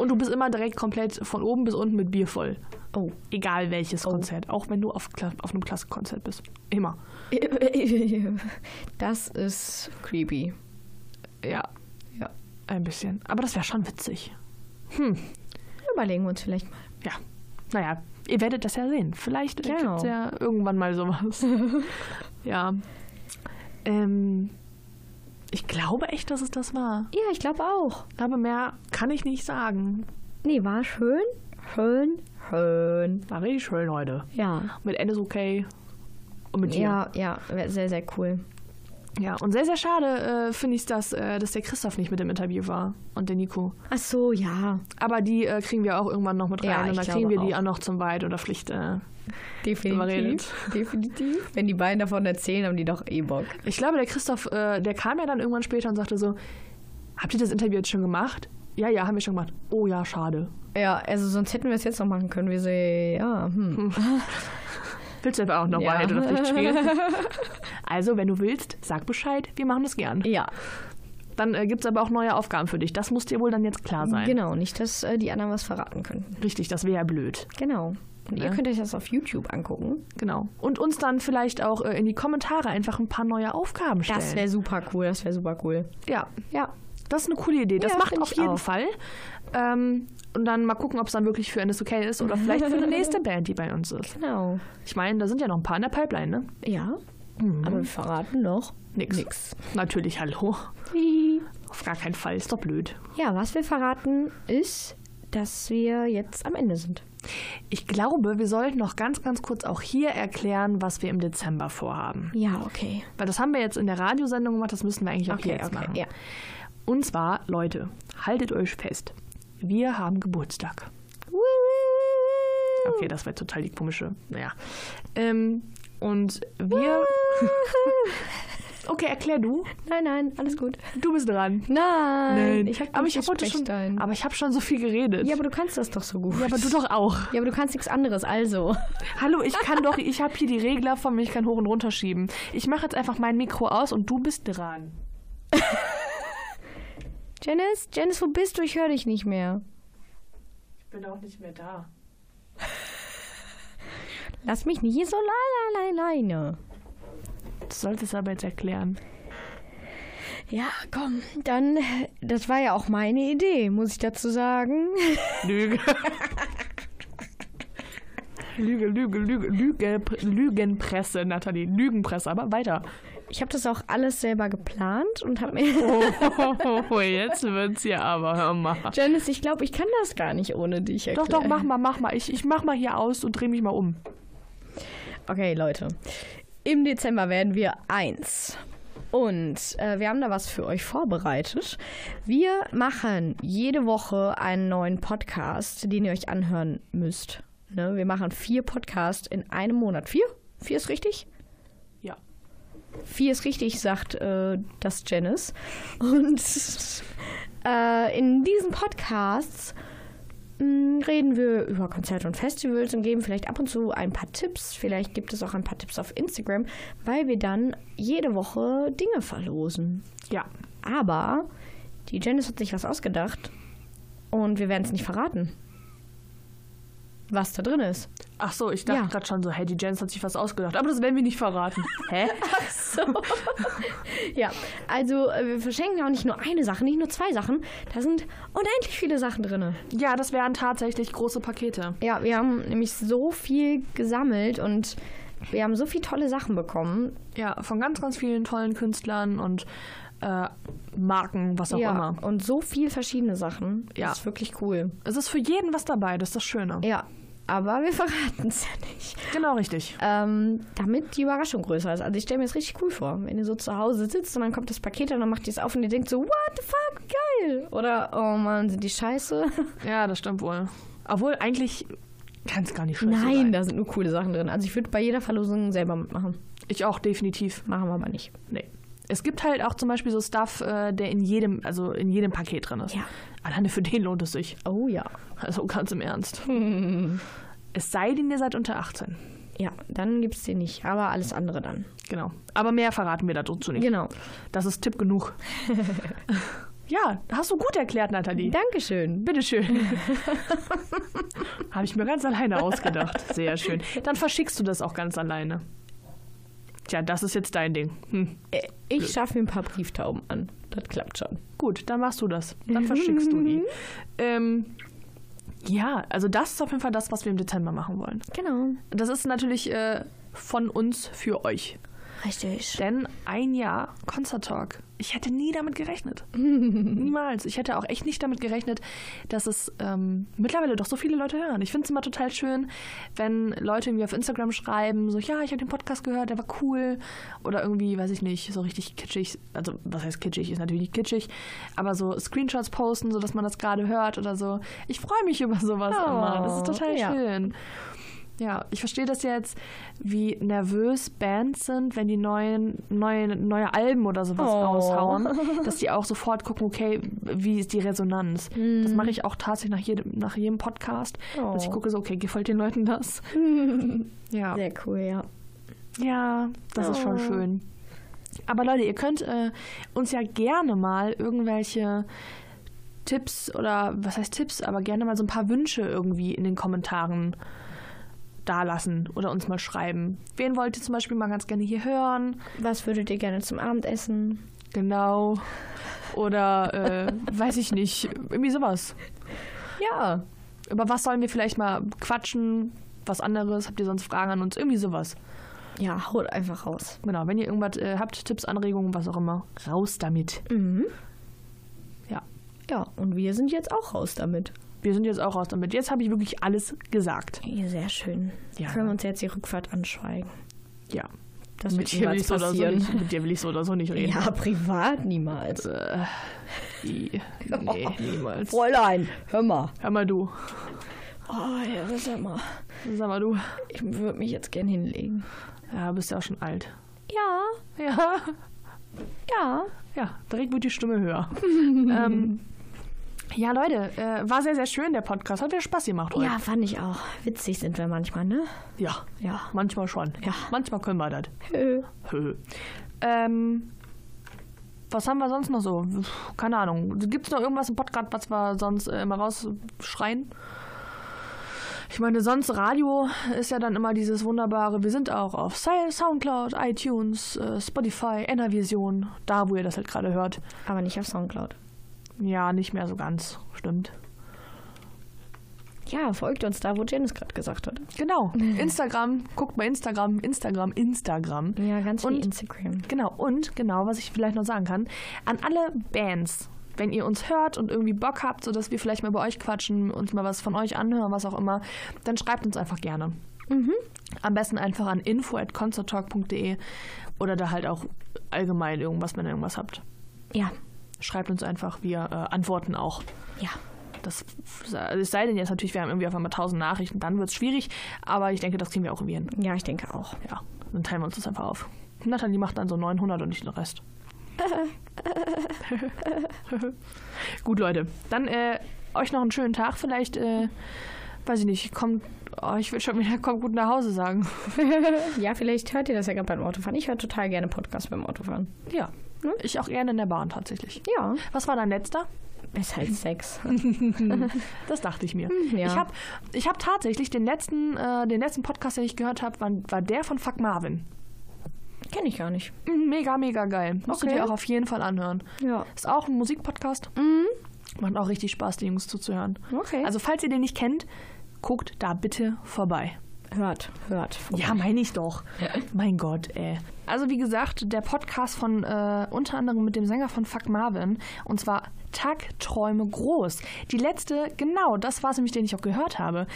und du bist immer direkt komplett von oben bis unten mit Bier voll.
Oh.
Egal welches Konzert, auch wenn du auf, Kla auf einem Klassenkonzert bist. Immer.
Das ist creepy.
Ja.
Ja.
Ein bisschen. Aber das wäre schon witzig.
Überlegen wir uns vielleicht mal.
Ja. Naja, ihr werdet das ja sehen. Vielleicht gibt's
Genau.
ja irgendwann mal sowas. ja. Ähm, ich glaube echt, dass es das war.
Ja, ich glaube auch.
Aber mehr kann ich nicht sagen.
Nee, war schön, schön, schön.
War richtig schön heute.
Ja.
Mit Ennis okay. Und mit dir.
Ja, ja, wär sehr, sehr cool.
ja. Und sehr, sehr schade äh, finde ich es, dass, äh, dass der Christoph nicht mit im Interview war und der Nico.
Ach so, ja,
Aber die äh, kriegen wir auch irgendwann noch mit rein
Ja,
und
ich
dann
glaube
kriegen wir die
auch.
auch noch zum Weit oder Pflicht. Äh. Überredet.
definitiv. Definitiv. Wenn die beiden davon erzählen, haben die doch eh Bock.
Ich glaube, der Christoph, äh, der kam ja dann irgendwann später und sagte so, habt ihr das Interview jetzt schon gemacht? Ja, ja, haben wir schon gemacht. Oh ja, schade.
Ja, also sonst hätten wir es jetzt noch machen können. Wir so, ja, hm.
Willst du etwa auch noch
Ja.
Weit oder Pflicht spielen? also, wenn du willst, sag Bescheid, wir machen das gern.
Ja,
Dann äh, gibt es aber auch neue Aufgaben für dich. Das muss dir wohl dann jetzt klar sein.
genau. Nicht, dass äh, die anderen was verraten könnten.
Richtig, das wäre ja blöd.
Genau. Und ihr
Ne?
könnt euch das auf YouTube angucken.
Genau. Und uns dann vielleicht auch äh, in die Kommentare einfach ein paar neue Aufgaben stellen.
Das wäre super cool, das wäre super cool.
ja,
Ja,
das ist eine coole Idee. Das
Ja,
macht
finde
auf
ich
jeden
auch.
Fall. Ähm, und dann mal gucken, ob es dann wirklich für NSOK ist oder vielleicht für eine nächste Band, die bei uns ist.
genau.
Ich meine, da sind ja noch ein paar in der Pipeline, ne?
Ja, Mhm. aber wir verraten noch
Nix.
nichts.
Natürlich, hallo. Auf gar keinen Fall, ist doch blöd.
Ja, was wir verraten ist, dass wir jetzt am Ende sind.
Ich glaube, wir sollten noch ganz, ganz kurz auch hier erklären, was wir im Dezember vorhaben.
Ja, okay.
Weil das haben wir jetzt in der Radiosendung gemacht, das müssen wir eigentlich auch hier
Okay,
jetzt
okay.
machen.
Ja.
Und zwar, Leute, haltet euch fest. Wir haben Geburtstag. Okay, das war jetzt total die komische. Naja. Ähm, und wir. okay, erklär du.
Nein, nein, alles gut.
Du bist dran.
Nein, ich hab
aber
nicht
ich wollte schon.
Sprechstein.
Aber ich habe schon so viel geredet.
ja, aber du kannst das doch so gut.
Ja, aber du doch auch.
Ja, aber du kannst nichts anderes, also.
Hallo, ich kann doch. Ich habe hier die Regler von mir. Ich kann hoch und runter schieben. Ich mache jetzt einfach mein Mikro aus und du bist dran.
Janice, Janice, wo bist du? Ich höre dich nicht mehr.
Ich bin auch nicht mehr da.
Lass mich nicht hier so la la la leine.
Du solltest aber jetzt erklären.
Ja, komm, dann, das war ja auch meine Idee, muss ich dazu sagen.
Lüge. Lüge, Lüge, Lüge, Lüge, Lügenpresse, Nathalie. Lügenpresse, aber weiter.
Ich habe das auch alles selber geplant und habe mir...
Oh, jetzt wird's ja aber, hör mal.
Janice, ich glaube, ich kann das gar nicht ohne dich
Doch,
erklären.
doch, mach mal, mach mal. Ich, ich mach mal hier aus und dreh mich mal um.
Okay, Leute. Im Dezember werden wir eins. Und äh, wir haben da was für euch vorbereitet. Wir machen jede Woche einen neuen Podcast, den ihr euch anhören müsst. Ne? Wir machen vier Podcasts in einem Monat. Vier? Vier ist richtig?
Ja.
Vier ist richtig, sagt äh, das Janice. Und äh, in diesen Podcasts mh, reden wir über Konzerte und Festivals und geben vielleicht ab und zu ein paar Tipps. Vielleicht gibt es auch ein paar Tipps auf Instagram, weil wir dann jede Woche Dinge verlosen.
Ja.
Aber die Janice hat sich was ausgedacht und wir werden es nicht verraten. Was da drin ist.
Ach so, ich dachte
Ja.
gerade schon so, hey, die Jens hat sich was ausgedacht. Aber das werden wir nicht verraten. Hä?
Ja, also äh, wir verschenken auch nicht nur eine Sache, nicht nur zwei Sachen. Da sind unendlich viele Sachen drin.
Ja, das wären tatsächlich große Pakete.
Ja, wir haben nämlich so viel gesammelt und wir haben so viele tolle Sachen bekommen.
Ja, von ganz, ganz vielen tollen Künstlern und äh, Marken, was auch
ja,
immer.
und so viel verschiedene Sachen.
Ja.
Das ist wirklich cool.
Es ist für jeden was dabei, das ist das Schöne.
Ja, aber wir verraten es ja nicht.
Genau richtig.
Ähm, damit die Überraschung größer ist. Also ich stelle mir das richtig cool vor, wenn ihr so zu Hause sitzt und dann kommt das Paket und dann macht ihr es auf und ihr denkt so, what the fuck, geil. Oder, oh Mann, sind die scheiße.
Ja, das stimmt wohl. Obwohl, eigentlich kann es gar nicht scheiße
Nein,
sein.
da sind nur coole Sachen drin. Also ich würde bei jeder Verlosung selber mitmachen.
Ich auch, definitiv.
Machen wir aber nicht.
Nee. Es gibt halt auch zum Beispiel so Stuff, äh, der in jedem, also in jedem Paket drin ist.
Ja.
Alleine für den lohnt es sich.
Oh ja.
Also ganz im Ernst. Es sei denn, ihr seid unter 18.
Ja, dann gibt's den nicht. Aber alles andere dann.
Genau. Aber mehr verraten wir dazu nicht.
Genau.
Das ist Tipp genug. ja, hast du gut erklärt, Nathalie.
Dankeschön.
Bitteschön. Habe ich mir ganz alleine ausgedacht. Sehr schön. Dann verschickst du das auch ganz alleine. Tja, das ist jetzt dein Ding. Hm.
Äh, Ich schaffe mir ein paar Brieftauben an. Das klappt schon.
Gut, dann machst du das. Dann verschickst du die. Ähm, ja, also das ist auf jeden Fall das, was wir im Dezember machen wollen.
Genau.
Das ist natürlich äh, von uns für euch.
Richtig.
Denn ein Jahr Concert Talk. Ich hätte nie damit gerechnet. Niemals. Ich hätte auch echt nicht damit gerechnet, dass es ähm, mittlerweile doch so viele Leute hören. Ich finde es immer total schön, wenn Leute irgendwie auf Instagram schreiben, so, ja, ich habe den Podcast gehört, der war cool. Oder irgendwie, weiß ich nicht, so richtig kitschig. Also, was heißt kitschig? Ist natürlich nicht kitschig. Aber so Screenshots posten, sodass man das gerade hört oder so. Ich freue mich über sowas
Oh,
immer. Das ist total
ja.
schön. Ja, ich verstehe das jetzt, wie nervös Bands sind, wenn die neuen, neue, neue Alben oder sowas
Oh.
raushauen, dass die auch sofort gucken, okay, wie ist die Resonanz. Das mache ich auch tatsächlich nach jedem, nach jedem Podcast, dass ich
Mhm. Oh.
gucke, so, okay, gefällt den Leuten das? ja.
Sehr cool, ja.
Ja, das ist schon schön. Aber Leute, ihr könnt äh, uns ja gerne mal irgendwelche Tipps oder was heißt Tipps, aber gerne mal so ein paar Wünsche irgendwie in den Kommentaren dalassen oder uns mal schreiben. Wen wollt ihr zum Beispiel mal ganz gerne hier hören?
Was würdet ihr gerne zum Abendessen?
Genau. Oder äh, weiß ich nicht, irgendwie sowas.
Ja.
Über was sollen wir vielleicht mal quatschen? Was anderes? Habt ihr sonst Fragen an uns? Irgendwie sowas.
Ja, haut einfach raus.
Genau, wenn ihr irgendwas äh, habt, Tipps, Anregungen, was auch immer, raus damit.
Mhm.
Ja,
Ja, und wir sind jetzt auch raus damit.
wir sind jetzt auch raus damit. Jetzt habe ich wirklich alles gesagt.
Ja, sehr schön.
Ja.
Können wir uns jetzt die Rückfahrt anschweigen?
Ja,
Das
mit
wird
dir, will ich
niemals
so oder so
passieren.
nicht, mit dir will ich so oder so nicht reden.
Ja, privat niemals.
I- Nee, niemals.
Fräulein, hör mal.
Hör mal du.
Oh, ja, das ist ja mal.
Sag mal du.
Ich würde mich jetzt gern hinlegen.
Ja, bist ja auch schon alt.
Ja,
Ja,
ja.
ja direkt wird die Stimme höher. ähm, ja, Leute, äh, war sehr, sehr schön, der Podcast. Hat wieder Spaß gemacht heute.
Ja, fand ich auch. Witzig sind wir manchmal, ne?
ja.
Ja.
Manchmal schon.
Ja.
Manchmal können wir das.
Äh,
Hö. Ähm, was haben wir sonst noch so? Pff, Keine Ahnung. Gibt es noch irgendwas im Podcast, was wir sonst äh, immer rausschreien? Ich meine, sonst Radio ist ja dann immer dieses wunderbare. Wir sind auch auf Sou- Soundcloud, iTunes, äh, Spotify, Enervision, da wo ihr das halt gerade hört.
Aber nicht auf Soundcloud.
Ja, nicht mehr so ganz. Stimmt.
Ja, folgt uns da, wo Janice gerade gesagt hat.
Genau. Instagram. Guckt bei Instagram. Instagram. Instagram.
Ja, ganz
Und-
viel Instagram.
Genau, und genau, was ich vielleicht noch sagen kann, an alle Bands, wenn ihr uns hört und irgendwie Bock habt, sodass wir vielleicht mal bei euch quatschen, uns mal was von euch anhören, was auch immer, dann schreibt uns einfach gerne.
Mhm.
Am besten einfach an info.concerttalk.de oder da halt auch allgemein irgendwas, wenn ihr irgendwas habt.
Ja,
Schreibt uns einfach, wir äh, antworten auch.
ja.
Das, also es sei denn jetzt natürlich, wir haben irgendwie auf einmal tausend Nachrichten, dann wird es schwierig, aber ich denke, das kriegen wir auch irgendwie hin.
Ja, ich denke auch.
Ja, dann teilen wir uns das einfach auf. Nathalie macht dann so 900 und ich den Rest. Gut, Leute. Dann äh, euch noch einen schönen Tag. Vielleicht, äh, weiß ich nicht, kommt, oh, ich will schon wieder kommt gut nach Hause sagen.
Ja, vielleicht hört ihr das ja gerade beim Autofahren. Ich höre total gerne Podcasts beim Autofahren.
Ja, Ne? ich auch gerne in der Bahn tatsächlich.
Ja.
Was war dein letzter?
Besser als Sex.
Das dachte ich mir.
ja.
Ich habe ich hab tatsächlich den letzten, äh, den letzten Podcast, den ich gehört habe, war, war der von Fuck Marvin.
Kenne ich gar nicht.
Mhm, Mega, mega geil. Musst
Okay.
du dir auch auf jeden Fall anhören.
Ja.
Ist auch ein Musikpodcast. Macht auch richtig Spaß, den Jungs zuzuhören.
Okay.
Also, falls ihr den nicht kennt, guckt da bitte vorbei.
Hört, hört.
Ja, meine ich doch. mein Gott, ey. Also, wie gesagt, der Podcast von äh, unter anderem mit dem Sänger von Fuck Marvin. Und zwar Tagträume groß. Die letzte, genau, das war es nämlich, den ich auch gehört habe.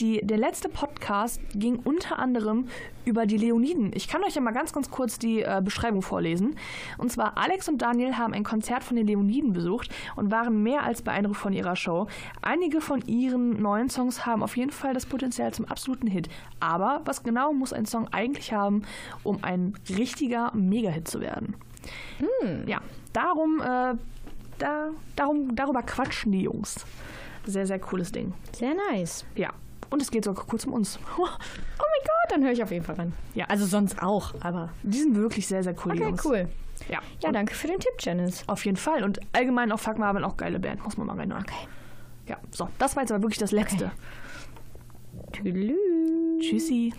Die, der letzte Podcast ging unter anderem über die Leoniden. Ich kann euch ja mal ganz, ganz kurz die äh, Beschreibung vorlesen. Und zwar, Alex und Daniel haben ein Konzert von den Leoniden besucht und waren mehr als beeindruckt von ihrer Show. Einige von ihren neuen Songs haben auf jeden Fall das Potenzial zum absoluten Hit. Aber was genau muss ein Song eigentlich haben, um ein richtiger Mega-Hit zu werden?
Hm.
Ja, darum, äh, da, darum, darüber quatschen die Jungs. Sehr, sehr cooles Ding.
Sehr nice.
Ja. Und es geht sogar kurz um uns.
Oh mein Gott, dann höre ich auf jeden Fall ran.
Ja.
Also sonst auch, aber.
Die sind wirklich sehr, sehr cool, die
Okay,
Jungs.
cool.
Ja.
Ja, danke für den Tipp, Janice.
Auf jeden Fall. Und allgemein auch Fuck Marvin, auch geile Band. Muss man mal reinhören. Okay. Ja, so. Das war jetzt aber wirklich das Letzte.
Tschüss.
Tschüssi.